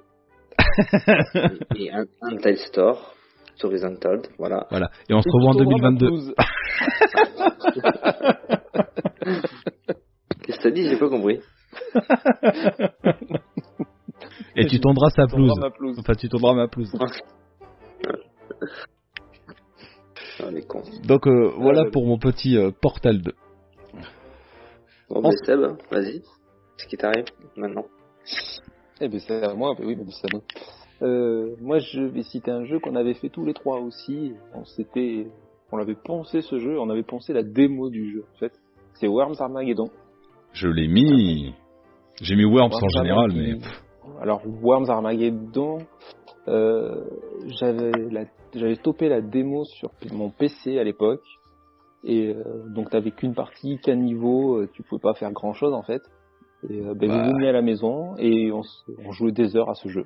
et et un Untold Store. Sur les Untold, voilà.
voilà. Et on se revoit en
Octobre
2022.
12.
Qu'est-ce que t'as dit J'ai pas compris.
Et tu tondras sa
Octobre,
pelouse.
ma pelouse.
Enfin, tu tondras ma pelouse.
Ah, les cons.
Donc euh, voilà
ouais.
pour mon petit euh, Portal 2.
Bon,
On-
ben, Seb, vas-y. Qu'est-ce qui t'arrive maintenant
Eh ben c'est à moi, ben oui, ben c'est à moi. Euh, moi je vais citer un jeu qu'on avait fait tous les trois aussi. On s'était, on l'avait pensé ce jeu, on avait pensé la démo du jeu en fait. C'est Worms Armageddon.
Je l'ai mis. J'ai mis Worms en
Worms
général, mais.
Armageddon. Alors Worms Armageddon, euh, j'avais la- j'avais topé la démo sur mon PC à l'époque. Et euh, donc t'avais qu'une partie, qu'un niveau, euh, tu pouvais pas faire grand chose en fait. Et euh, ben,
Bah.
vous venez à la maison et on, se- on jouait des heures à ce jeu.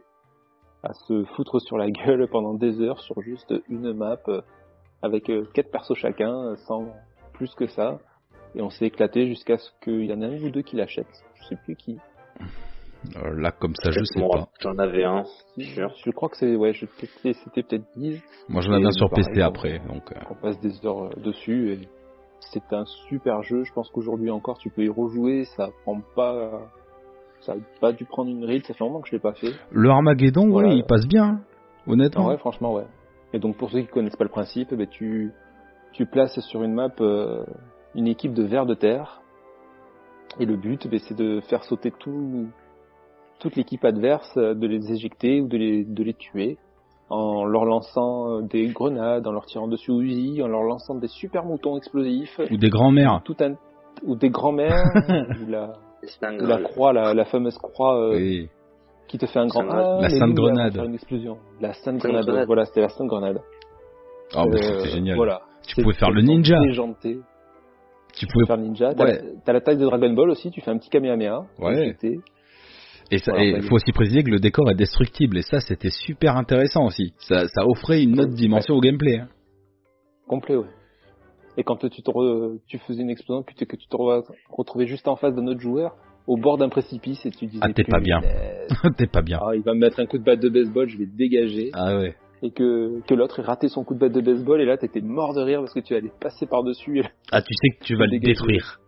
À se foutre sur la gueule pendant des heures sur juste une map euh, avec euh, quatre persos chacun, euh, sans plus que ça. Et on s'est éclaté jusqu'à ce qu'il y en ait un ou deux qui l'achètent. Je sais plus qui.
euh, là, comme ça, je sais
Moi,
pas.
J'en avais un.
Je,
Sûr.
je crois que c'est ouais, je- c'était c'était peut-être 10
Moi, j'en avais un
Et
sur
pareil,
PC
on-
après, donc. euh,
qu'on passe des heures euh, dessus et c'est un super jeu. Je pense qu'aujourd'hui encore tu peux y rejouer, ça prend pas ça a pas dû prendre une ride, ça fait un moment que je l'ai pas fait.
Le Armageddon,
Voilà.
oui, il passe bien, hein, honnêtement.
Ouais, franchement ouais. Et donc pour ceux qui connaissent pas le principe, eh ben, tu tu places sur une map euh, une équipe de vers de terre et le but eh ben, c'est de faire sauter tout toute l'équipe adverse, euh, de les éjecter ou de les de les tuer en leur lançant euh, des grenades, en leur tirant dessus au Uzi, en leur lançant des super moutons explosifs
Ou des grands-mères.
tout un ou des grands-mères, ou la,
Stan
ou la
Groll.
croix, la, la fameuse croix euh,
Oui.
qui te fait un grand.
Sainte-
Ah,
la
les
Sainte
loups, là, vont
Grenade.
faire Une explosion. La Sainte
Sainte
Grenade.
Grenade.
Voilà, c'était la Sainte Grenade.
Ah, bah,
Euh,
c'était génial.
Voilà.
Tu
C'est-
pouvais faire le
c'est
ninja.
déjanté.
Tu
Tu
pouvais
peux faire le ninja. T'as la- t'as la taille de Dragon Ball aussi, tu fais un petit Kamehameha.
Ouais.
C'était-
Et ça,
Voilà,
et
bah, il-
faut aussi préciser que le décor est destructible et ça c'était super intéressant aussi. Ça, ça offrait une autre dimension au gameplay. hein.
Complet, ouais. Et quand tu, te re- tu faisais une explosion, que tu, que tu te re- retrouvais juste en face d'un autre joueur, au bord d'un précipice, et tu disais...
Ah, t'es pas bien.
punaise,
T'es pas bien.
ah, il va me mettre un coup de batte de baseball, je vais dégager.
Ah ouais.
Et que, que l'autre ait raté son coup de batte de baseball, et là, t'étais mort de rire parce que tu allais passer par-dessus. et là-
Ah tu sais que tu vas le
Dégagé.
détruire.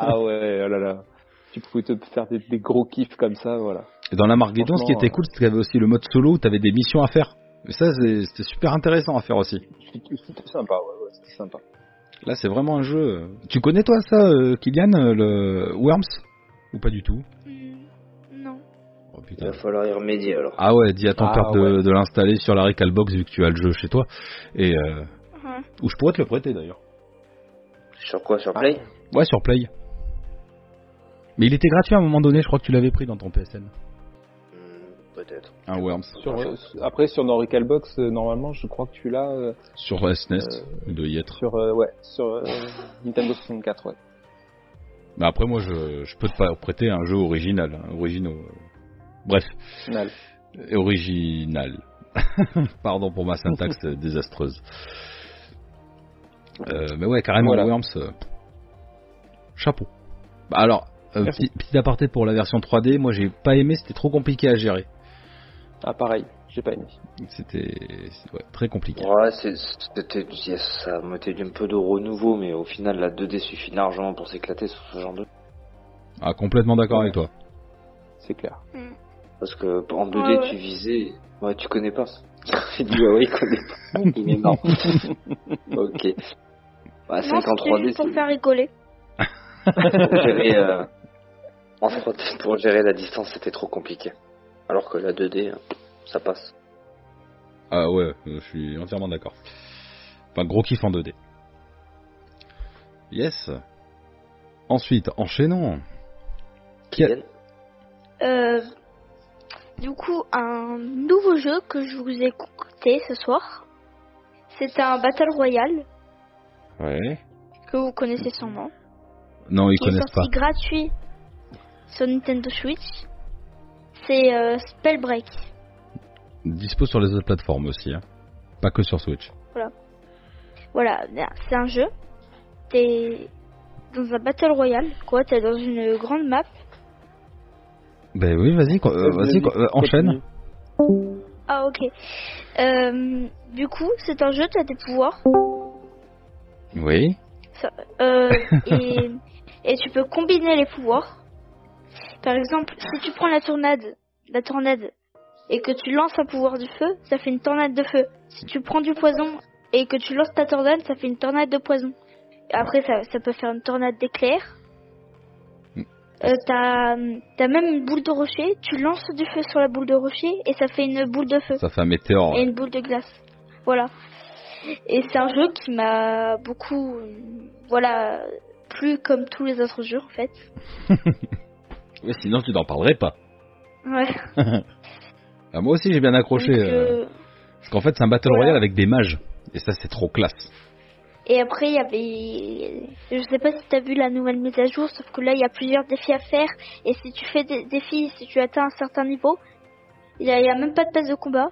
ah ouais, oh là là. Tu pouvais te faire des, des gros kiffs comme ça, voilà.
Et dans la Marguédon, ce qui
Franchement,
était cool, c'est qu'il y avait aussi le mode solo où t'avais des missions à faire. Et ça c'est- c'était super intéressant à faire aussi.
C'était c'était sympa, ouais, ouais, c'était sympa.
Là c'est vraiment un jeu. Tu connais toi ça, euh, Kylian, euh, le Worms ou pas du tout
Hmm, non.
Oh,
Il
putain.
va falloir y remédier alors.
Ah ouais, dis à ton
Ah
père de, de l'installer sur la Recalbox vu que tu as le jeu chez toi et euh,
Hein.
ou je pourrais te le prêter d'ailleurs.
Sur quoi Sur Play
Ouais, sur Play. Mais il était gratuit à un moment donné, je crois que tu l'avais pris dans ton PSN.
Hmm, Peut-être.
Un Ah, Worms.
Sur- euh, après, sur Noricalbox, euh, normalement, je crois que tu l'as... euh,
Sur E SNES,
Euh,
il doit y être.
Sur, euh, ouais, sur euh, Nintendo 64, ouais.
Mais après, moi, je, je peux te pas prêter un jeu original. hein, originaux. Bref,
Final.
euh, original. Pardon pour ma syntaxe euh, désastreuse. Euh, mais ouais, carrément,
Voilà.
Worms. euh, chapeau. Bah alors, euh,
Merci.
petit, petit aparté pour la version 3D, moi, j'ai pas aimé, c'était trop compliqué à gérer.
Ah, pareil, j'ai pas aimé.
C'était c'est- ouais, très compliqué.
Ouais, c'est- c'était, ça mettait un peu de renouveau, mais au final, la 2D suffit largement pour s'éclater sur ce genre de.
Ah, complètement d'accord avec toi.
C'est clair.
Parce que en 2D,
Ouais, ouais.
tu visais. Ouais, tu connais pas. Il dit, ouais, ouais, il connaît pas. Il est mort. ok. Bah,
Non,
5 en
c'était
3D,
juste pour
c'est
faire rigoler.
pour gérer, euh, en 3D, pour gérer la distance, c'était trop compliqué. Alors que la 2D, euh, ça passe.
Ah ouais, euh, je suis entièrement d'accord. Enfin, gros kiff en 2D. Yes. Ensuite, enchaînons. Qui a-
Kylian
Euh, du coup, un nouveau jeu que je vous ai concocté ce soir. C'est un Battle Royale
Ouais.
que vous connaissez sûrement.
Non, ils
qui est
connaissent pas.
sorti gratuit sur Nintendo Switch. C'est euh, Spellbreak.
Dispo sur les autres plateformes aussi. hein. Pas que sur Switch.
Voilà, c'est un jeu. T'es dans un Battle Royale, quoi. T'es dans une grande map.
Ben oui, vas-y, quoi, euh, vas-y, quoi, euh, enchaîne.
Continue.
Ah, ok. Euh, du coup, c'est un jeu, t'as des pouvoirs.
Oui.
Euh, et, et tu peux combiner les pouvoirs. Par exemple, si tu prends la tornade, la tornade, et que tu lances un pouvoir du feu, ça fait une tornade de feu. Si tu prends du poison et que tu lances ta tornade, ça fait une tornade de poison. Et Après, ça, ça peut faire une tornade d'éclair. Euh, t'as t'as même une boule de rocher, tu lances du feu sur la boule de rocher et ça fait une boule de feu
Ça fait un météore.
et une boule de glace. Voilà. Et c'est un jeu qui m'a beaucoup, euh, voilà, plu comme tous les autres jeux en fait.
Ouais, sinon, tu n'en parlerais pas.
Ouais.
Ah, moi aussi, j'ai bien accroché.
Donc,
euh,
euh,
parce qu'en fait, c'est un Battle
voilà.
Royale avec des mages. Et ça, c'est trop classe.
Et après il y avait, je sais pas si t'as vu la nouvelle mise à jour, sauf que là il y a plusieurs défis à faire et si tu fais des défis, si tu atteins un certain niveau, il y a, il y a même pas de passe de combat.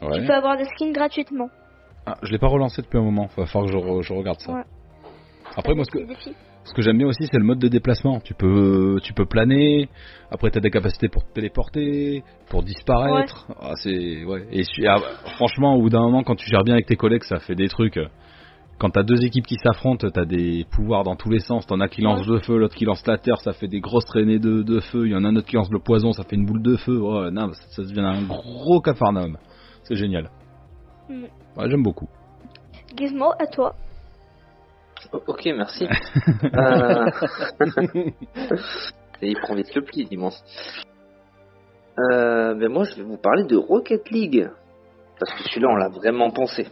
Tu
Ouais.
peux avoir des skins gratuitement.
Ah, je l'ai pas relancé depuis un moment. Va falloir que je, re- je regarde ça.
Ouais.
Après, moi, ce que,
Des défis.
Ce que j'aime bien aussi, c'est le mode de déplacement. Tu peux, tu peux planer. Après, t'as des capacités pour te téléporter, pour disparaître. Ah, c'est ouais. Et su- ah, franchement, au bout d'un moment, quand tu gères bien avec tes collègues, ça fait des trucs. Quand t'as deux équipes qui s'affrontent, t'as des pouvoirs dans tous les sens. T'en as qui lancent le feu, l'autre qui lance la terre, ça fait des grosses traînées de, de feu. Il y en a un autre qui lance le poison, ça fait une boule de feu. Oh, non, ça, ça devient un gros cafarnaum. C'est génial.
Mm.
Ouais, j'aime beaucoup.
Gizmo, à toi.
O- Ok, merci. Euh, Et il prend vite le pli, l'immense. Euh, mais moi, je vais vous parler de Rocket League. Parce que celui-là, on l'a vraiment pensé.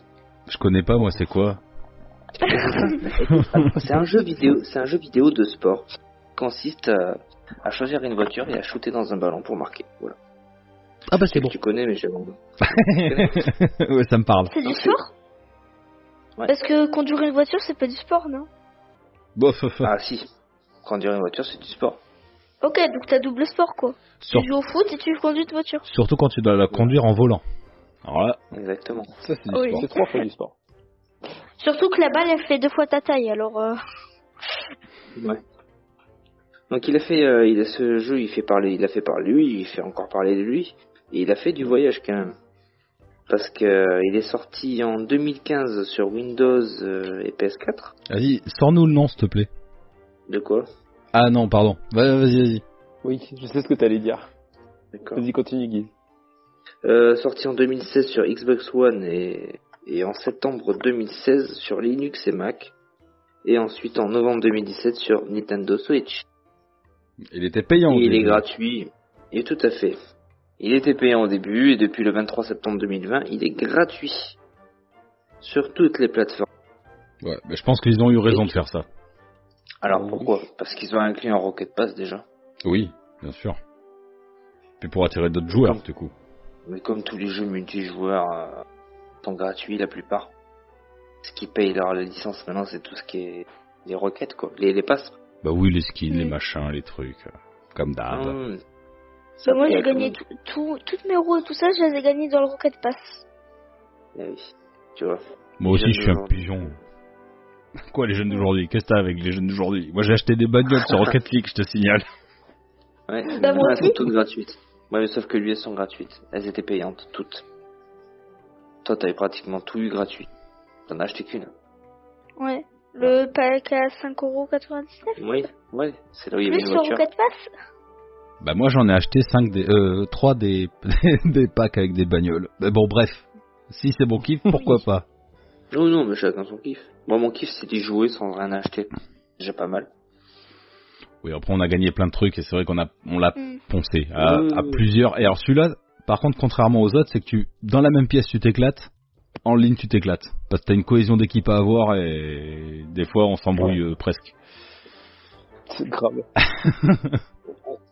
Je connais pas moi, c'est quoi
C'est un jeu vidéo, c'est un jeu vidéo de sport qui consiste à, à choisir une voiture et à shooter dans un ballon pour marquer. Voilà.
Ah bah
Je sais
c'est
que
bon.
Tu connais, mais j'ai abandonné.
ouais, ça me parle.
C'est du
Non, c'est-
sport
Ouais.
Parce que conduire une voiture, c'est pas du sport, non
Bof. bof.
Ah si, conduire une voiture, c'est du sport.
Ok, donc t'as double sport quoi.
Sur-
Tu joues au foot et tu conduis une voiture.
Surtout quand tu dois la conduire en volant. Alors là,
Exactement.
ça c'est du
Oui.
sport.
C'est trois fois du sport.
Surtout que la balle, elle fait deux fois ta taille, alors. euh,
Donc il a fait, euh, il a ce jeu, il fait parler, il a fait parler lui, il fait encore parler de lui, et il a fait du voyage quand même, parce que euh, il est sorti en 2015 sur Windows euh, et PS4.
Vas-y, sors-nous le nom s'il te plaît.
De quoi
Ah non, pardon. Va- Vas-y, vas-y.
Oui, je sais ce que t'allais dire.
D'accord.
Vas-y, continue, Guy.
Euh, sorti en 2016 sur Xbox One et, et en septembre 2016 sur Linux et Mac, et ensuite en novembre 2017 sur Nintendo Switch.
Il était payant. au
Et il est
début.
gratuit. Et tout à fait. Il était payant au début et depuis le 23 septembre 2020, il est gratuit sur toutes les plateformes.
Ouais, bah, je pense qu'ils ont eu raison de faire ça.
Alors
Oui.
pourquoi Parce qu'ils ont inclus un Rocket Pass déjà.
Oui, bien sûr. Puis pour attirer d'autres joueurs, du coup.
Mais comme tous les jeux multijoueurs euh, sont gratuits la plupart, ce qui paye leur licence maintenant c'est tout ce qui est les roquettes quoi, les, les passes.
Bah oui, les skins, les
Mm.
machins, les trucs. euh, Comme d'hab.
Hum,
bah, moi,
paye
j'ai
quand
gagné
même.
tout, tout- toutes mes roues et tout ça, je les ai gagnées dans le Rocket Pass.
Ah oui, tu vois.
Moi aussi,
Jeunes
je suis un
d'aujourd'hui.
pigeon. Quoi, les jeunes d'aujourd'hui Qu'est-ce que t'as avec les jeunes d'aujourd'hui Moi, j'ai acheté des bagnoles sur Rocket League, je te signale.
Ouais,
Bah, moi
elles
aussi.
sont toutes gratuites. Ouais, mais sauf que lui, elles sont gratuites. Elles étaient payantes, toutes. Toi, t'avais pratiquement tout eu gratuit. T'en as acheté qu'une.
Ouais. Le pack à 5,99€
Oui, ouais, c'est là où il y avait
Plus
une
le
voiture.
Rocket Pass
Bah moi, j'en ai acheté 5 des, euh, 3 des, des packs avec des bagnoles. Mais bon, bref. Si c'est bon kiff, pourquoi pas
Non, non, mais chacun son kiff. Moi, mon kiff, c'est d'y jouer sans rien acheter. J'ai pas mal.
Oui, après, on a gagné plein de trucs et c'est vrai qu'on a, on l'a
Hmm.
poncé à,
Oui, oui,
à
oui.
plusieurs. Et alors, celui-là, par contre, contrairement aux autres, c'est que tu, dans la même pièce, tu t'éclates. En ligne, tu t'éclates. Parce que t'as une cohésion d'équipe à avoir et des fois, on s'embrouille euh, presque.
C'est grave.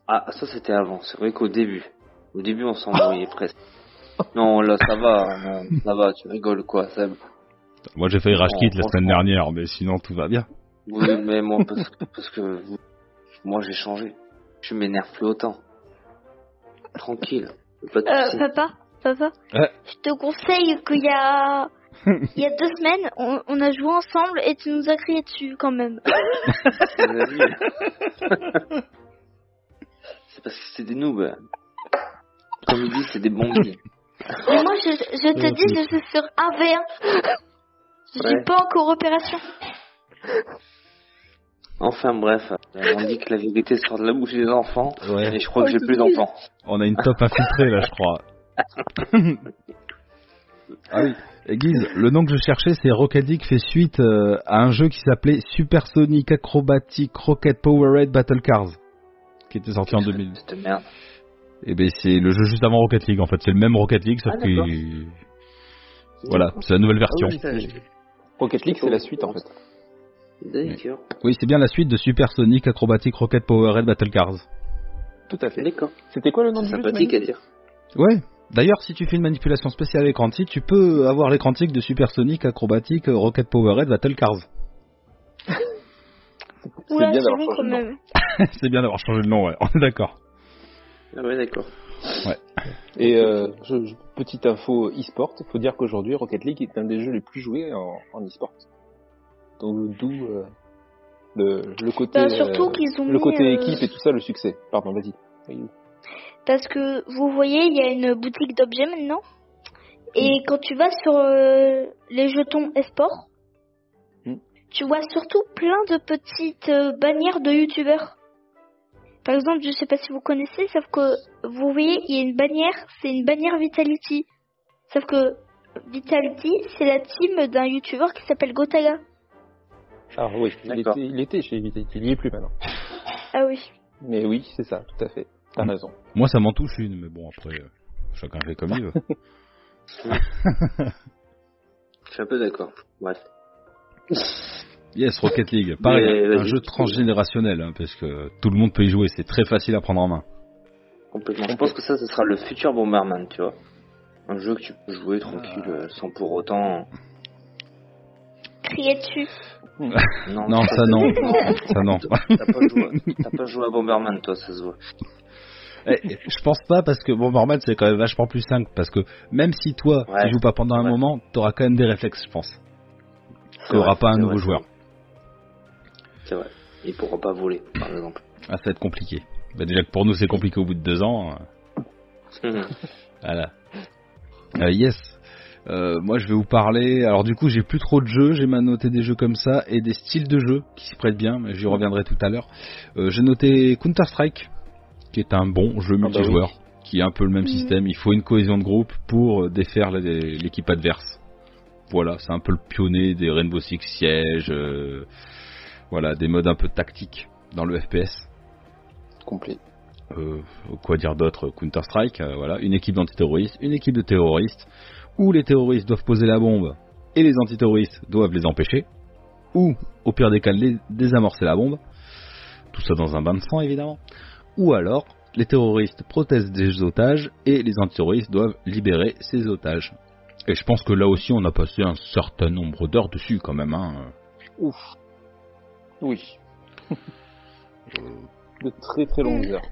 Ah, ça, c'était avant. C'est vrai qu'au début, au début, on s'embrouillait presque. Non, là, ça va. non, ça va, tu rigoles, quoi, Seb.
Moi, j'ai failli rage
Non,
quitte la semaine
franchement.
dernière, mais sinon, tout va bien.
Oui, mais moi, parce que, parce que vous- moi, j'ai changé. Je m'énerve plus autant. Tranquille. Pas de
Euh,
soucis.
papa, papa,
Ouais.
je te conseille qu'il y a. Il y a deux semaines, on, on a joué ensemble et tu nous as crié dessus quand même.
Vous avez vu c'est parce que c'est des noobs. Comme ils disent, c'est des bombiers.
Mais moi, je, je te dis, je suis sur 1v1. Je
Ouais.
suis pas en coopération.
Enfin bref, euh, on dit que la vérité sort de la bouche des enfants,
Ouais.
et je crois que j'ai plus d'enfants.
On a une top infiltrée là, je crois. ah oui. Et Guise, le nom que je cherchais, c'est Rocket League fait suite euh, à un jeu qui s'appelait Super Sonic Acrobatic Rocket Powerade Battle Cars, qui était sorti en 2000.
Cette merde.
Et ben c'est le jeu juste avant Rocket League en fait, c'est le même Rocket League sauf
Ah, d'accord.
que voilà, c'est la nouvelle
Ah oui,
version.
ça, j'ai-
Rocket League, c'est la suite, en fait.
D'accord.
Oui, c'est bien la suite de Super Sonic Acrobatic Rocket Powerade Battle Cars.
Tout à fait.
D'accord.
C'était quoi le nom
C'est
du jeu tu m'as
sympathique
dit
à dire.
Ouais. D'ailleurs, si tu fais une manipulation spéciale avec Ranty, tu peux avoir les quantiques de Super Sonic, Acrobatic, euh, Rocket Powerade, Battle Cars.
C'est
Oula,
bien
c'est
d'avoir changé
bon quand
de nom.
même.
C'est bien d'avoir changé de nom, ouais. On est d'accord.
Ah ouais, d'accord.
Et euh, je- je- petite info e-sport, il faut dire qu'aujourd'hui Rocket League est un des jeux les plus joués en, en e-sport. Donc d'où euh, le, le côté,
Bah, surtout
euh,
qu'ils ont
le
mis,
côté
euh,
équipe et tout ça, le succès. Pardon, vas-y.
Parce que vous voyez, il y a une boutique d'objets maintenant. Et quand tu vas sur euh, les jetons esport,
Mm.
tu vois surtout plein de petites euh, bannières de youtubeurs. Par exemple, je sais pas si vous connaissez, sauf que vous voyez, il y a une bannière, c'est une bannière Vitality. Sauf que Vitality, c'est la team d'un youtubeur qui s'appelle Gotaga.
Ah oui, il
D'accord.
était, il était chez Vitality, il y est plus maintenant.
Ah oui.
Mais oui, c'est ça, tout à fait. T'as
Mm.
raison.
Moi, ça m'en touche une, mais bon, après, euh, chacun fait comme il veut.
Je suis un peu d'accord. Bref.
Yes, Rocket League. Pareil,
Mais,
un
vas-y.
jeu transgénérationnel, hein, parce que tout le monde peut y jouer, c'est très facile à prendre en main.
Complètement. Je pense que ça, ce sera le futur Bomberman, tu vois. Un jeu que tu peux jouer tranquille,
Ah.
euh, sans pour autant.
Crier dessus.
Non, ça
c'est-
non, ça non.
T'as pas, joué- t'as pas joué à Bomberman, toi, ça se voit.
Eh, Je pense pas parce que bon, normal, c'est quand même vachement plus simple parce que même si toi
Ouais.
tu joues pas pendant un
Ouais.
moment, t'auras quand même des réflexes, je pense. T'auras
vrai,
pas un
c'est
nouveau
vrai.
joueur.
C'est vrai. Il pourra pas voler, par exemple.
Ah, ça va être compliqué. Bah, déjà que pour nous c'est compliqué au bout de deux ans. euh, Voilà. Euh, yes. Euh, moi, je vais vous parler. Alors, du coup, j'ai plus trop de jeux. J'ai ma- noté des jeux comme ça et des styles de jeux qui s'y prêtent bien. Mais j'y
Mhm.
reviendrai tout à l'heure. Euh, j'ai noté Counter Strike, qui est un bon jeu
bah oui.
multijoueur, qui est un peu le même
Mhm.
système. Il faut une cohésion de groupe pour euh, défaire la- l'équipe adverse. Voilà, c'est un peu le pionnier des Rainbow Six Siege. euh, voilà, des modes un peu tactiques dans le FPS
Complet.
euh, quoi dire d'autre, Counter-Strike, euh, voilà, une équipe d'antiterroristes, une équipe de terroristes, où les terroristes doivent poser la bombe et les antiterroristes doivent les empêcher, ou au pire des cas, les- désamorcer la bombe, tout ça dans un bain de sang évidemment, ou alors les terroristes protègent des otages et les antiterroristes doivent libérer ces otages. Et je pense que là aussi on a passé un certain nombre d'heures dessus quand même. Hein.
Oui. De très très longues heures.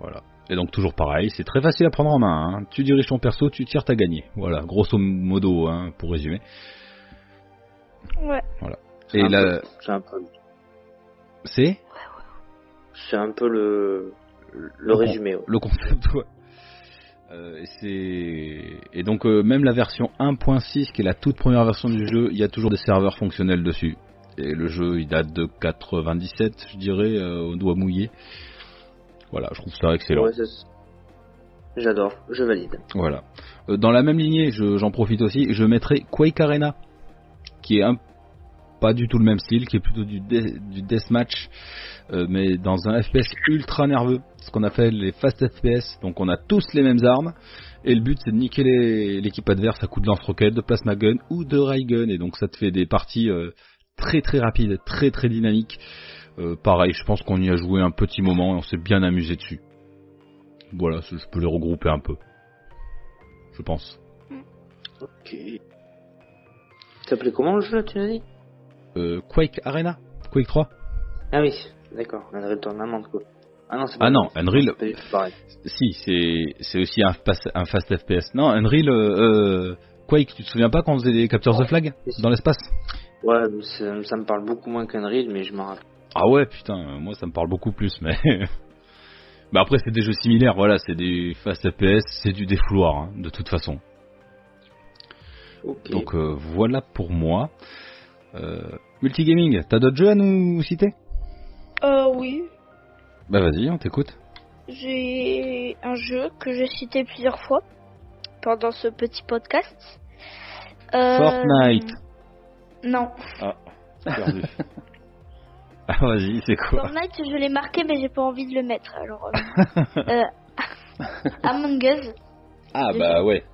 Voilà. Et donc toujours pareil, c'est très facile à prendre en main. hein. Tu diriges ton perso, tu tires, t'as gagné. Voilà, grosso modo, hein, pour résumer.
Ouais.
Et là,
C'est un peu,
c'est
c'est un peu le, le
Bon.
résumé. ouais.
le concept. ouais. Euh, et c'est et donc euh, même la version 1.6 qui est la toute première version du jeu, il y a toujours des serveurs fonctionnels dessus. Et le jeu, il date de 97, je dirais, euh, au doigt mouillé. Voilà, je trouve ça excellent.
Ouais, c'est- J'adore, je valide.
Voilà. Euh, Dans la même lignée, je- j'en profite aussi, je mettrai Quake Arena, qui est un, pas du tout le même style, qui est plutôt du, de- du deathmatch, euh, mais dans un FPS ultra nerveux, ce qu'on appelle les fast FPS. Donc on a tous les mêmes armes, et le but c'est de niquer les- l'équipe adverse à coups de lance-roquettes, de plasma gun ou de railgun, et donc ça te fait des parties euh, très très rapides, très très dynamiques. Euh, pareil, je pense qu'on y a joué un petit moment et on s'est bien amusé dessus. Voilà, je je peux les regrouper un peu je pense.
Ok. Ça s'appelait comment le jeu, tu l'as dit
Euh, Quake Arena Quake 3
Ah oui, d'accord, Unreal Tournament, quoi. Ah non, c'est
Ah non, Unreal-
c'est pas du tout pareil.
Si, c'est c'est aussi un, pas- un fast FPS. Non, Unreal, euh, euh, Quake, tu te souviens pas quand on faisait des captures de flag dans l'espace
Ouais, mais ça, ça me parle beaucoup moins qu'Unreal, mais je m'en rappelle.
Ah ouais, putain, euh, moi ça me parle beaucoup plus, mais... bah après, c'est des jeux similaires, voilà, c'est des fast FPS, c'est du défouloir, hein, de toute façon.
Ok.
Donc euh, voilà pour moi. Euh, multigaming, t'as d'autres jeux à nous citer
Euh, oui.
Bah vas-y, on t'écoute.
J'ai un jeu que j'ai cité plusieurs fois pendant ce petit podcast. Euh,
Fortnite.
Non.
Perdu. ah vas-y, c'est quoi
Fortnite, je l'ai marqué, mais j'ai pas envie de le mettre. Alors, euh, euh, Among Us.
Ah
Du
bah ouais.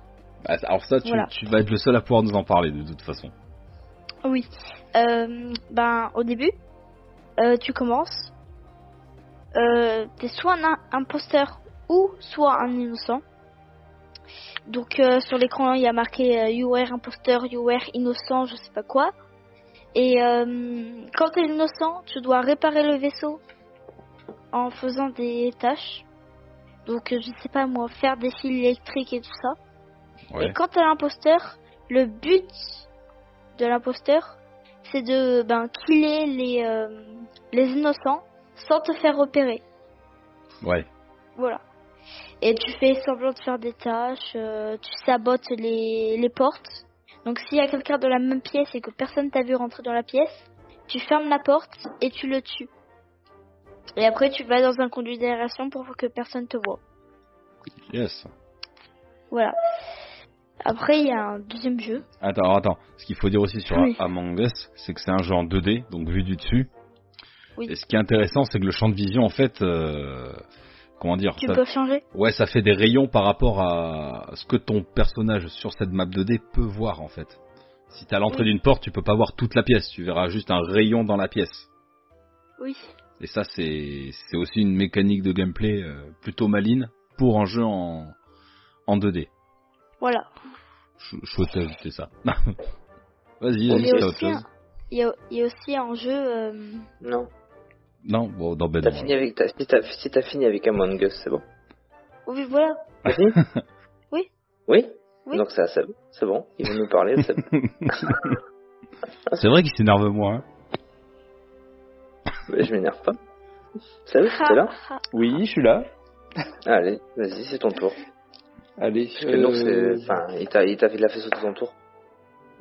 Bah, alors ça, tu,
Voilà.
tu vas être le seul à pouvoir nous en parler de toute façon.
Oh Oui. Euh, ben, au début, euh, tu commences. Euh, T'es soit un imposteur ou soit un innocent. Donc euh, sur l'écran, il y a marqué euh, You are imposteur, You are innocent, je sais pas quoi. Et euh, quand t'es innocent, tu dois réparer le vaisseau en faisant des tâches. Donc euh, je sais pas moi, faire des fils électriques et tout ça. Et quand t'as l'imposteur, le but de l'imposteur, c'est de ben, killer les, euh, les innocents sans te faire repérer.
Ouais.
Voilà. Et tu fais semblant de faire des tâches, euh, tu sabotes les, les portes. Donc s'il y a quelqu'un dans la même pièce et que personne t'a vu rentrer dans la pièce, tu fermes la porte et tu le tues. Et après tu vas dans un conduit d'aération pour que personne te voit.
Yes.
Voilà. Après il y a un deuxième jeu.
Attends, alors, attends. Ce qu'il faut dire aussi sur
Oui.
Among Us, c'est que c'est un jeu en 2D, donc vu du dessus.
Oui.
Et ce qui est intéressant, c'est que le champ de vision, en fait, euh, comment dire,
Tu
ça-
peux changer.
ouais, ça fait des rayons par rapport à ce que ton personnage sur cette map 2D peut voir, en fait. Si t'es à l'entrée d'une porte, tu peux pas voir toute la pièce, tu verras juste un rayon dans la pièce.
Oui.
Et ça, c'est c'est aussi une mécanique de gameplay euh, plutôt maligne pour un jeu en, en 2D.
Voilà.
Je, je souhaite ajouter ça. vas-y,
Il
vas-y,
y, a
c'est autre
aussi
chose.
un, il, y a, il y a aussi un jeu. euh,
Non.
Non, bon, non, ben
T'as
non,
fini avec ta... si t'as si t'as fini avec Among Us, c'est bon.
Oui, voilà.
T'as fini
Oui.
Oui.
Oui.
Donc ça, c'est c'est bon. Ils vont nous parler. c'est bon.
alors. C'est vrai qu'il s'énerve moins. hein.
Mais je m'énerve pas. Salut,
Ah,
t'es là
ah.
Oui, je suis là.
Allez, vas-y, c'est ton tour.
Allez.
Parce que donc,
euh,
c'est, enfin, il t'a, il t'a il a fait sauter son tour.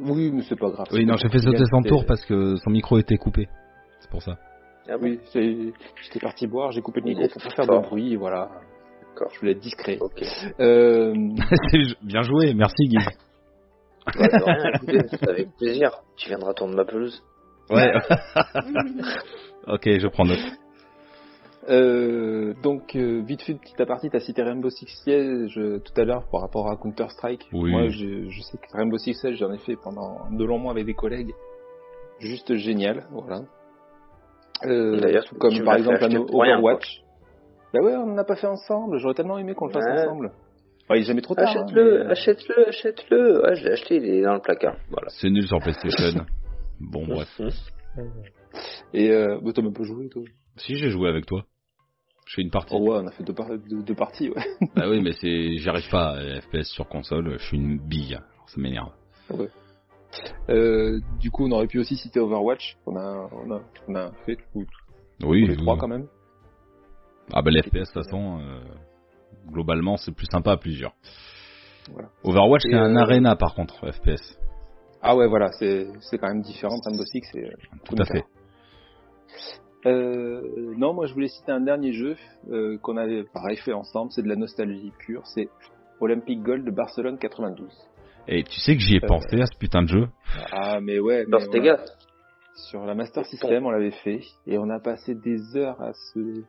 Oui, mais c'est pas grave.
Oui, non, j'ai fait sauter son tour parce que son micro était coupé. C'est pour ça.
Ah bon
Oui, c'est- j'étais parti boire, j'ai coupé le
Il
micro
est
pour pas faire
fort.
de bruit, voilà.
D'accord. Oh.
Je voulais être discret.
Ok.
Euh,
C'est- Bien joué, merci Guy.
Bah, de rien, écoutez, c'est avec plaisir. Tu viendras tourner ma pelouse.
Ouais. ok, je prends note.
euh, donc, euh, vite fait, petit aparté, t'as cité Rainbow Six Siege euh, tout à l'heure par rapport à Counter-Strike.
Oui.
Moi, je, je sais que Rainbow Six Siege, j'en ai fait pendant de longs mois avec des collègues. Juste génial, voilà. Euh,
D'ailleurs,
tout comme
tu
par
m'as fait
exemple un
acheter pour rien,
Overwatch. Bah ouais, on n'a pas fait ensemble, j'aurais tellement aimé qu'on le fasse
Ouais.
ensemble. Enfin, il est jamais trop tard. hein,
Achète-le,
mais-
achète-le, achète-le. Ouais, je l'ai acheté, il est dans le placard. Voilà.
C'est nul sur PlayStation. Bon, bref.
Mhm.
Et euh, bah, t'as même pas joué, toi.
Si j'ai joué avec toi, je fais une partie.
Oh ouais, on a fait deux, par- deux- deux parties, ouais.
Bah oui, mais c'est, j'arrive pas. à FPS sur console, je suis une bille. Alors, ça m'énerve.
Euh, du coup, on aurait pu aussi citer Overwatch. On a, on a, on a fait du coup, tous
Oui.
les trois quand même.
Ah bah les FPS de toute façon, euh, globalement c'est plus sympa à plusieurs.
Voilà.
Overwatch c'est
Et,
un
euh,
arena par contre FPS.
Ah ouais, voilà, c'est c'est quand même différent. Rainbow Six, c'est euh,
Tout à fait.
Euh, non, moi je voulais citer un dernier jeu euh, qu'on avait pareil fait ensemble. C'est de la nostalgie pure. C'est Olympic Gold de Barcelone 92.
Et tu sais que j'y ai
Euh,
pensé à ce putain de jeu.
Ah mais ouais. mais
Burst
on
tes
a-
gars.
Sur la Master System, on l'avait fait, et on a passé des heures à se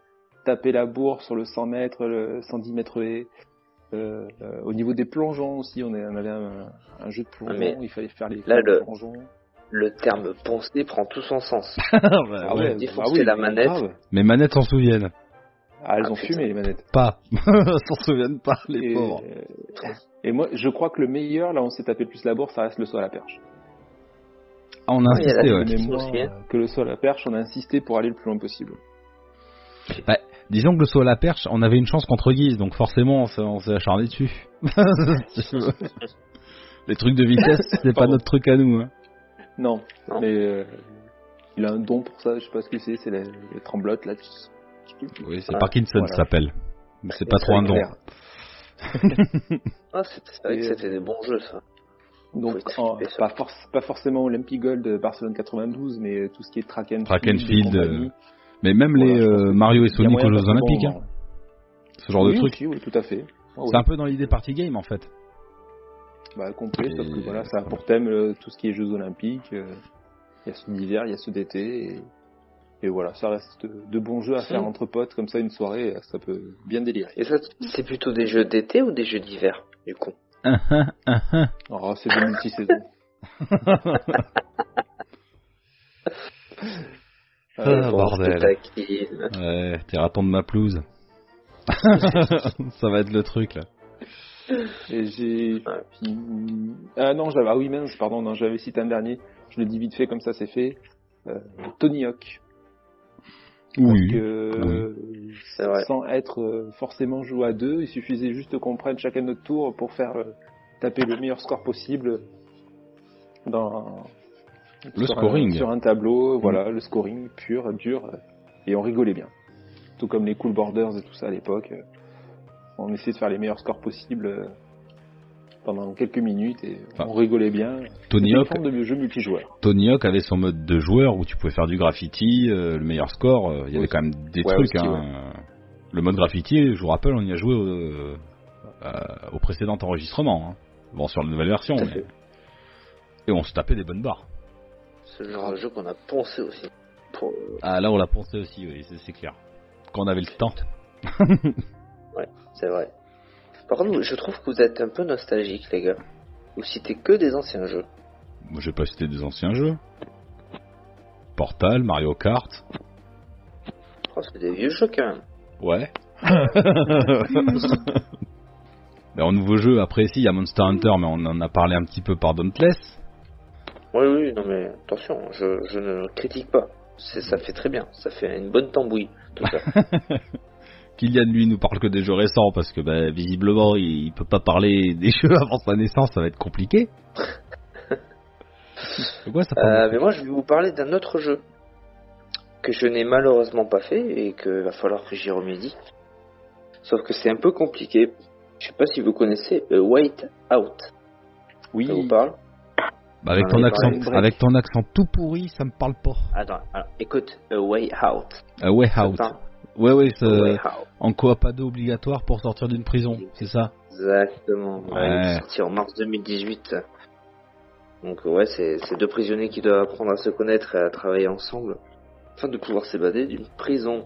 taper la bourre sur le 100 mètres, le 110 mètres et euh, euh, au niveau des plongeons aussi, on, est- on avait un, un jeu de plongeon,
Ah, mais
il fallait faire les
là, le-
plongeons.
Le terme poncer prend tout son sens.
Ah bah,
Ah
ouais.
ouais,
défoncer
ah oui,
la
mais
manette.
grave.
Mes manettes s'en souviennent
Ah, elles
Ah,
ont
putain.
fumé les manettes.
pas. s'en souviennent pas les
et,
pauvres.
euh, et moi, je crois que le meilleur, là, on s'est tapé le plus la bourre, ça reste le saut à la perche.
Ah on a
Ouais, il y a
insisté
la-
ouais.
De
c'est
mémoire,
aussi, hein.
euh, que le saut à la perche, on a insisté pour aller le plus loin possible.
Disons que le saut à la perche, on avait une chance contre Guise, donc forcément on s'est- on s'est acharné dessus. Si tu veux. les trucs de vitesse, c'est pas
Pardon.
notre truc à nous. hein.
Non,
Non.
mais euh, il a un don pour ça, je sais pas ce que c'est, c'est la, la tremblote là. qui-
Oui, c'est
Ah,
Parkinson
voilà.
ça s'appelle. Mais c'est pas
Ça
trop un
est
don.
clair.
Ah, c'est, c'est vrai que
Et,
c'était des bons jeux, ça.
Donc,
Faut
en-
expliquer ça.
pas, forc- pas forcément Olympic Gold euh, Barcelone 92, mais euh, tout ce qui est track and
Track and
field.
field,
et compagnie.
euh, Mais même
Voilà,
les
je pense
euh, Mario et
Il y a
Sonic
moyen
aux
de
Jeux
passer un bon
Olympiques,
moment.
hein, ce genre
Oui,
de truc.
aussi, oui, tout à fait. Ah ouais.
C'est un peu dans l'idée party game en fait.
Bah, complet, sauf que
Et-
voilà, ça a pour thème euh, tout ce qui est Jeux Olympiques. euh, Il y a ceux d'hiver, il y a ceux d'été. Et, et voilà, ça reste de bons jeux à faire
Hmm.
entre potes, comme ça, une soirée, euh, ça peut bien délirer.
Et ça, c'est plutôt des jeux d'été ou des jeux d'hiver, du coup
Oh, c'est des multisaisons.
Ah,
Bon,
bordel.
je te taquine.
ouais, t'es raton de ma pelouse. ça va être le truc là.
Et j'ai.
Ouais.
fini- Ah non, j'avais. Ah oui, mince, pardon, non, j'avais cité un dernier. Je le dis vite fait, comme ça c'est fait. Euh, Tony Hawk. Parce
Oui.
que, euh,
C'est vrai.
Sans être euh, forcément joué à deux, il suffisait juste qu'on prenne chacun notre tour pour faire euh, taper le meilleur score possible dans.
Le
sur un-
scoring. Mm.
sur un tableau, voilà, le scoring pur, dur. euh, Et on rigolait bien. Tout comme les Cool Borders et tout ça à l'époque. euh, On essayait de faire les meilleurs scores possibles euh, pendant quelques minutes et
Enfin,
on rigolait bien.
Tony
C'était une
Hawk,
forme de jeu multijoueur.
Tony Hawk avait son mode de joueur où tu pouvais faire du graffiti, euh, le meilleur score. euh, Il y avait
Oui.
quand même des
Ouais,
trucs.
aussi,
hein. Le mode graffiti, je vous rappelle, on y a joué au, euh, euh, au précédent enregistrement. hein. Bon, sur la nouvelle version,
Tout à
mais... et on se tapait des bonnes barres.
C'est le genre de jeu qu'on a poncé aussi. Pour, euh,
Ah là, on l'a pensé aussi, oui, c'est- c'est clair. Quand on avait le temps.
c'est vrai. Par contre, je trouve que vous êtes un peu nostalgique, les gars. Vous citez que des anciens jeux.
Moi, je vais pas citer des anciens jeux. Portal, Mario Kart.
Oh, c'est des vieux jeux quand même.
Ouais. ben, en nouveau jeu, après, si, il y a Monster Hunter, mais on en a parlé un petit peu par Dauntless.
Oui, oui, non mais attention, je, je ne critique pas. C'est, ça fait très bien, ça fait une bonne tambouille. Tout ça.
Kylian, lui, nous parle que des jeux récents parce que bah, visiblement, il, il peut pas parler des jeux avant sa naissance, ça va être compliqué. C'est quoi ça parle-
Euh, mais moi, je vais vous parler d'un autre jeu que je n'ai malheureusement pas fait et que va falloir que j'y remédie. Sauf que c'est un peu compliqué. Je sais pas si vous connaissez euh, White Out.
Oui.
Ça vous parle
Bah, Avec
on
ton
avait
accent,
parlé de break.
avec ton accent tout pourri, ça me parle pas.
Attends, alors, écoute, A Way Out.
Euh, way
Ah, Ça
out.
parle
Ouais, ouais, c'est,
A
euh,
Way Out.
en coop ado obligatoire pour sortir d'une prison, c'est ça
Exactement. Ouais, il
Ouais.
est sorti en mars 2018. Donc ouais, c'est c'est deux prisonniers qui doivent apprendre à se connaître et à travailler ensemble afin de pouvoir s'évader d'une prison.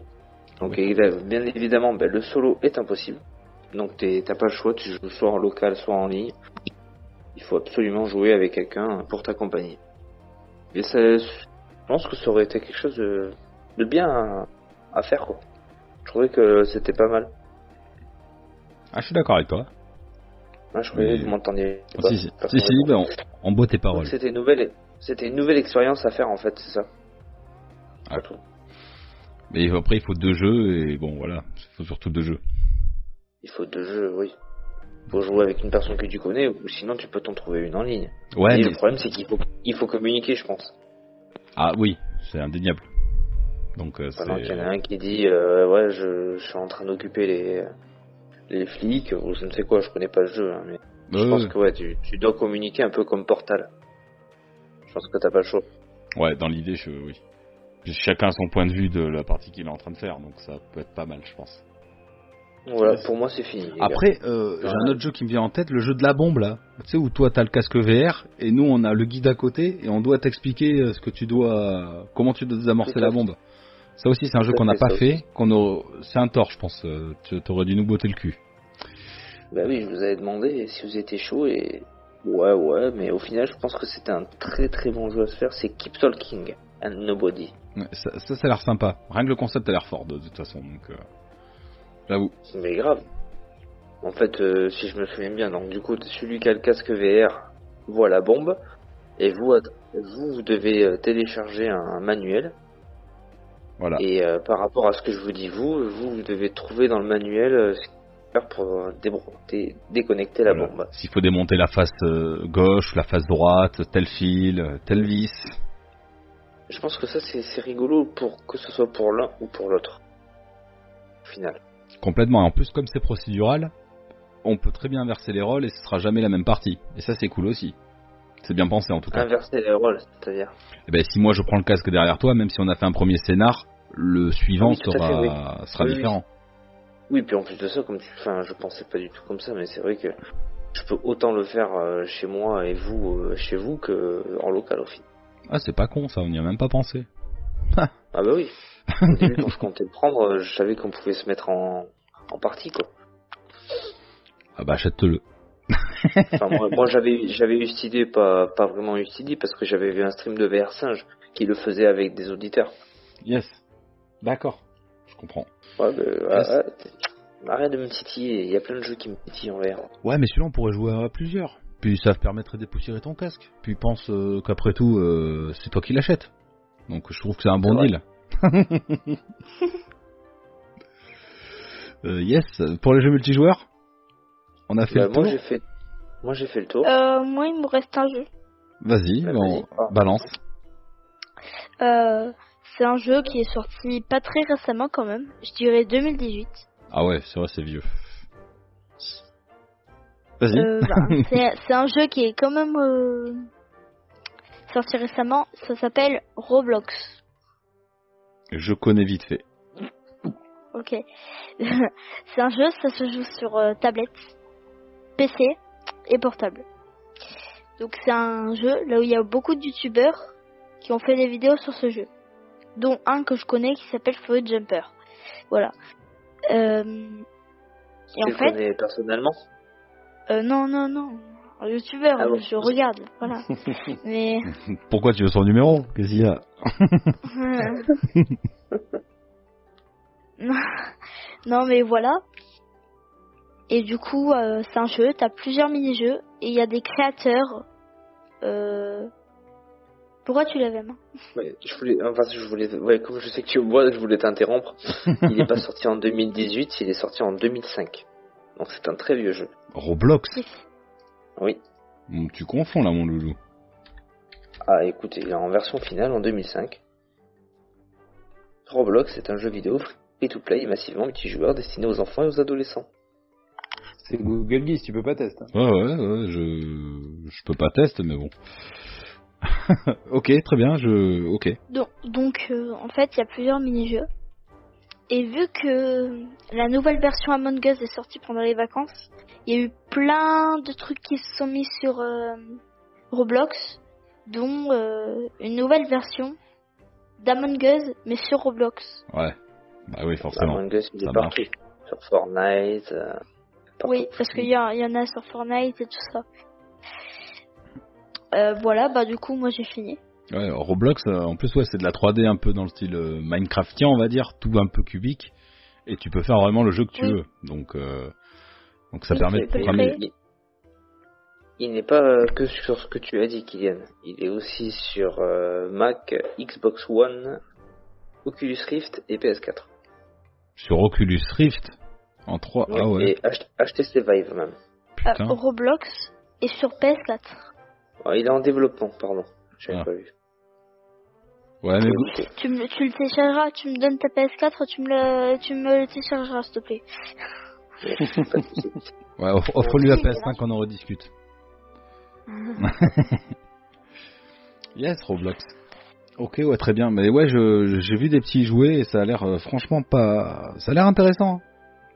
Donc et là, bien évidemment, ben, le solo est impossible. Donc t'es- t'as pas le choix, tu joues soit en local, soit en ligne. Il faut absolument jouer avec quelqu'un pour t'accompagner. Et ça, je pense que ça aurait été quelque chose de, de bien à, à faire quoi. Je trouvais que c'était pas mal.
Ah, je suis d'accord avec toi.
Hein, je croyais
Oui.
que vous m'entendiez.
Ah,
pas.
si, si,
Personne
si, si,
répond.
bah, on, on boit tes
Donc,
paroles.
C'était une nouvelle, c'était une nouvelle expérience à faire en fait, c'est ça.
Ah. Mais après, il faut deux jeux, et bon, voilà, il faut surtout deux jeux.
Il faut deux jeux, oui. Faut jouer avec une personne que tu connais, ou sinon tu peux t'en trouver une en ligne.
Ouais,
Et
mais-
le problème c'est qu'il faut, il faut communiquer, je pense.
Ah oui, c'est indéniable. Donc, euh,
Pendant qu'il y en a
c'est...
un qui dit, euh, ouais, je, je suis en train d'occuper les, les flics, ou je ne sais quoi, je connais pas le jeu, hein, mais je
Ouais,
pense
ouais.
que ouais, tu, tu dois communiquer un peu comme Portal. Je pense que t'as pas le choix.
Ouais, dans l'idée, je... oui. Chacun a son point de vue de la partie qu'il est en train de faire, donc ça peut être pas mal, je pense.
Voilà, pour moi c'est fini. les gars.
Après, euh, j'ai un autre jeu qui me vient en tête, le jeu de la bombe, là. Tu sais, où toi, t'as le casque VR, et nous, on a le guide à côté, et on doit t'expliquer euh, ce que tu dois... Comment tu dois désamorcer
Tout à
la
fait.
bombe. Ça aussi, c'est un jeu
Tout à
qu'on n'a
fait,
pas
ça
fait, qu'on aura- C'est un tort, je pense. euh, Tu T'aurais dû nous botter le cul.
Bah oui, je vous avais demandé si vous étiez chaud et. Ouais, ouais, mais au final, je pense que c'était un très très bon jeu à se faire. C'est Keep Talking and Nobody.
Ouais, Ça, ça, ça a l'air sympa. Rien que le concept a l'air fort, de, de toute façon, donc... euh, J'avoue.
Mais grave. En fait, euh, si je me souviens bien, donc du coup, celui qui a le casque VR voit la bombe et vous, att- vous, vous devez euh, télécharger un, un manuel.
Voilà.
Et euh, par rapport à ce que je vous dis, vous, vous, vous devez trouver dans le manuel euh, ce qu'il faut faire pour euh, débro- dé- déconnecter la
Voilà.
bombe.
S'il faut démonter la face euh, gauche, la face droite, tel fil, euh, tel vis.
Je pense que ça, c'est c'est rigolo pour que ce soit pour l'un ou pour l'autre. Au final.
Complètement. Et en plus, comme c'est procédural, on peut très bien inverser les rôles et ce sera jamais la même partie. Et ça, c'est cool aussi. C'est bien pensé en tout cas.
Inverser les rôles, c'est-à-dire.
Et ben, si moi je prends le casque derrière toi, même si on a fait un premier scénar, le suivant
Oui, tout à
sera,
fait,
sera
Oui, oui.
différent.
Oui, puis en plus de ça, comme tu... enfin, je pensais pas du tout comme ça, mais c'est vrai que je peux autant le faire euh, chez moi et vous euh, chez vous que euh, en local au final.
Ah, c'est pas con ça, on n'y a même pas pensé.
Ah bah oui. Au début, quand je comptais le prendre, euh, je savais qu'on pouvait se mettre en, en partie quoi.
Ah bah achète-le.
Enfin, moi, moi, j'avais j'avais eu cette idée, pas pas vraiment eu cette idée parce que j'avais vu un stream de VR singe qui le faisait avec des auditeurs.
Yes. D'accord. Je comprends.
Ouais, mais,
Yes.
ah, ah, arrête de me titiller, il y a plein de jeux qui me titillent en VR.
Ouais, mais celui-là, on pourrait jouer à plusieurs. Puis ça te permettrait de dépoussiérer ton casque. Puis pense euh, qu'après tout, euh, c'est toi qui l'achètes. Donc je trouve que c'est un bon
C'est vrai.
deal. Euh, yes, pour les jeux multijoueurs, on a fait
Bah,
le
moi
tour.
j'ai fait moi j'ai fait le tour.
Euh, moi, il me reste un jeu.
Vas-y,
Bah,
on
vas-y. Ah.
balance.
Euh, c'est un jeu qui est sorti pas très récemment quand même. Je dirais 2018.
Ah ouais, c'est vrai, c'est vieux. Vas-y.
Euh, bah, c'est c'est un jeu qui est quand même euh, sorti récemment. Ça s'appelle Roblox.
Je connais vite fait.
Ok. c'est un jeu, ça se joue sur euh, tablette, PC et portable. Donc c'est un jeu là où il y a beaucoup de youtubeurs qui ont fait des vidéos sur ce jeu. Dont un que je connais qui s'appelle Feu Jumper. Voilà. Euh, et
Tu
en
le
fait,
connais personnellement
euh, non, non, non. un youtubeur,
Ah bon
je regarde, voilà. Mais
Pourquoi tu veux son numéro Qu'est-ce qu'il y a
Hmm. non. non, mais voilà. Et du coup, euh, c'est un jeu, t'as plusieurs mini-jeux, et il y a des créateurs. Euh... Pourquoi tu l'avais main
Ouais, je voulais, enfin, je voulais, ouais, comme je sais que tu me vois, je voulais t'interrompre. Il n'est pas sorti en 2018, il est sorti en 2005. Donc c'est un très vieux jeu.
Roblox
Oui.
Hum, Tu confonds là, mon loulou.
Ah, écoutez, il est en version finale en 2005. Roblox est un jeu vidéo free-to-play et massivement multijoueur destiné aux enfants et aux adolescents.
C'est Google Geese, tu peux pas tester. hein,
Ouais, ouais, ouais, je... je peux pas tester, mais bon. ok, très bien, je... Ok.
Donc, donc, euh, en fait, il y a plusieurs mini-jeux. Et vu que la nouvelle version Among Us est sortie pendant les vacances, il y a eu plein de trucs qui se sont mis sur euh, Roblox, dont euh, une nouvelle version d'Among Us, mais sur Roblox.
Ouais. Bah oui, forcément.
Among Us, il
ça
est partout. Sur Fortnite. euh, partout.
Oui, parce qu'il y, a- il y en a sur Fortnite et tout ça. Euh, voilà, bah du coup, moi j'ai fini.
Ouais, Roblox, euh, en plus, ouais, c'est de la 3D un peu dans le style euh, Minecraftien, on va dire, tout un peu cubique. Et tu peux faire vraiment le jeu que tu
Oui.
veux. Donc, euh, donc ça
Oui,
permet
tu
de
peux
programmer.
créer.
Il- Il n'est pas euh, que sur ce que tu as dit, Kylian. Il est aussi sur euh, Mac, Xbox One, Oculus Rift et PS4.
Sur Oculus Rift, en 3... Ah ouais,
Et H- HTC Vive même.
Euh,
putain.
Roblox et sur PS4.
Ah, il est en développement, pardon. J'avais
Ah.
pas vu.
Ouais, mais bon,
Ok.
Tu me, tu le téléchargeras, tu me donnes ta PS4, tu me le, tu me le téléchargeras, s'il te plaît.
Pas de souci.
ouais, off- offre-lui la
Oui,
PS5, on en rediscute. Yes, Roblox. Ok, ouais, très bien. Mais ouais, je- j'ai vu des petits jouets et ça a l'air euh, franchement pas. Ça a l'air intéressant.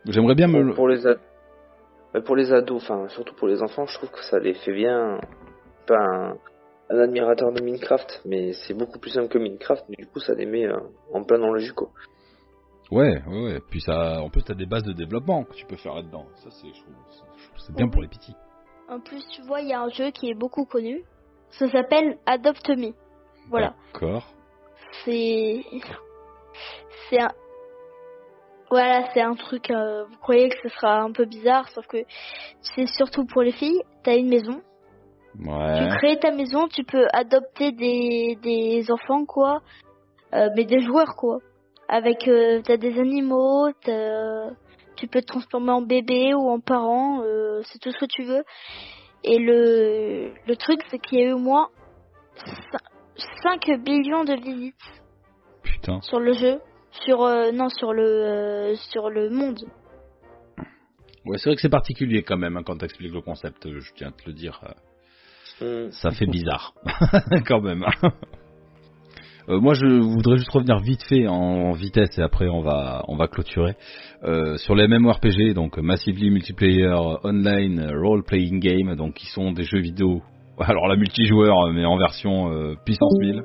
J'aimerais bien me.
pour,
le-
pour les ad- ouais, pour les ados, enfin surtout pour les enfants, je trouve que ça les fait bien. Pas un, un admirateur de Minecraft, mais c'est beaucoup plus simple que Minecraft. Mais du coup, ça les met euh, en plein dans le juco.
Ouais, ouais, ouais. Puis ça. En plus, t'as des bases de développement que tu peux faire là-dedans. Ça, c'est. je trouve- c'est- C'est bien pour les petits.
En plus, tu vois, il y a un jeu qui est beaucoup connu. Ça s'appelle Adopt Me. Voilà.
D'accord.
C'est, c'est un, voilà, c'est un truc, euh, vous croyez que ce sera un peu bizarre, sauf que c'est surtout pour les filles. T'as une maison.
Ouais.
Tu crées ta maison, tu peux adopter des, des enfants, quoi. Euh, mais des joueurs, quoi. Avec, euh, t'as des animaux, t'as- tu peux te transformer en bébé ou en parent, euh, c'est tout ce que tu veux. Et le, le truc, c'est qu'il y a eu au moins 5 billions de visites
Putain.
sur le jeu. Sur, euh, non, sur le, euh, sur le monde.
Ouais, c'est vrai que c'est particulier quand même hein, quand t'expliques le concept. euh, Je tiens à te le dire. euh,
Hmm.
ça fait bizarre quand même. Euh, moi, je voudrais juste revenir vite fait en vitesse et après on va on va clôturer Euh, sur les MMORPG, donc massively multiplayer online role playing game, donc qui sont des jeux vidéo. Alors la multijoueur, mais en version euh, puissance 1000.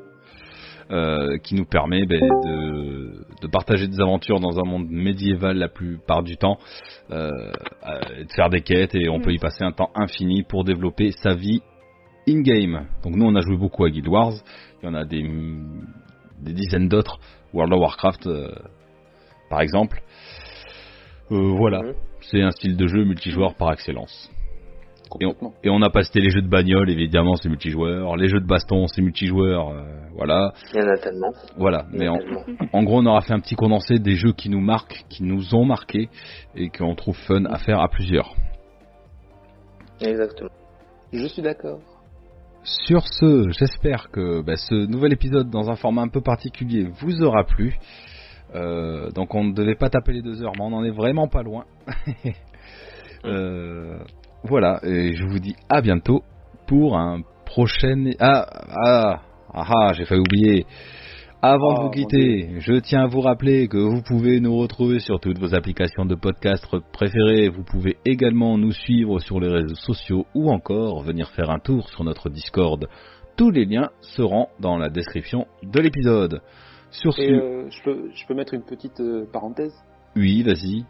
euh, qui nous permet ben, de, de partager des aventures dans un monde médiéval la plupart du temps, euh, euh, et de faire des quêtes et on peut y passer un temps infini pour développer sa vie in-game. Donc nous, on a joué beaucoup à Guild Wars. Il y en a des, des dizaines d'autres. World of Warcraft, euh, par exemple. Euh, voilà,
Mhm.
c'est un style de jeu multijoueur par excellence.
Complètement.
Et on a pas cité les jeux de bagnole, évidemment, c'est multijoueur. Les jeux de baston, c'est multijoueur. euh, voilà,
Il y en a tellement.
voilà.
Il y
Mais
en
en,
a tellement.
en gros, on aura fait un petit condensé des jeux qui nous marquent, qui nous ont marqués et qu'on trouve fun à faire à plusieurs.
Exactement.
Je suis d'accord.
Sur ce, j'espère que bah, ce nouvel épisode dans un format un peu particulier vous aura plu. Euh, donc on ne devait pas taper les deux heures, mais on en est vraiment pas loin. Euh, voilà, et je vous dis à bientôt pour un prochain... Ah, ah, ah, ah, j'ai failli oublier. Avant
Ah,
de vous
mon
quitter, je tiens à vous rappeler que vous pouvez nous retrouver sur toutes vos applications de podcast préférées. Vous pouvez également nous suivre sur les réseaux sociaux ou encore venir faire un tour sur notre Discord. Tous les liens seront dans la description de l'épisode. Sur ce,
Et euh, je, peux, je peux mettre une petite euh, parenthèse
oui, vas-y.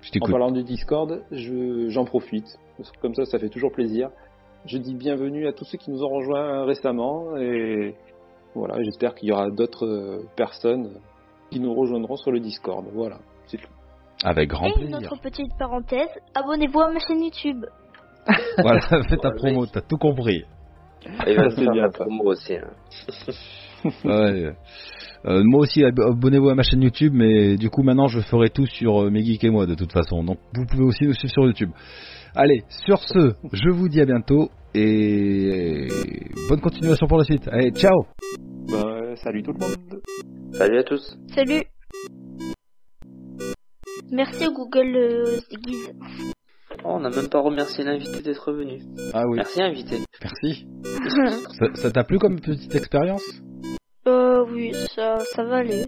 Je
En
t'écoute.
parlant du Discord, je- j'en profite. Parce que Comme ça, ça fait toujours plaisir. Je dis bienvenue à tous ceux qui nous ont rejoints euh, récemment et voilà, j'espère qu'il y aura d'autres euh, personnes qui nous rejoindront sur le Discord. Voilà, c'est tout.
Avec grand
Et une
plaisir.
autre petite parenthèse, abonnez-vous à ma chaîne YouTube.
Voilà, fais ta
Voilà,
promo, t'as tout compris.
Et
Ça,
va
c'est
faire
bien,
la
ça.
promo aussi. hein.
Ouais. Euh, moi aussi, ab- abonnez-vous à ma chaîne YouTube, mais du coup, maintenant, je ferai tout sur euh, mes geeks et moi, de toute façon. Donc, vous pouvez aussi nous suivre sur YouTube. Allez, sur ce, je vous dis à bientôt et bonne continuation pour la suite. Allez, ciao
Ben, salut tout le monde.
Salut à tous.
Salut Merci au Google euh, Guise.
Oh, on n'a même pas remercié l'invité d'être venu.
Ah oui,
Merci invité.
merci. Ça ça t'a plu comme petite expérience
euh, oui, ça, ça va aller.